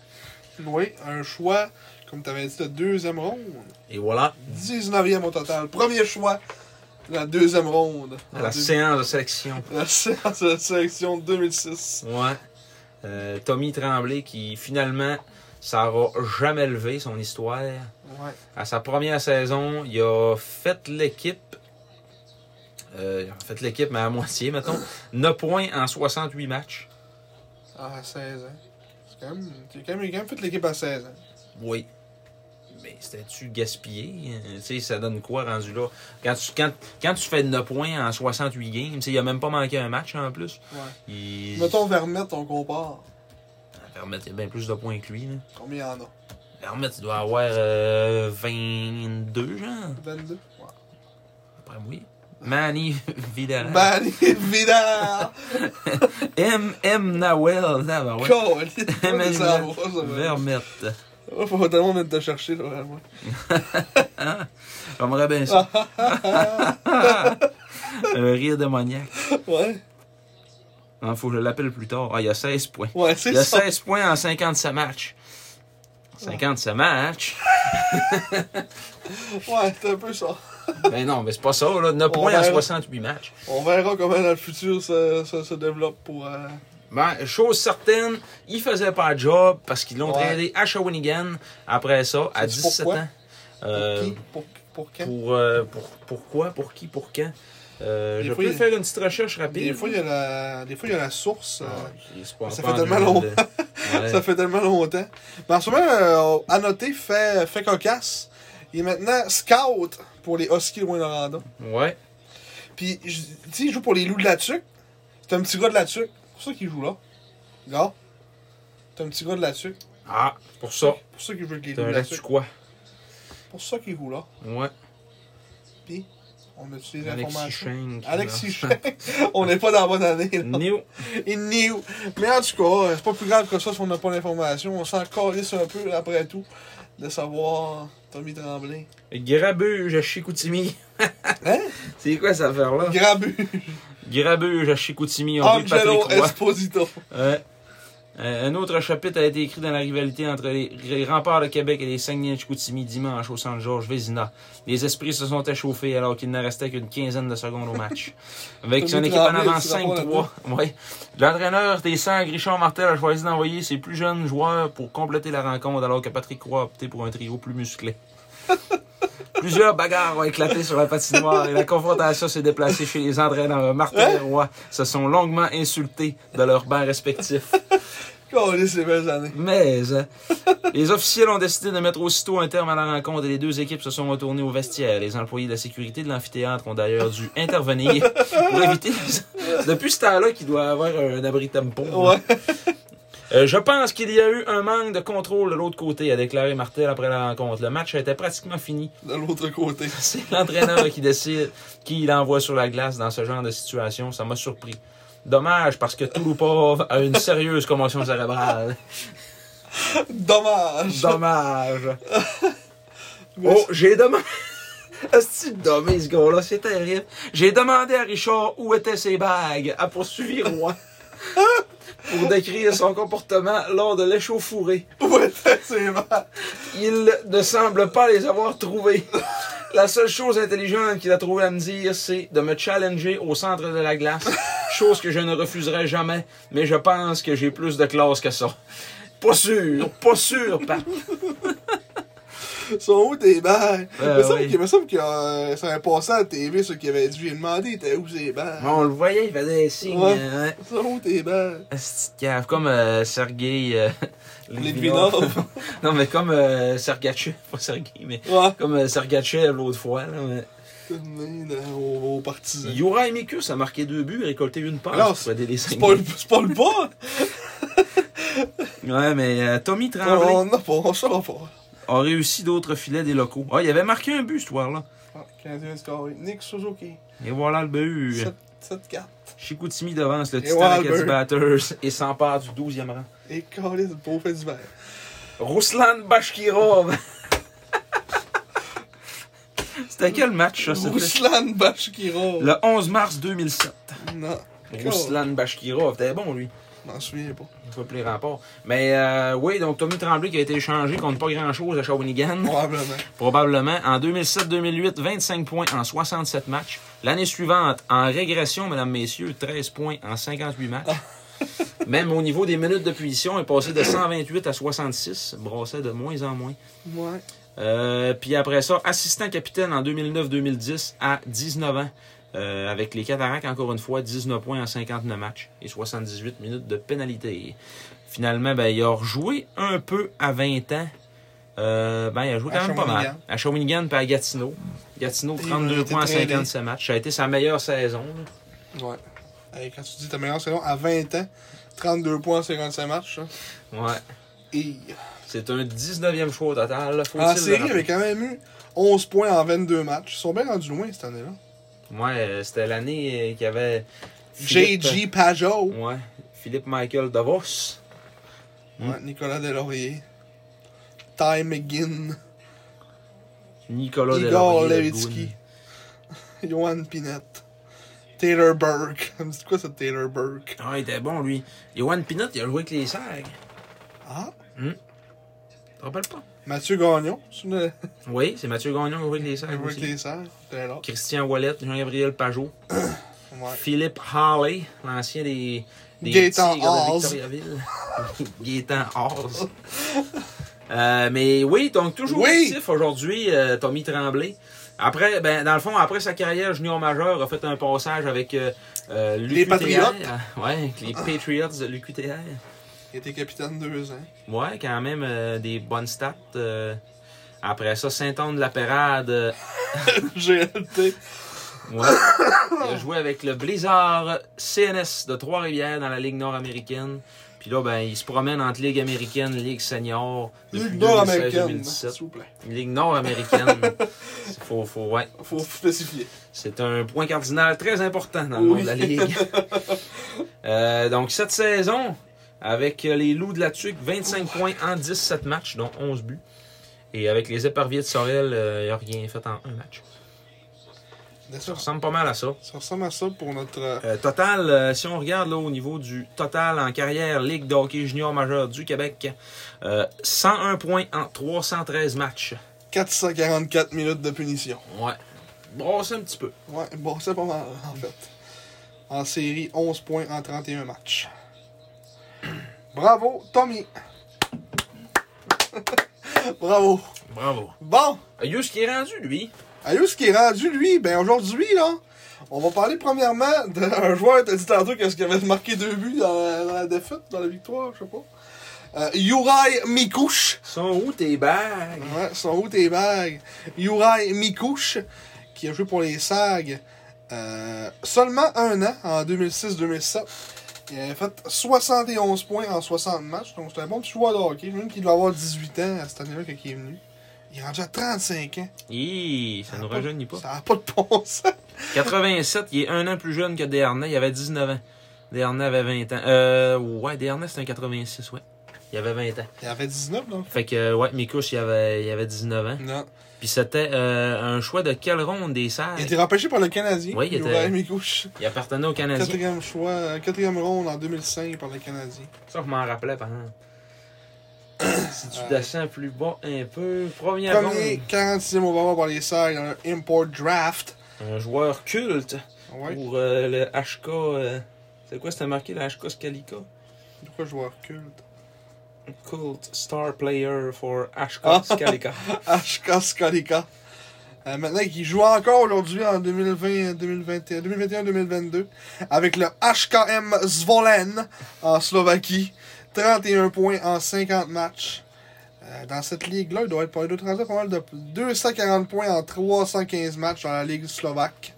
Oui, un choix, comme tu avais dit, de deuxième ronde.
Et voilà,
19e au total. Premier choix de la deuxième ronde.
à la
Ah, Deux-
séance de sélection.
la séance de sélection 2006.
Ouais. Euh, Tommy Tremblay qui finalement, ça aura jamais levé son histoire.
Ouais.
À sa première saison, il a fait l'équipe. Euh, il a fait l'équipe, mais à moitié, mettons. 9 points en 68 matchs.
Ah, à 16 ans. C'est quand même. T'es quand même, il a quand même fait l'équipe à hein. 16 ans.
Oui. Mais c'était-tu gaspillé? Euh, Tu sais, ça donne quoi rendu là? Quand tu, quand, quand tu fais 9 points en 68 games, tu sais, il a même pas manqué un match en plus.
Ouais.
Il...
Mettons Vermette, on compare.
Vermette, il y a bien plus de points que lui. Là.
Combien il y en a
Vermette, il doit avoir euh, 22, genre.
22. Ouais.
Après, oui. Manny Vidal.
Manny Ben, Vidal!
M. M. Nawel. Ah, ben ouais.
Cool!
Emmanuel
Ça va, ça va.
Vermette.
Ouais, Faut tellement venir te chercher, là, vraiment.
J'aimerais bien ça. Un rire démoniaque.
Ouais.
Il faut que je l'appelle plus tard. Ah, il y a 16 points.
Ouais,
Il
c'est
y a
ça.
16 points en 57 matchs. 57 matchs?
Ouais, c'est un peu ça.
Ben non, mais c'est pas ça, là. 9
On
points en
verra.
68 matchs.
On verra comment dans le futur ça, ça se développe pour. euh,
Ben, chose certaine, il faisait pas le job parce qu'ils l'ont
Ouais.
traité à Shawinigan après ça, à
Sais-tu
17
pourquoi?
ans.
Pour
Euh,
qui pour, pour quand
pour, euh, pour, pourquoi? Pour qui? Pour quand? Euh,
Des
je
fois,
peux
il-
faire une petite recherche rapide.
Des fois, il y a la, des fois, il y a la source. euh,
Ah, c'est pas-
ça
pas
fait
en
tellement
Irlande.
long.
Ouais.
Ça fait tellement longtemps. Mais en ce moment, euh, à noter, fait, fait cocasse. Il est maintenant scout pour les Huskies de Winnoranda.
Ouais.
Puis, je- tu sais, il joue pour les Loups de la Tuque. C'est un petit gars de la Tuque. C'est pour ça qu'il joue là. Gars. C'est un petit gars de la Tuque.
Ah, pour ça.
C'est pour ça qu'il joue avec les
T'as
Loups de
un
la
là-dessus
Tuque.
quoi?
C'est pour ça qu'il joue là.
Ouais.
Puis, on a
Alexis
des informations.
Schenk.
Alexis Schenk. on n'est pas dans la bonne année. là.
Néo.
Il new. Mais en tout cas, c'est pas plus grave que ça si on n'a pas l'information. On s'en calisse un peu, après tout, de savoir Tommy Tremblay.
Grabuge à Chicoutimi.
Hein?
C'est quoi cette affaire-là?
Grabu.
Grabuge à Chicoutimi, on dit Patrick
Angelo
Roy.
Esposito.
Ouais. Euh, un autre chapitre a été écrit dans la rivalité entre les, les remparts de Québec et les Saguenay de Chicoutimi dimanche au Saint-Georges Vézina. Les esprits se sont échauffés alors qu'il ne restait qu'une quinzaine de secondes au match. Avec son
Tommy
équipe en
Tremblay,
avance
tu vas voir
5-3. Ouais. L'entraîneur des Sangres, Richard Martel, a choisi d'envoyer ses plus jeunes joueurs pour compléter la rencontre alors que Patrick Roy a opté pour un trio plus musclé. Plusieurs bagarres ont éclaté sur la patinoire et la confrontation s'est déplacée chez les entraîneurs. Martin
Hein?
et Roy se sont longuement insultés de leurs bancs respectifs.
Calisse les belles années.
Mais euh, les officiels ont décidé de mettre aussitôt un terme à la rencontre et les deux équipes se sont retournées au vestiaire. Les employés de la sécurité de l'amphithéâtre ont d'ailleurs dû intervenir pour éviter. Depuis ce temps-là qu'il doit avoir un abri tempo. là.
Ouais.
Euh, je pense qu'il y a eu un manque de contrôle de l'autre côté, a déclaré Martel après la rencontre. Le match était pratiquement fini.
De l'autre côté.
C'est l'entraîneur qui décide qui il envoie sur la glace dans ce genre de situation. Ça m'a surpris. Dommage parce que Touloupov a une sérieuse commotion cérébrale.
Dommage.
Dommage. Oh, j'ai demandé. Est-ce dommé, ce gars-là? C'est terrible. J'ai demandé à Richard où étaient ses bagues, a poursuivi Roy. Pour décrire son comportement lors de l'échauffourée.
Où était ses mains?
Il ne semble pas les avoir trouvées. La seule chose intelligente qu'il a trouvé à me dire, c'est de me challenger au centre de la glace. Chose que je ne refuserai jamais, mais je pense que j'ai plus de classe que ça. Pas sûr, pas sûr, Pat.
sont où tes balles?
Euh,
il, me semble
oui.
qu'il- il me semble que euh, c'est un passant à la TV, ceux qui avaient dû lui demander, t'es où tes balles?
Ah, On le voyait, il faisait des signes.
Ouais.
euh, ouais.
Ils sont où tes balles?
Asti de cave, comme euh, Sergei. euh,
Litvinov.
non, mais comme euh, Sergachev, pas Sergei, mais
Ouais.
comme euh, Sergachev l'autre fois. Là, mais-
Donné dans- aux, aux partisans.
Juraj Mikus a marqué deux buts et récolté une passe.
Alors,
pour aider les
C'est
cinq
pas le,
buts.
c'est pas le bas!
Ouais, mais euh, Tommy Tremblay
on n'a pas, on saura pas.
a réussi d'autres filets des locaux. Ah, il avait marqué un but, ce soir-là.
Ah, Canadien du Carré. Nick Suzuki.
Et voilà le but.
7-4.
Chicoutimi devance le
Et
Titan
voilà le
Acadie
but.
Batters et s'empare du 12e rang.
Et Carlis, beau fait du vert.
Ruslan Bashkirov. C'était quel match, Ah, ça? c'était-
Ruslan Bashkirov.
Le 11 mars 2007.
Non.
Ruslan Bashkirov, t'es bon, lui.
Je m'en souviens pas.
Il faut plus les remports. Mais euh, oui, donc Tommy Tremblay qui a été échangé contre pas grand-chose à Shawinigan.
Probablement.
Probablement. En 2007-2008, 25 points en 67 matchs. L'année suivante, en régression, mesdames, messieurs, 13 points en 58 matchs. Même au niveau des minutes de punition, il est passé de 128 à 66, brassait de moins en moins.
Ouais.
Euh, puis après ça, assistant capitaine en 2009-2010 à 19 ans. euh, avec les Cataractes, encore une fois, 19 points en 59 matchs et 78 minutes de pénalité. Finalement, ben, il a rejoué un peu à 20 ans. Euh, ben, il a joué quand
À
même pas mal.
Shawinigan.
À Shawinigan puis à Gatineau. Gatineau,
Il a
32
été
points en
très bien.
57 matchs. Ça a été sa meilleure saison. là.
Ouais. Hey, quand tu dis ta meilleure saison à 20 ans, 32 points en 55 matchs, ça.
Ouais.
Et.
C'est un 19e choix au total. là. Faut-il
En
le
série, il
rappeler?
avait quand même eu 11 points en 22 matchs. Ils sont bien rendus loin cette année-là.
Ouais, euh, c'était l'année euh, qu'il y avait. Philippe- euh,
J.G. Pajot.
Ouais. Philippe Michael Davos. Mm.
Ouais, Nicolas Delaurier. Ty McGinn.
Nicolas
Igor
Deslauriers, le
Levitsky.
goon.
Johan Pinette. Taylor Burke. Ça me dit quoi, ça, Taylor Burke?
Ah, il était bon, lui. Yohan Pinot, il a joué avec les Sags.
Ah?
Tu te rappelles pas?
Mathieu Gagnon. C'est une...
Oui, c'est Mathieu Gagnon qui a joué avec les
Il
Sags
jouait avec
aussi.
les serres. C'était là.
Christian Wallet, Jean-Gabriel Pajot,
Ouais.
Philippe Harley, l'ancien des, des
Gaétan
Tigres de
Haas.
Victoriaville. Gaétan Haas. Euh, mais oui, donc toujours
Oui.
actif aujourd'hui, euh, Tommy Tremblay. Après, ben, dans le fond, après sa carrière junior majeur, a fait un passage avec euh, euh, l'UQTR.
Patriotes.
Ouais, avec les Patriots de l'UQTR.
Il était capitaine deux ans.
Ouais, quand même euh, des bonnes stats. euh. après ça, Saint-Anne-de-la-Pérade. euh,
GLT.
ouais. Il a joué avec le Blizzard CNS de Trois-Rivières dans la Ligue nord-américaine. Puis là, ben, il se promène entre Ligue américaine, Ligue senior. depuis
Ligue
2016,
nord-américaine.
2017.
S'il vous plaît.
Ligue nord-américaine. faut, faut, ouais.
Faut spécifier.
C'est un point cardinal très important dans le monde
Oui.
de la Ligue. Euh, donc, cette saison, avec euh, les Loups de la Tuque, 25 points en 17 matchs, dont 11 buts. Et avec les Éperviers de Sorel, euh, il n'a rien fait en un match. Ça
D'accord.
ressemble pas mal à ça.
Ça ressemble à ça pour notre. euh,
Euh, total, euh, si on regarde là, au niveau du total en carrière Ligue de hockey junior majeur du Québec, euh, 101 points en 313 matchs.
444 minutes de punition.
Ouais. Brosse un petit peu.
Ouais, bon, c'est pas mal, en fait. En série, 11 points en 31 matchs. Bravo, Tommy! Bravo!
Bravo.
Bon,
Ayus Euh, qui est rendu, lui.
Ayou, ce qui est rendu, lui, ben aujourd'hui, là, on va parler premièrement d'un joueur, t'as dit tantôt qu'est-ce qu'il avait marqué deux buts dans la, dans la défaite, dans la victoire, je sais pas. Euh, Juraj Mikouche,
Sont où tes bagues?
Ouais, sont où tes bagues? Juraj Mikouche, qui a joué pour les SAG euh, seulement un an, en 2006-2007. Il a fait 71 points en 60 matchs, donc c'est un bon petit joueur de hockey. Même qu'il doit avoir 18 ans à cette année-là quand il est venu. Il est rendu à 35 ans.
Hi, ça nous rajeunit pas.
Ça n'a Ah, pas de bon sens.
87, il est un an plus jeune que Desharnais. Il avait 19 ans. Desharnais avait 20 ans. Euh, ouais, Desharnais, c'était un 86, ouais. Il avait 20 ans.
Il avait 19, donc.
Fait que, euh, ouais, Mikouche, il avait, il avait 19 ans.
Non.
Puis c'était euh, un choix de quelle ronde des salles?
Il a été repêché par le Canadien.
Oui, il était-
Juraj Mikouche.
Il appartenait aux Canadiens.
Quatrième choix, euh, quatrième ronde en 2005 par le Canadien.
Ça, je m'en rappelais, par exemple. si tu descends plus bas un peu, première
Euh, Premier
ronde.
46e overall par les SAG dans le Import Draft.
Un joueur culte
Ouais.
pour euh, le HK. euh, c'est quoi, c'était marqué le HK Scalica?
Pourquoi joueur culte
Cult Star Player for
Ah.
Ashcroft Calica.
Ashka Skolika. Euh, maintenant, qui joue encore aujourd'hui en 2020, 2021, 2021-2022 avec le HKM Zvolen en Slovaquie. 31 points en 50 matchs. Euh, dans cette ligue-là, il doit être pas- il doit être rendu à pas mal de 240 points en 315 matchs dans la Ligue slovaque.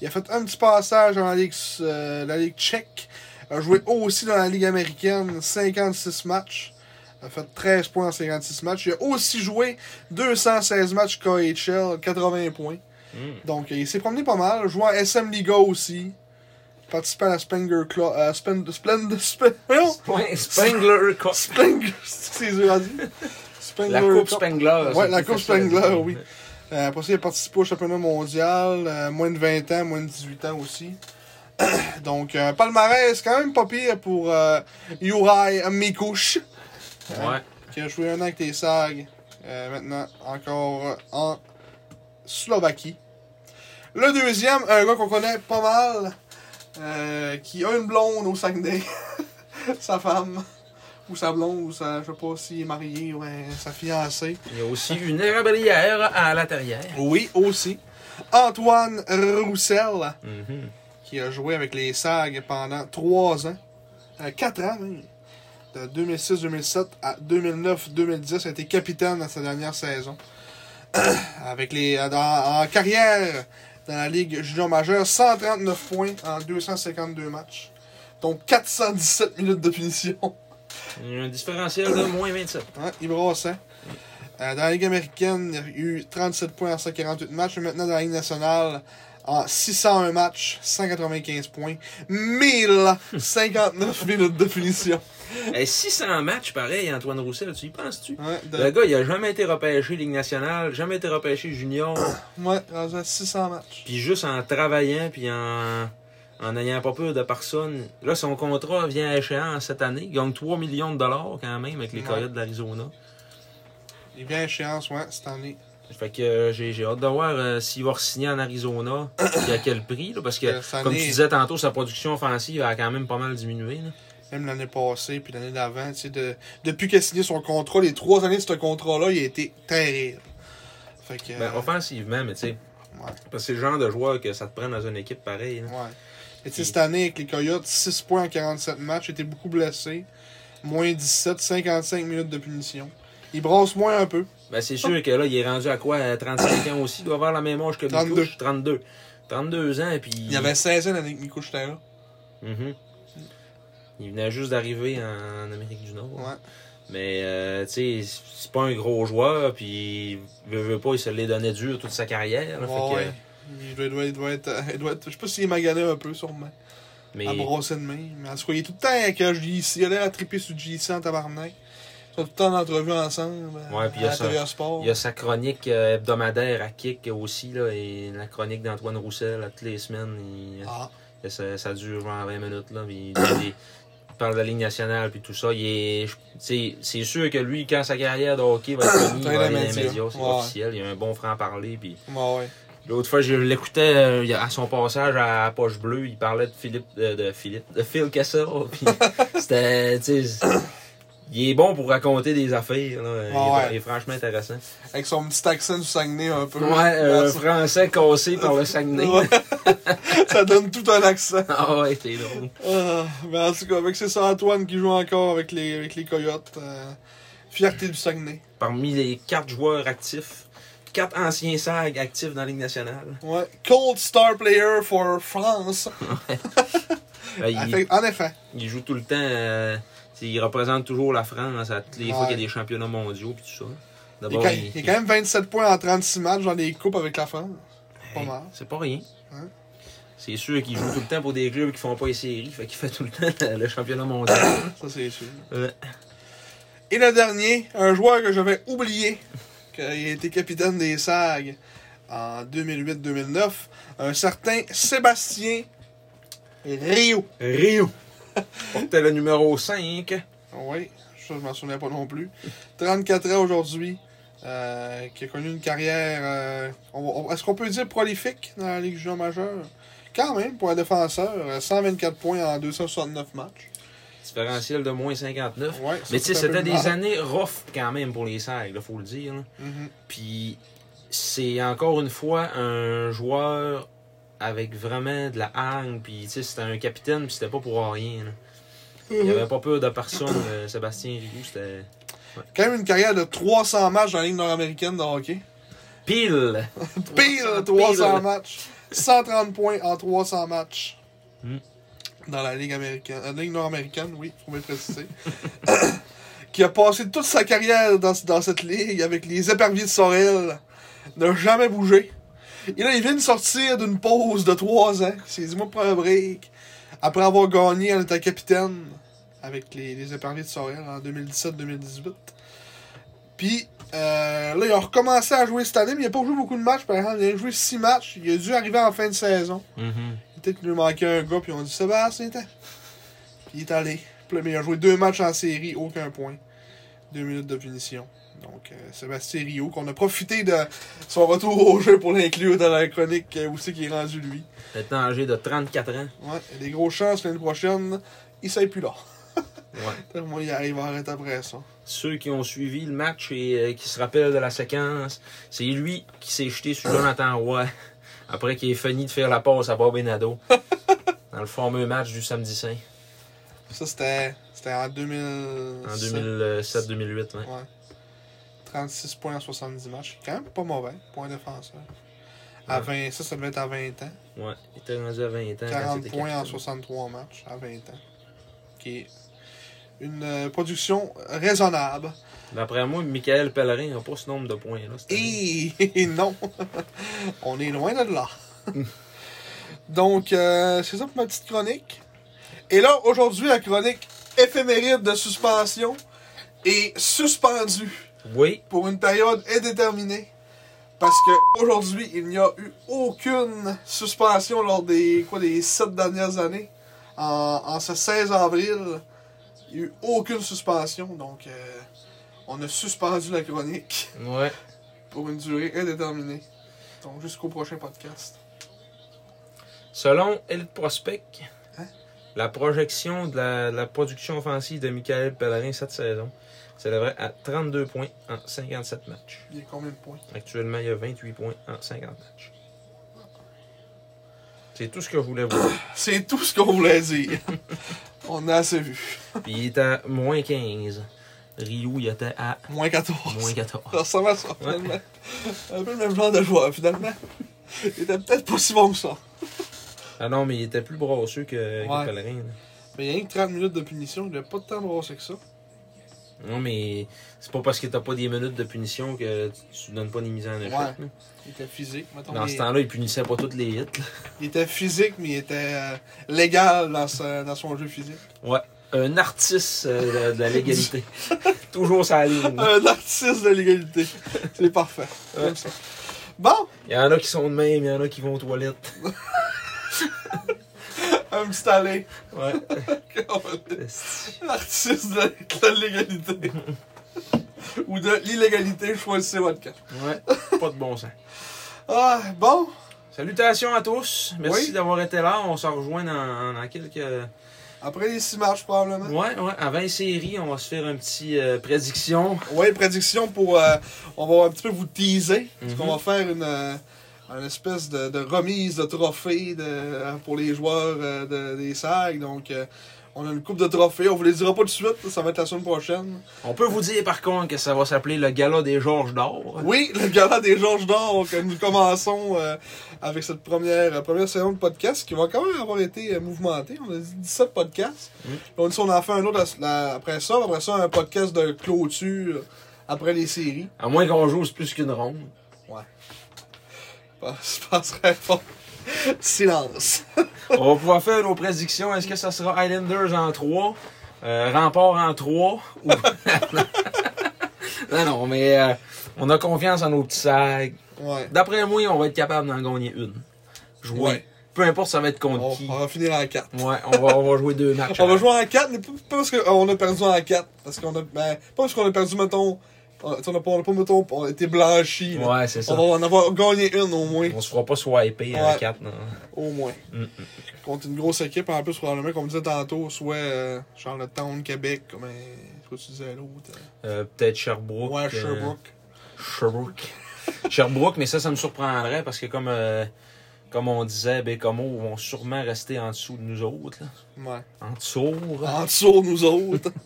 Il a fait un petit passage dans la Ligue, euh, la ligue tchèque. A joué aussi dans la Ligue américaine, 56 matchs. A fait 13 points en 56 matchs. Il a aussi joué 216 matchs KHL, 80 points.
Mm.
Donc, il s'est promené pas mal. Joué en SM Liga aussi. Participant à la Spengler Club. Euh, Spen- Splend- Spen- voyons.
Speng- Spengler Cup.
Spengler. C'est dur à dire. Spengler
La Coupe
Cup.
Spengler.
Ouais,
c'est
la
plus
Coupe
facile à dire.
Spengler, oui. Euh, après ça, il a participé au championnat mondial, euh, moins de 20 ans, moins de 18 ans aussi. Donc, euh, palmarès, quand même pas pire pour euh, Yurai Mikouche,
Ouais.
qui a joué un an avec les SAG, euh, maintenant encore euh, en Slovaquie. Le deuxième, un gars qu'on connaît pas mal, euh, qui a une blonde au Saguenay, sa femme, ou sa blonde, ou sa, je sais pas s'il est marié, ou euh, sa fiancée.
Il y a aussi une érabilière à la terrière.
Oui, aussi. Antoine Roussel, qui a joué avec les SAG pendant 3 ans, 4 ans même, de 2006-2007 à 2009-2010, a été capitaine dans sa dernière saison. avec les, euh, dans- en carrière dans la Ligue junior majeure, 139 points en 252 matchs. Donc 417 minutes de punition.
Un différentiel de moins 27.
Hein, il brasse, hein? Euh, dans la Ligue américaine, il a eu 37 points en 148 matchs. Et maintenant, dans la Ligue nationale, en 601 matchs, 195 points, 1059 minutes de punition.
Et 600 matchs, pareil, Antoine Roussel, tu y penses-tu?
Ouais, de-
Le gars, il a jamais été repêché Ligue nationale, jamais été repêché junior,
ouais, rendu à 600 matchs.
puis juste en travaillant, puis en, en ayant pas peur de personne. Là, son contrat vient à échéance cette année. Il gagne 3 millions de dollars quand même avec les
Ouais.
Coyotes d'Arizona.
Il vient à échéance, ouais, cette année.
Fait que euh, j'ai j'ai hâte de voir euh, s'il va signer en Arizona et à quel prix. là, parce
Euh,
que,
cette
comme
année-
tu disais tantôt, sa production offensive a quand même pas mal diminué. là.
Même l'année passée, puis l'année d'avant, tu sais, de... depuis qu'il a signé son contrat, les trois années de ce contrat-là, il a été terrible. Fait que.
Ben,
euh,
offensivement, mais tu sais.
Ouais.
Parce que c'est le genre de joueur que ça te prend dans une équipe pareille. là.
Ouais. Et tu sais, cette année, avec les Coyotes, 6 points en 47 matchs, il était beaucoup blessé. Moins 17, 55 minutes de punition. Il brosse moins un peu.
Ben, c'est
Oh.
sûr que là, il est rendu à quoi à 35 ans aussi. Il doit avoir la même âge que
32.
Mikouche. 32. 32 ans, et puis.
Il y avait 16 ans l'année que Miko là.
Mhm. Il venait juste d'arriver en Amérique du Nord.
Ouais.
Mais, euh, tu sais, c'est pas un gros joueur, puis il veut, veut pas, il se l'est donné dur toute sa carrière. là, Ah, fait que-
ouais. Il doit, il doit- il doit être, euh, il doit être- Je sais pas s'il est magané un peu, sûrement.
mais
À brosser de main. Mais en tout cas, il est tout le temps avec euh, JC. Il a l'air à triper sur JC en tabarnak. Ils sont tout le temps en entrevue ensemble. euh,
Ouais, puis il y
à
a
la
ça.
TVA Sport.
il y a sa chronique euh, hebdomadaire à Kick aussi, là, et la chronique d'Antoine Roussel, à toutes les semaines. il-
Ah,
Que Ça, ça dure genre 20 minutes, là. Puis, il dit des- il parle de la Ligue nationale, puis tout ça. Il est, je- tu sais, c'est sûr que lui, quand sa carrière de hockey va être finie, il
Dans
va
les
aller dans les
médias.
médias, c'est
Ouais.
officiel. Il a un bon franc-parler. Puis...
ouais, ouais.
L'autre fois, je l'écoutais euh, il- à son passage à Poche Bleue, il parlait de Philippe, de, de Philippe, de Phil Kessel. Puis c'était, tu sais, il est bon pour raconter des affaires, là. Il, est-
Ouais.
il est franchement intéressant.
Avec son petit accent du Saguenay un peu.
Ouais, euh,
Ah, ça-
français cassé par le Saguenay.
Ouais. ça donne tout un accent.
ah ouais, c'est drôle.
Ah, mais en tout cas, fait que c'est ça Antoine qui joue encore avec les, avec les Coyotes. euh, fierté du Saguenay.
parmi les quatre joueurs actifs, quatre anciens SAG actifs dans la Ligue nationale.
Ouais. Cold Star Player for France.
Euh, il,
Ah, Fait- en effet.
il joue tout le temps. euh, t'sais, il représente toujours la France à toutes les fois
Ouais.
qu'il y a des championnats mondiaux puis tout ça.
Il, est
D'abord,
quand, il est quand même 27 points en 36 matchs dans les coupes avec la France. Pas
hey,
mal.
C'est pas rien.
Hein?
C'est sûr qu'il joue tout le temps pour des clubs qui font pas les séries, fait qu'il fait tout le temps le championnat mondial. Euh,
Ça, c'est sûr.
Ouais.
Et le dernier, un joueur que j'avais oublié, qu'il a été capitaine des SAG en 2008-2009, un certain Sébastien Rio.
Rio! Portait le numéro 5.
Oui, ça je m'en souviens pas non plus. 34 ans aujourd'hui, euh, qui a connu une carrière, euh, on- on- est-ce qu'on peut dire prolifique dans la Ligue junior majeure? Quand même, pour un défenseur, euh, 124 points en 269 matchs.
Différentiel de moins 59.
Ouais,
Mais tu sais,
ça, c'est un
c'était
peu
des
bizarre.
années rough quand même pour les Sags, il faut le dire. là.
Mhm.
Puis c'est encore une fois un joueur avec vraiment de la hargne. Puis tu sais, c'était un capitaine, puis c'était pas pour rien. là. Il
Mm-hmm.
avait pas peur de personne, euh, Sébastien Rigoux. C'était
Quand même une carrière de 300 matchs dans la Ligue nord-américaine de hockey.
pile!
Pire 300 matchs. 130 points en 300 matchs.
Hmm.
Dans la Ligue américaine. La Ligue nord-américaine, oui, faut bien le préciser. qui a passé toute sa carrière dans, dans cette ligue avec les éperviers de Sorel. N'a jamais bougé. Et là, il vient de sortir d'une pause de 3 ans. Il s'est dit, moi, prends un break. Après avoir gagné en étant capitaine avec les, les éperviers de Sorel en 2017-2018. Puis euh, là, ils ont recommencé à jouer cette année, mais il n'a pas joué beaucoup de matchs, par exemple. Il a joué 6 matchs. Il a dû arriver en fin de saison.
Mhm.
Peut-être qu'il lui manquait un gars, puis on dit Sébastien, t'es. Puis il est allé. Puis là, mais il a joué deux matchs en série, aucun point. Deux minutes de punition. Donc, euh, Sébastien Rio, qu'on a profité de son retour au jeu pour l'inclure dans la chronique euh, aussi qui est rendu lui.
Maintenant âgé de 34 ans.
Ouais, il a des grosses chances l'année prochaine. Il s'est plus là.
Ouais.
Tellement il arrive à arrêter après ça.
ceux qui ont suivi le match et euh, qui se rappellent de la séquence, c'est lui qui s'est jeté sur Jonathan Roy après qu'il ait fini de faire la passe à Bob Benado dans le fameux match du samedi saint
Ça, c'était c'était en
en 2007-2008.
2007.
ouais.
Ouais. 36 points en 70 matchs. Quand même pas mauvais, point défenseur. À 20, ça, ça devait être à 20 ans.
Ouais, il était rendu à 20 ans. quand
40
c'était
points en
capitaine.
63 matchs à 20 ans. Qui est une euh, production raisonnable.
D'après moi, Michael Pellerin n'a pas ce nombre de points. Là, cette année.
Et, et non, on est loin de là. Donc, euh, c'est ça pour ma petite chronique. Et là, aujourd'hui, la chronique éphéméride de suspension est suspendue.
Oui,
pour une période indéterminée. Parce que aujourd'hui, il n'y a eu aucune suspension lors des quoi des sept dernières années. En, en ce 16 avril, il n'y a eu aucune suspension. Donc, euh, on a suspendu la chronique
ouais.
pour une durée indéterminée. Donc, jusqu'au prochain podcast.
Selon Elite Prospect,
Hein?
la projection de la, de la production offensive de Michael Pellerin cette saison s'élèverait à 32 points en 57 matchs.
Il y a combien de points
Actuellement, il y a 28 points en 50 matchs. C'est tout ce que je voulais vous dire.
C'est tout ce qu'on voulait dire. on a assez vu.
Puis il était à moins 15. Ryu, il était à
Moins 14.
moins 14.
Ça ressemble à ça, finalement. Un peu le même genre de joueur, finalement. Il était peut-être pas si bon que ça.
Ah non, mais il était plus brasseux que, que
Ouais.
Pellerin, là.
Mais il y a rien que 30 minutes de punition, il a pas de temps de brasser que ça.
Non, mais c'est pas parce que t'as pas des minutes de punition que tu, tu donnes pas des mises en échec.
Ouais.
là.
Il était physique, mettons.
Dans
il,
ce temps-là, il punissait pas toutes les hits. là.
il était physique, mais il était euh, légal dans, sa- dans son jeu physique.
Ouais. Un artiste euh, de, de la légalité. Toujours sa ligne. là.
Un artiste de l'égalité. C'est parfait. J'aime ça. Bon,
Il y en a qui sont de même, il y en a qui vont aux toilettes.
un petit aller.
Ouais.
Un artiste de, de l'égalité. Ou de l'illégalité, choisissez votre cas.
Ouais. Pas de bon sens.
Ah, bon.
Salutations à tous. Merci
Oui.
d'avoir été là. On se rejoint dans, dans quelques. Ouais,
Après les 6 matchs, probablement.
ouais. Avant les séries, on va se faire une petite euh, prédiction.
Ouais, prédiction pour. euh, on va un petit peu vous teaser. Parce
Mhm.
qu'on va faire une, euh, une espèce de, de remise de trophées de, euh, pour les joueurs euh, de- des SAG. Donc, euh, on a une coupe de trophées. On vous les dira pas tout de suite. Ça va être la semaine prochaine.
On peut vous dire par contre que ça va s'appeler le gala des Georges d'Or.
Oui, le gala des Georges d'Or. Donc, euh, nous commençons euh, avec cette première, euh, première saison de podcast qui va quand même avoir été euh, mouvementée. On a dit 17 podcasts.
Mhm.
On dit on en fait un autre à- la- après ça. Après ça, un podcast de clôture euh, après les séries.
À moins qu'on joue c'est plus qu'une ronde.
Pas- Je passerai pas. Silence.
On va pouvoir faire nos prédictions. Est-ce que ça sera Islanders en 3, euh, Rempart en 3 ou... Non, non, mais euh, on a confiance en nos petits sacs.
Ouais.
D'après moi, on va être capable d'en gagner une. Jouer.
Ouais.
Peu importe ça va être contre
On,
qui.
on va finir en 4.
Ouais, on va, on va jouer deux matchs.
euh, On va jouer en 4, mais pas pas parce qu'on a perdu en 4. Parce qu'on a. Ben, pas parce qu'on a perdu, mettons, on n'a pas, on a pas, mettons, on a été blanchi. là.
Ouais, c'est ça.
On va en avoir gagné une au moins.
On se fera pas swiper à
Ouais.
4, non.
Au moins.
Mm, mm.
Contre une grosse équipe, en plus, probablement, comme on disait tantôt, soit euh, Charlottetown, Québec, comme euh, ce que tu disais l'autre. euh,
Euh, Peut-être Sherbrooke.
Ouais,
euh,
Sherbrooke.
Sherbrooke. Sherbrooke, mais ça, ça me surprendrait parce que comme, euh, comme on disait, Bécamo vont sûrement rester en dessous de nous autres. là.
Ouais.
En dessous. là.
En dessous, nous autres.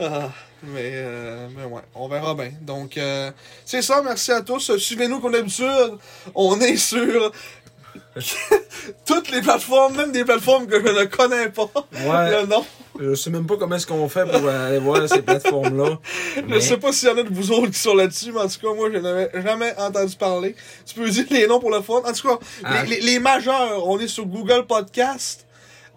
Ah, mais, euh, mais ouais, on verra bien. Donc, euh, c'est ça. Merci à tous. Suivez-nous comme d'habitude. On est sur toutes les plateformes, même des plateformes que je ne connais pas.
Ouais.
Le nom.
Je sais même pas comment est-ce qu'on fait pour aller voir ces plateformes-là.
Je sais pas s'il y en a de vous autres qui sont là-dessus, mais en tout cas, moi, je n'avais jamais entendu parler. Tu peux dire les noms pour le fun. En tout cas,
Ah.
les, les- les majeurs, on est sur Google Podcast,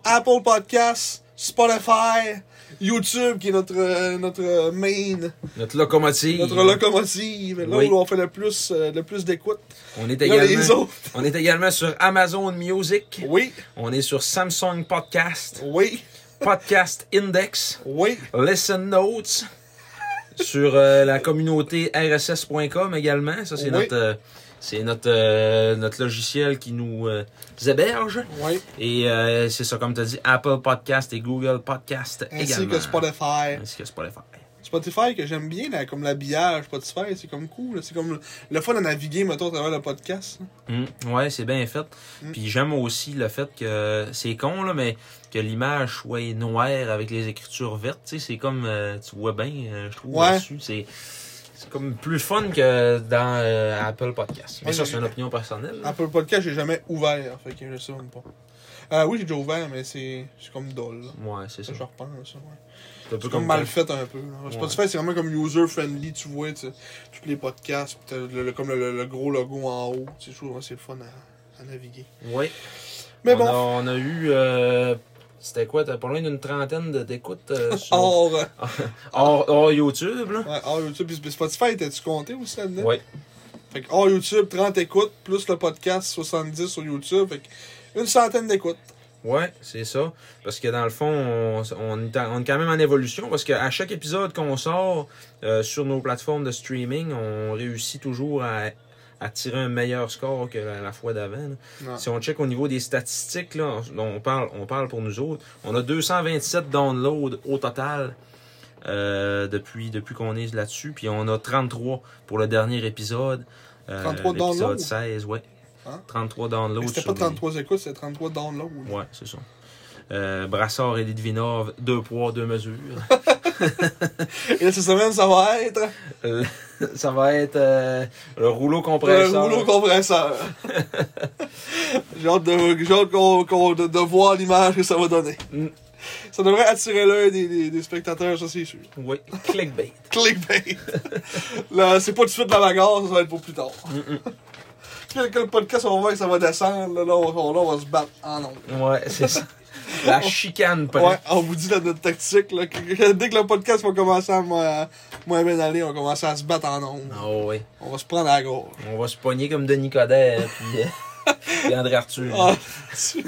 Apple Podcast, Spotify, YouTube, qui est notre, euh, notre main,
Notre locomotive.
notre locomotive, là
Oui.
où on fait le plus, euh, le plus d'écoute.
On est
Là, les
également.
autres.
On est également sur Amazon Music.
Oui,
On est sur Samsung Podcast,
oui,
Podcast Index,
oui.
Listen Notes, sur euh, la communauté RSS.com également. Ça, c'est
Oui.
notre, euh, c'est notre, euh, notre logiciel qui nous euh, héberge.
Oui,
Et euh, c'est ça, comme tu as dit, Apple Podcast et Google Podcast
ainsi
également.
que Spotify.
Ainsi que Spotify.
Spotify que j'aime bien, là, comme l'habillage Spotify, c'est comme cool. là. C'est comme le- le fun à naviguer, mettons, à travers le podcast. là.
Mm, ouais, c'est bien fait.
Mm.
Puis j'aime aussi le fait que c'est con, là, mais que l'image soit noire avec les écritures vertes, tu sais, c'est comme euh, tu vois bien, euh, je trouve
Ouais.
là-dessus. C'est, c'est comme plus fun que dans euh, Apple Podcast. Mais
Ouais,
ça,
j'ai-
c'est une opinion personnelle. là.
Apple Podcast, j'ai jamais ouvert, fait que je sais même pas. Euh, oui, j'ai déjà ouvert, mais c'est c'est comme dol. là.
Ouais, c'est ça.
Ça, je repense, ça, ouais.
C'est un peu
C'est
comme
comme
quand-
mal fait un peu. là. Spotify, c'est vraiment comme user-friendly, tu vois, tu sais, tous les podcasts, pis t'as le, le- comme le, le- le gros logo en haut, tu sais, je trouve que c'est le fun à, à naviguer.
Ouais.
Mais
on
bon,
A, on a eu. euh, c'était quoi? T'as pas loin d'une trentaine de- d'écoutes euh, sur-
hors, euh,
hors- hors YouTube, là?
ouais, hors YouTube, pis Spotify, t'as-tu compté aussi là-dedans?
Ouais.
Fait que hors YouTube, 30 écoutes, plus le podcast, 70 sur YouTube, fait que une centaine d'écoutes.
Ouais, c'est ça. Parce que dans le fond, on, on est, en- on est quand même en évolution. Parce qu'à chaque épisode qu'on sort euh, sur nos plateformes de streaming, on réussit toujours à, à tirer un meilleur score que la, la fois d'avant. là.
Ouais.
Si on check au niveau des statistiques, là, on, on parle, on parle pour nous autres. On a 227 downloads au total euh, depuis, depuis qu'on est là-dessus. Puis on a 33 pour le dernier épisode. Euh,
33
l'épisode
downloads?
16, ouais.
Hein?
33 downloads.
Mais C'était
sur
pas
les-
33 écoutes, c'était 33 downloads.
Ouais, c'est ça. Euh, Brassard et Lidvinov, deux poids, deux mesures.
Et là, cette semaine, ça va être
Euh, ça va être euh, le rouleau
le
compresseur.
rouleau compresseur. j'ai hâte, de, j'ai hâte qu'on- qu'on- de, de voir l'image que ça va donner.
Mm.
Ça devrait attirer l'œil des, des- des spectateurs, ça c'est sûr.
Oui, clickbait.
Clickbait! Là, c'est pas tout de suite la bagarre, ça va être pour plus tard. Quand quand le podcast, on va voir que ça va descendre, là, là, on, on- là, on va se battre en nombre.
Ouais, c'est ça. La chicane, prend.
Ouais, on vous dit là, notre tactique, là, que- que dès que le podcast va commencer à moins moins bien aller, on va commencer à se battre en nombre.
Ah ouais.
On va se prendre à la gorge.
On va se pogner comme Denis Coderre puis, euh, puis André Arthur.
Ah, tu-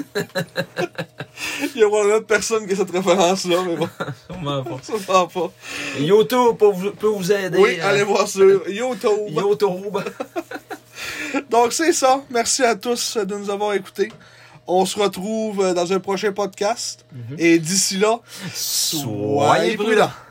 Il y a probablement personne qui a cette référence-là, mais bon,
Sûrement pas.
ça va pas.
YouTube peut vous, peut vous aider.
Oui,
euh,
allez voir sur YouTube.
YouTube.
Donc, c'est ça. Merci à tous euh, de nous avoir écoutés. On se retrouve euh, dans un prochain podcast. Et d'ici là,
Mm-hmm. Soyez prudents.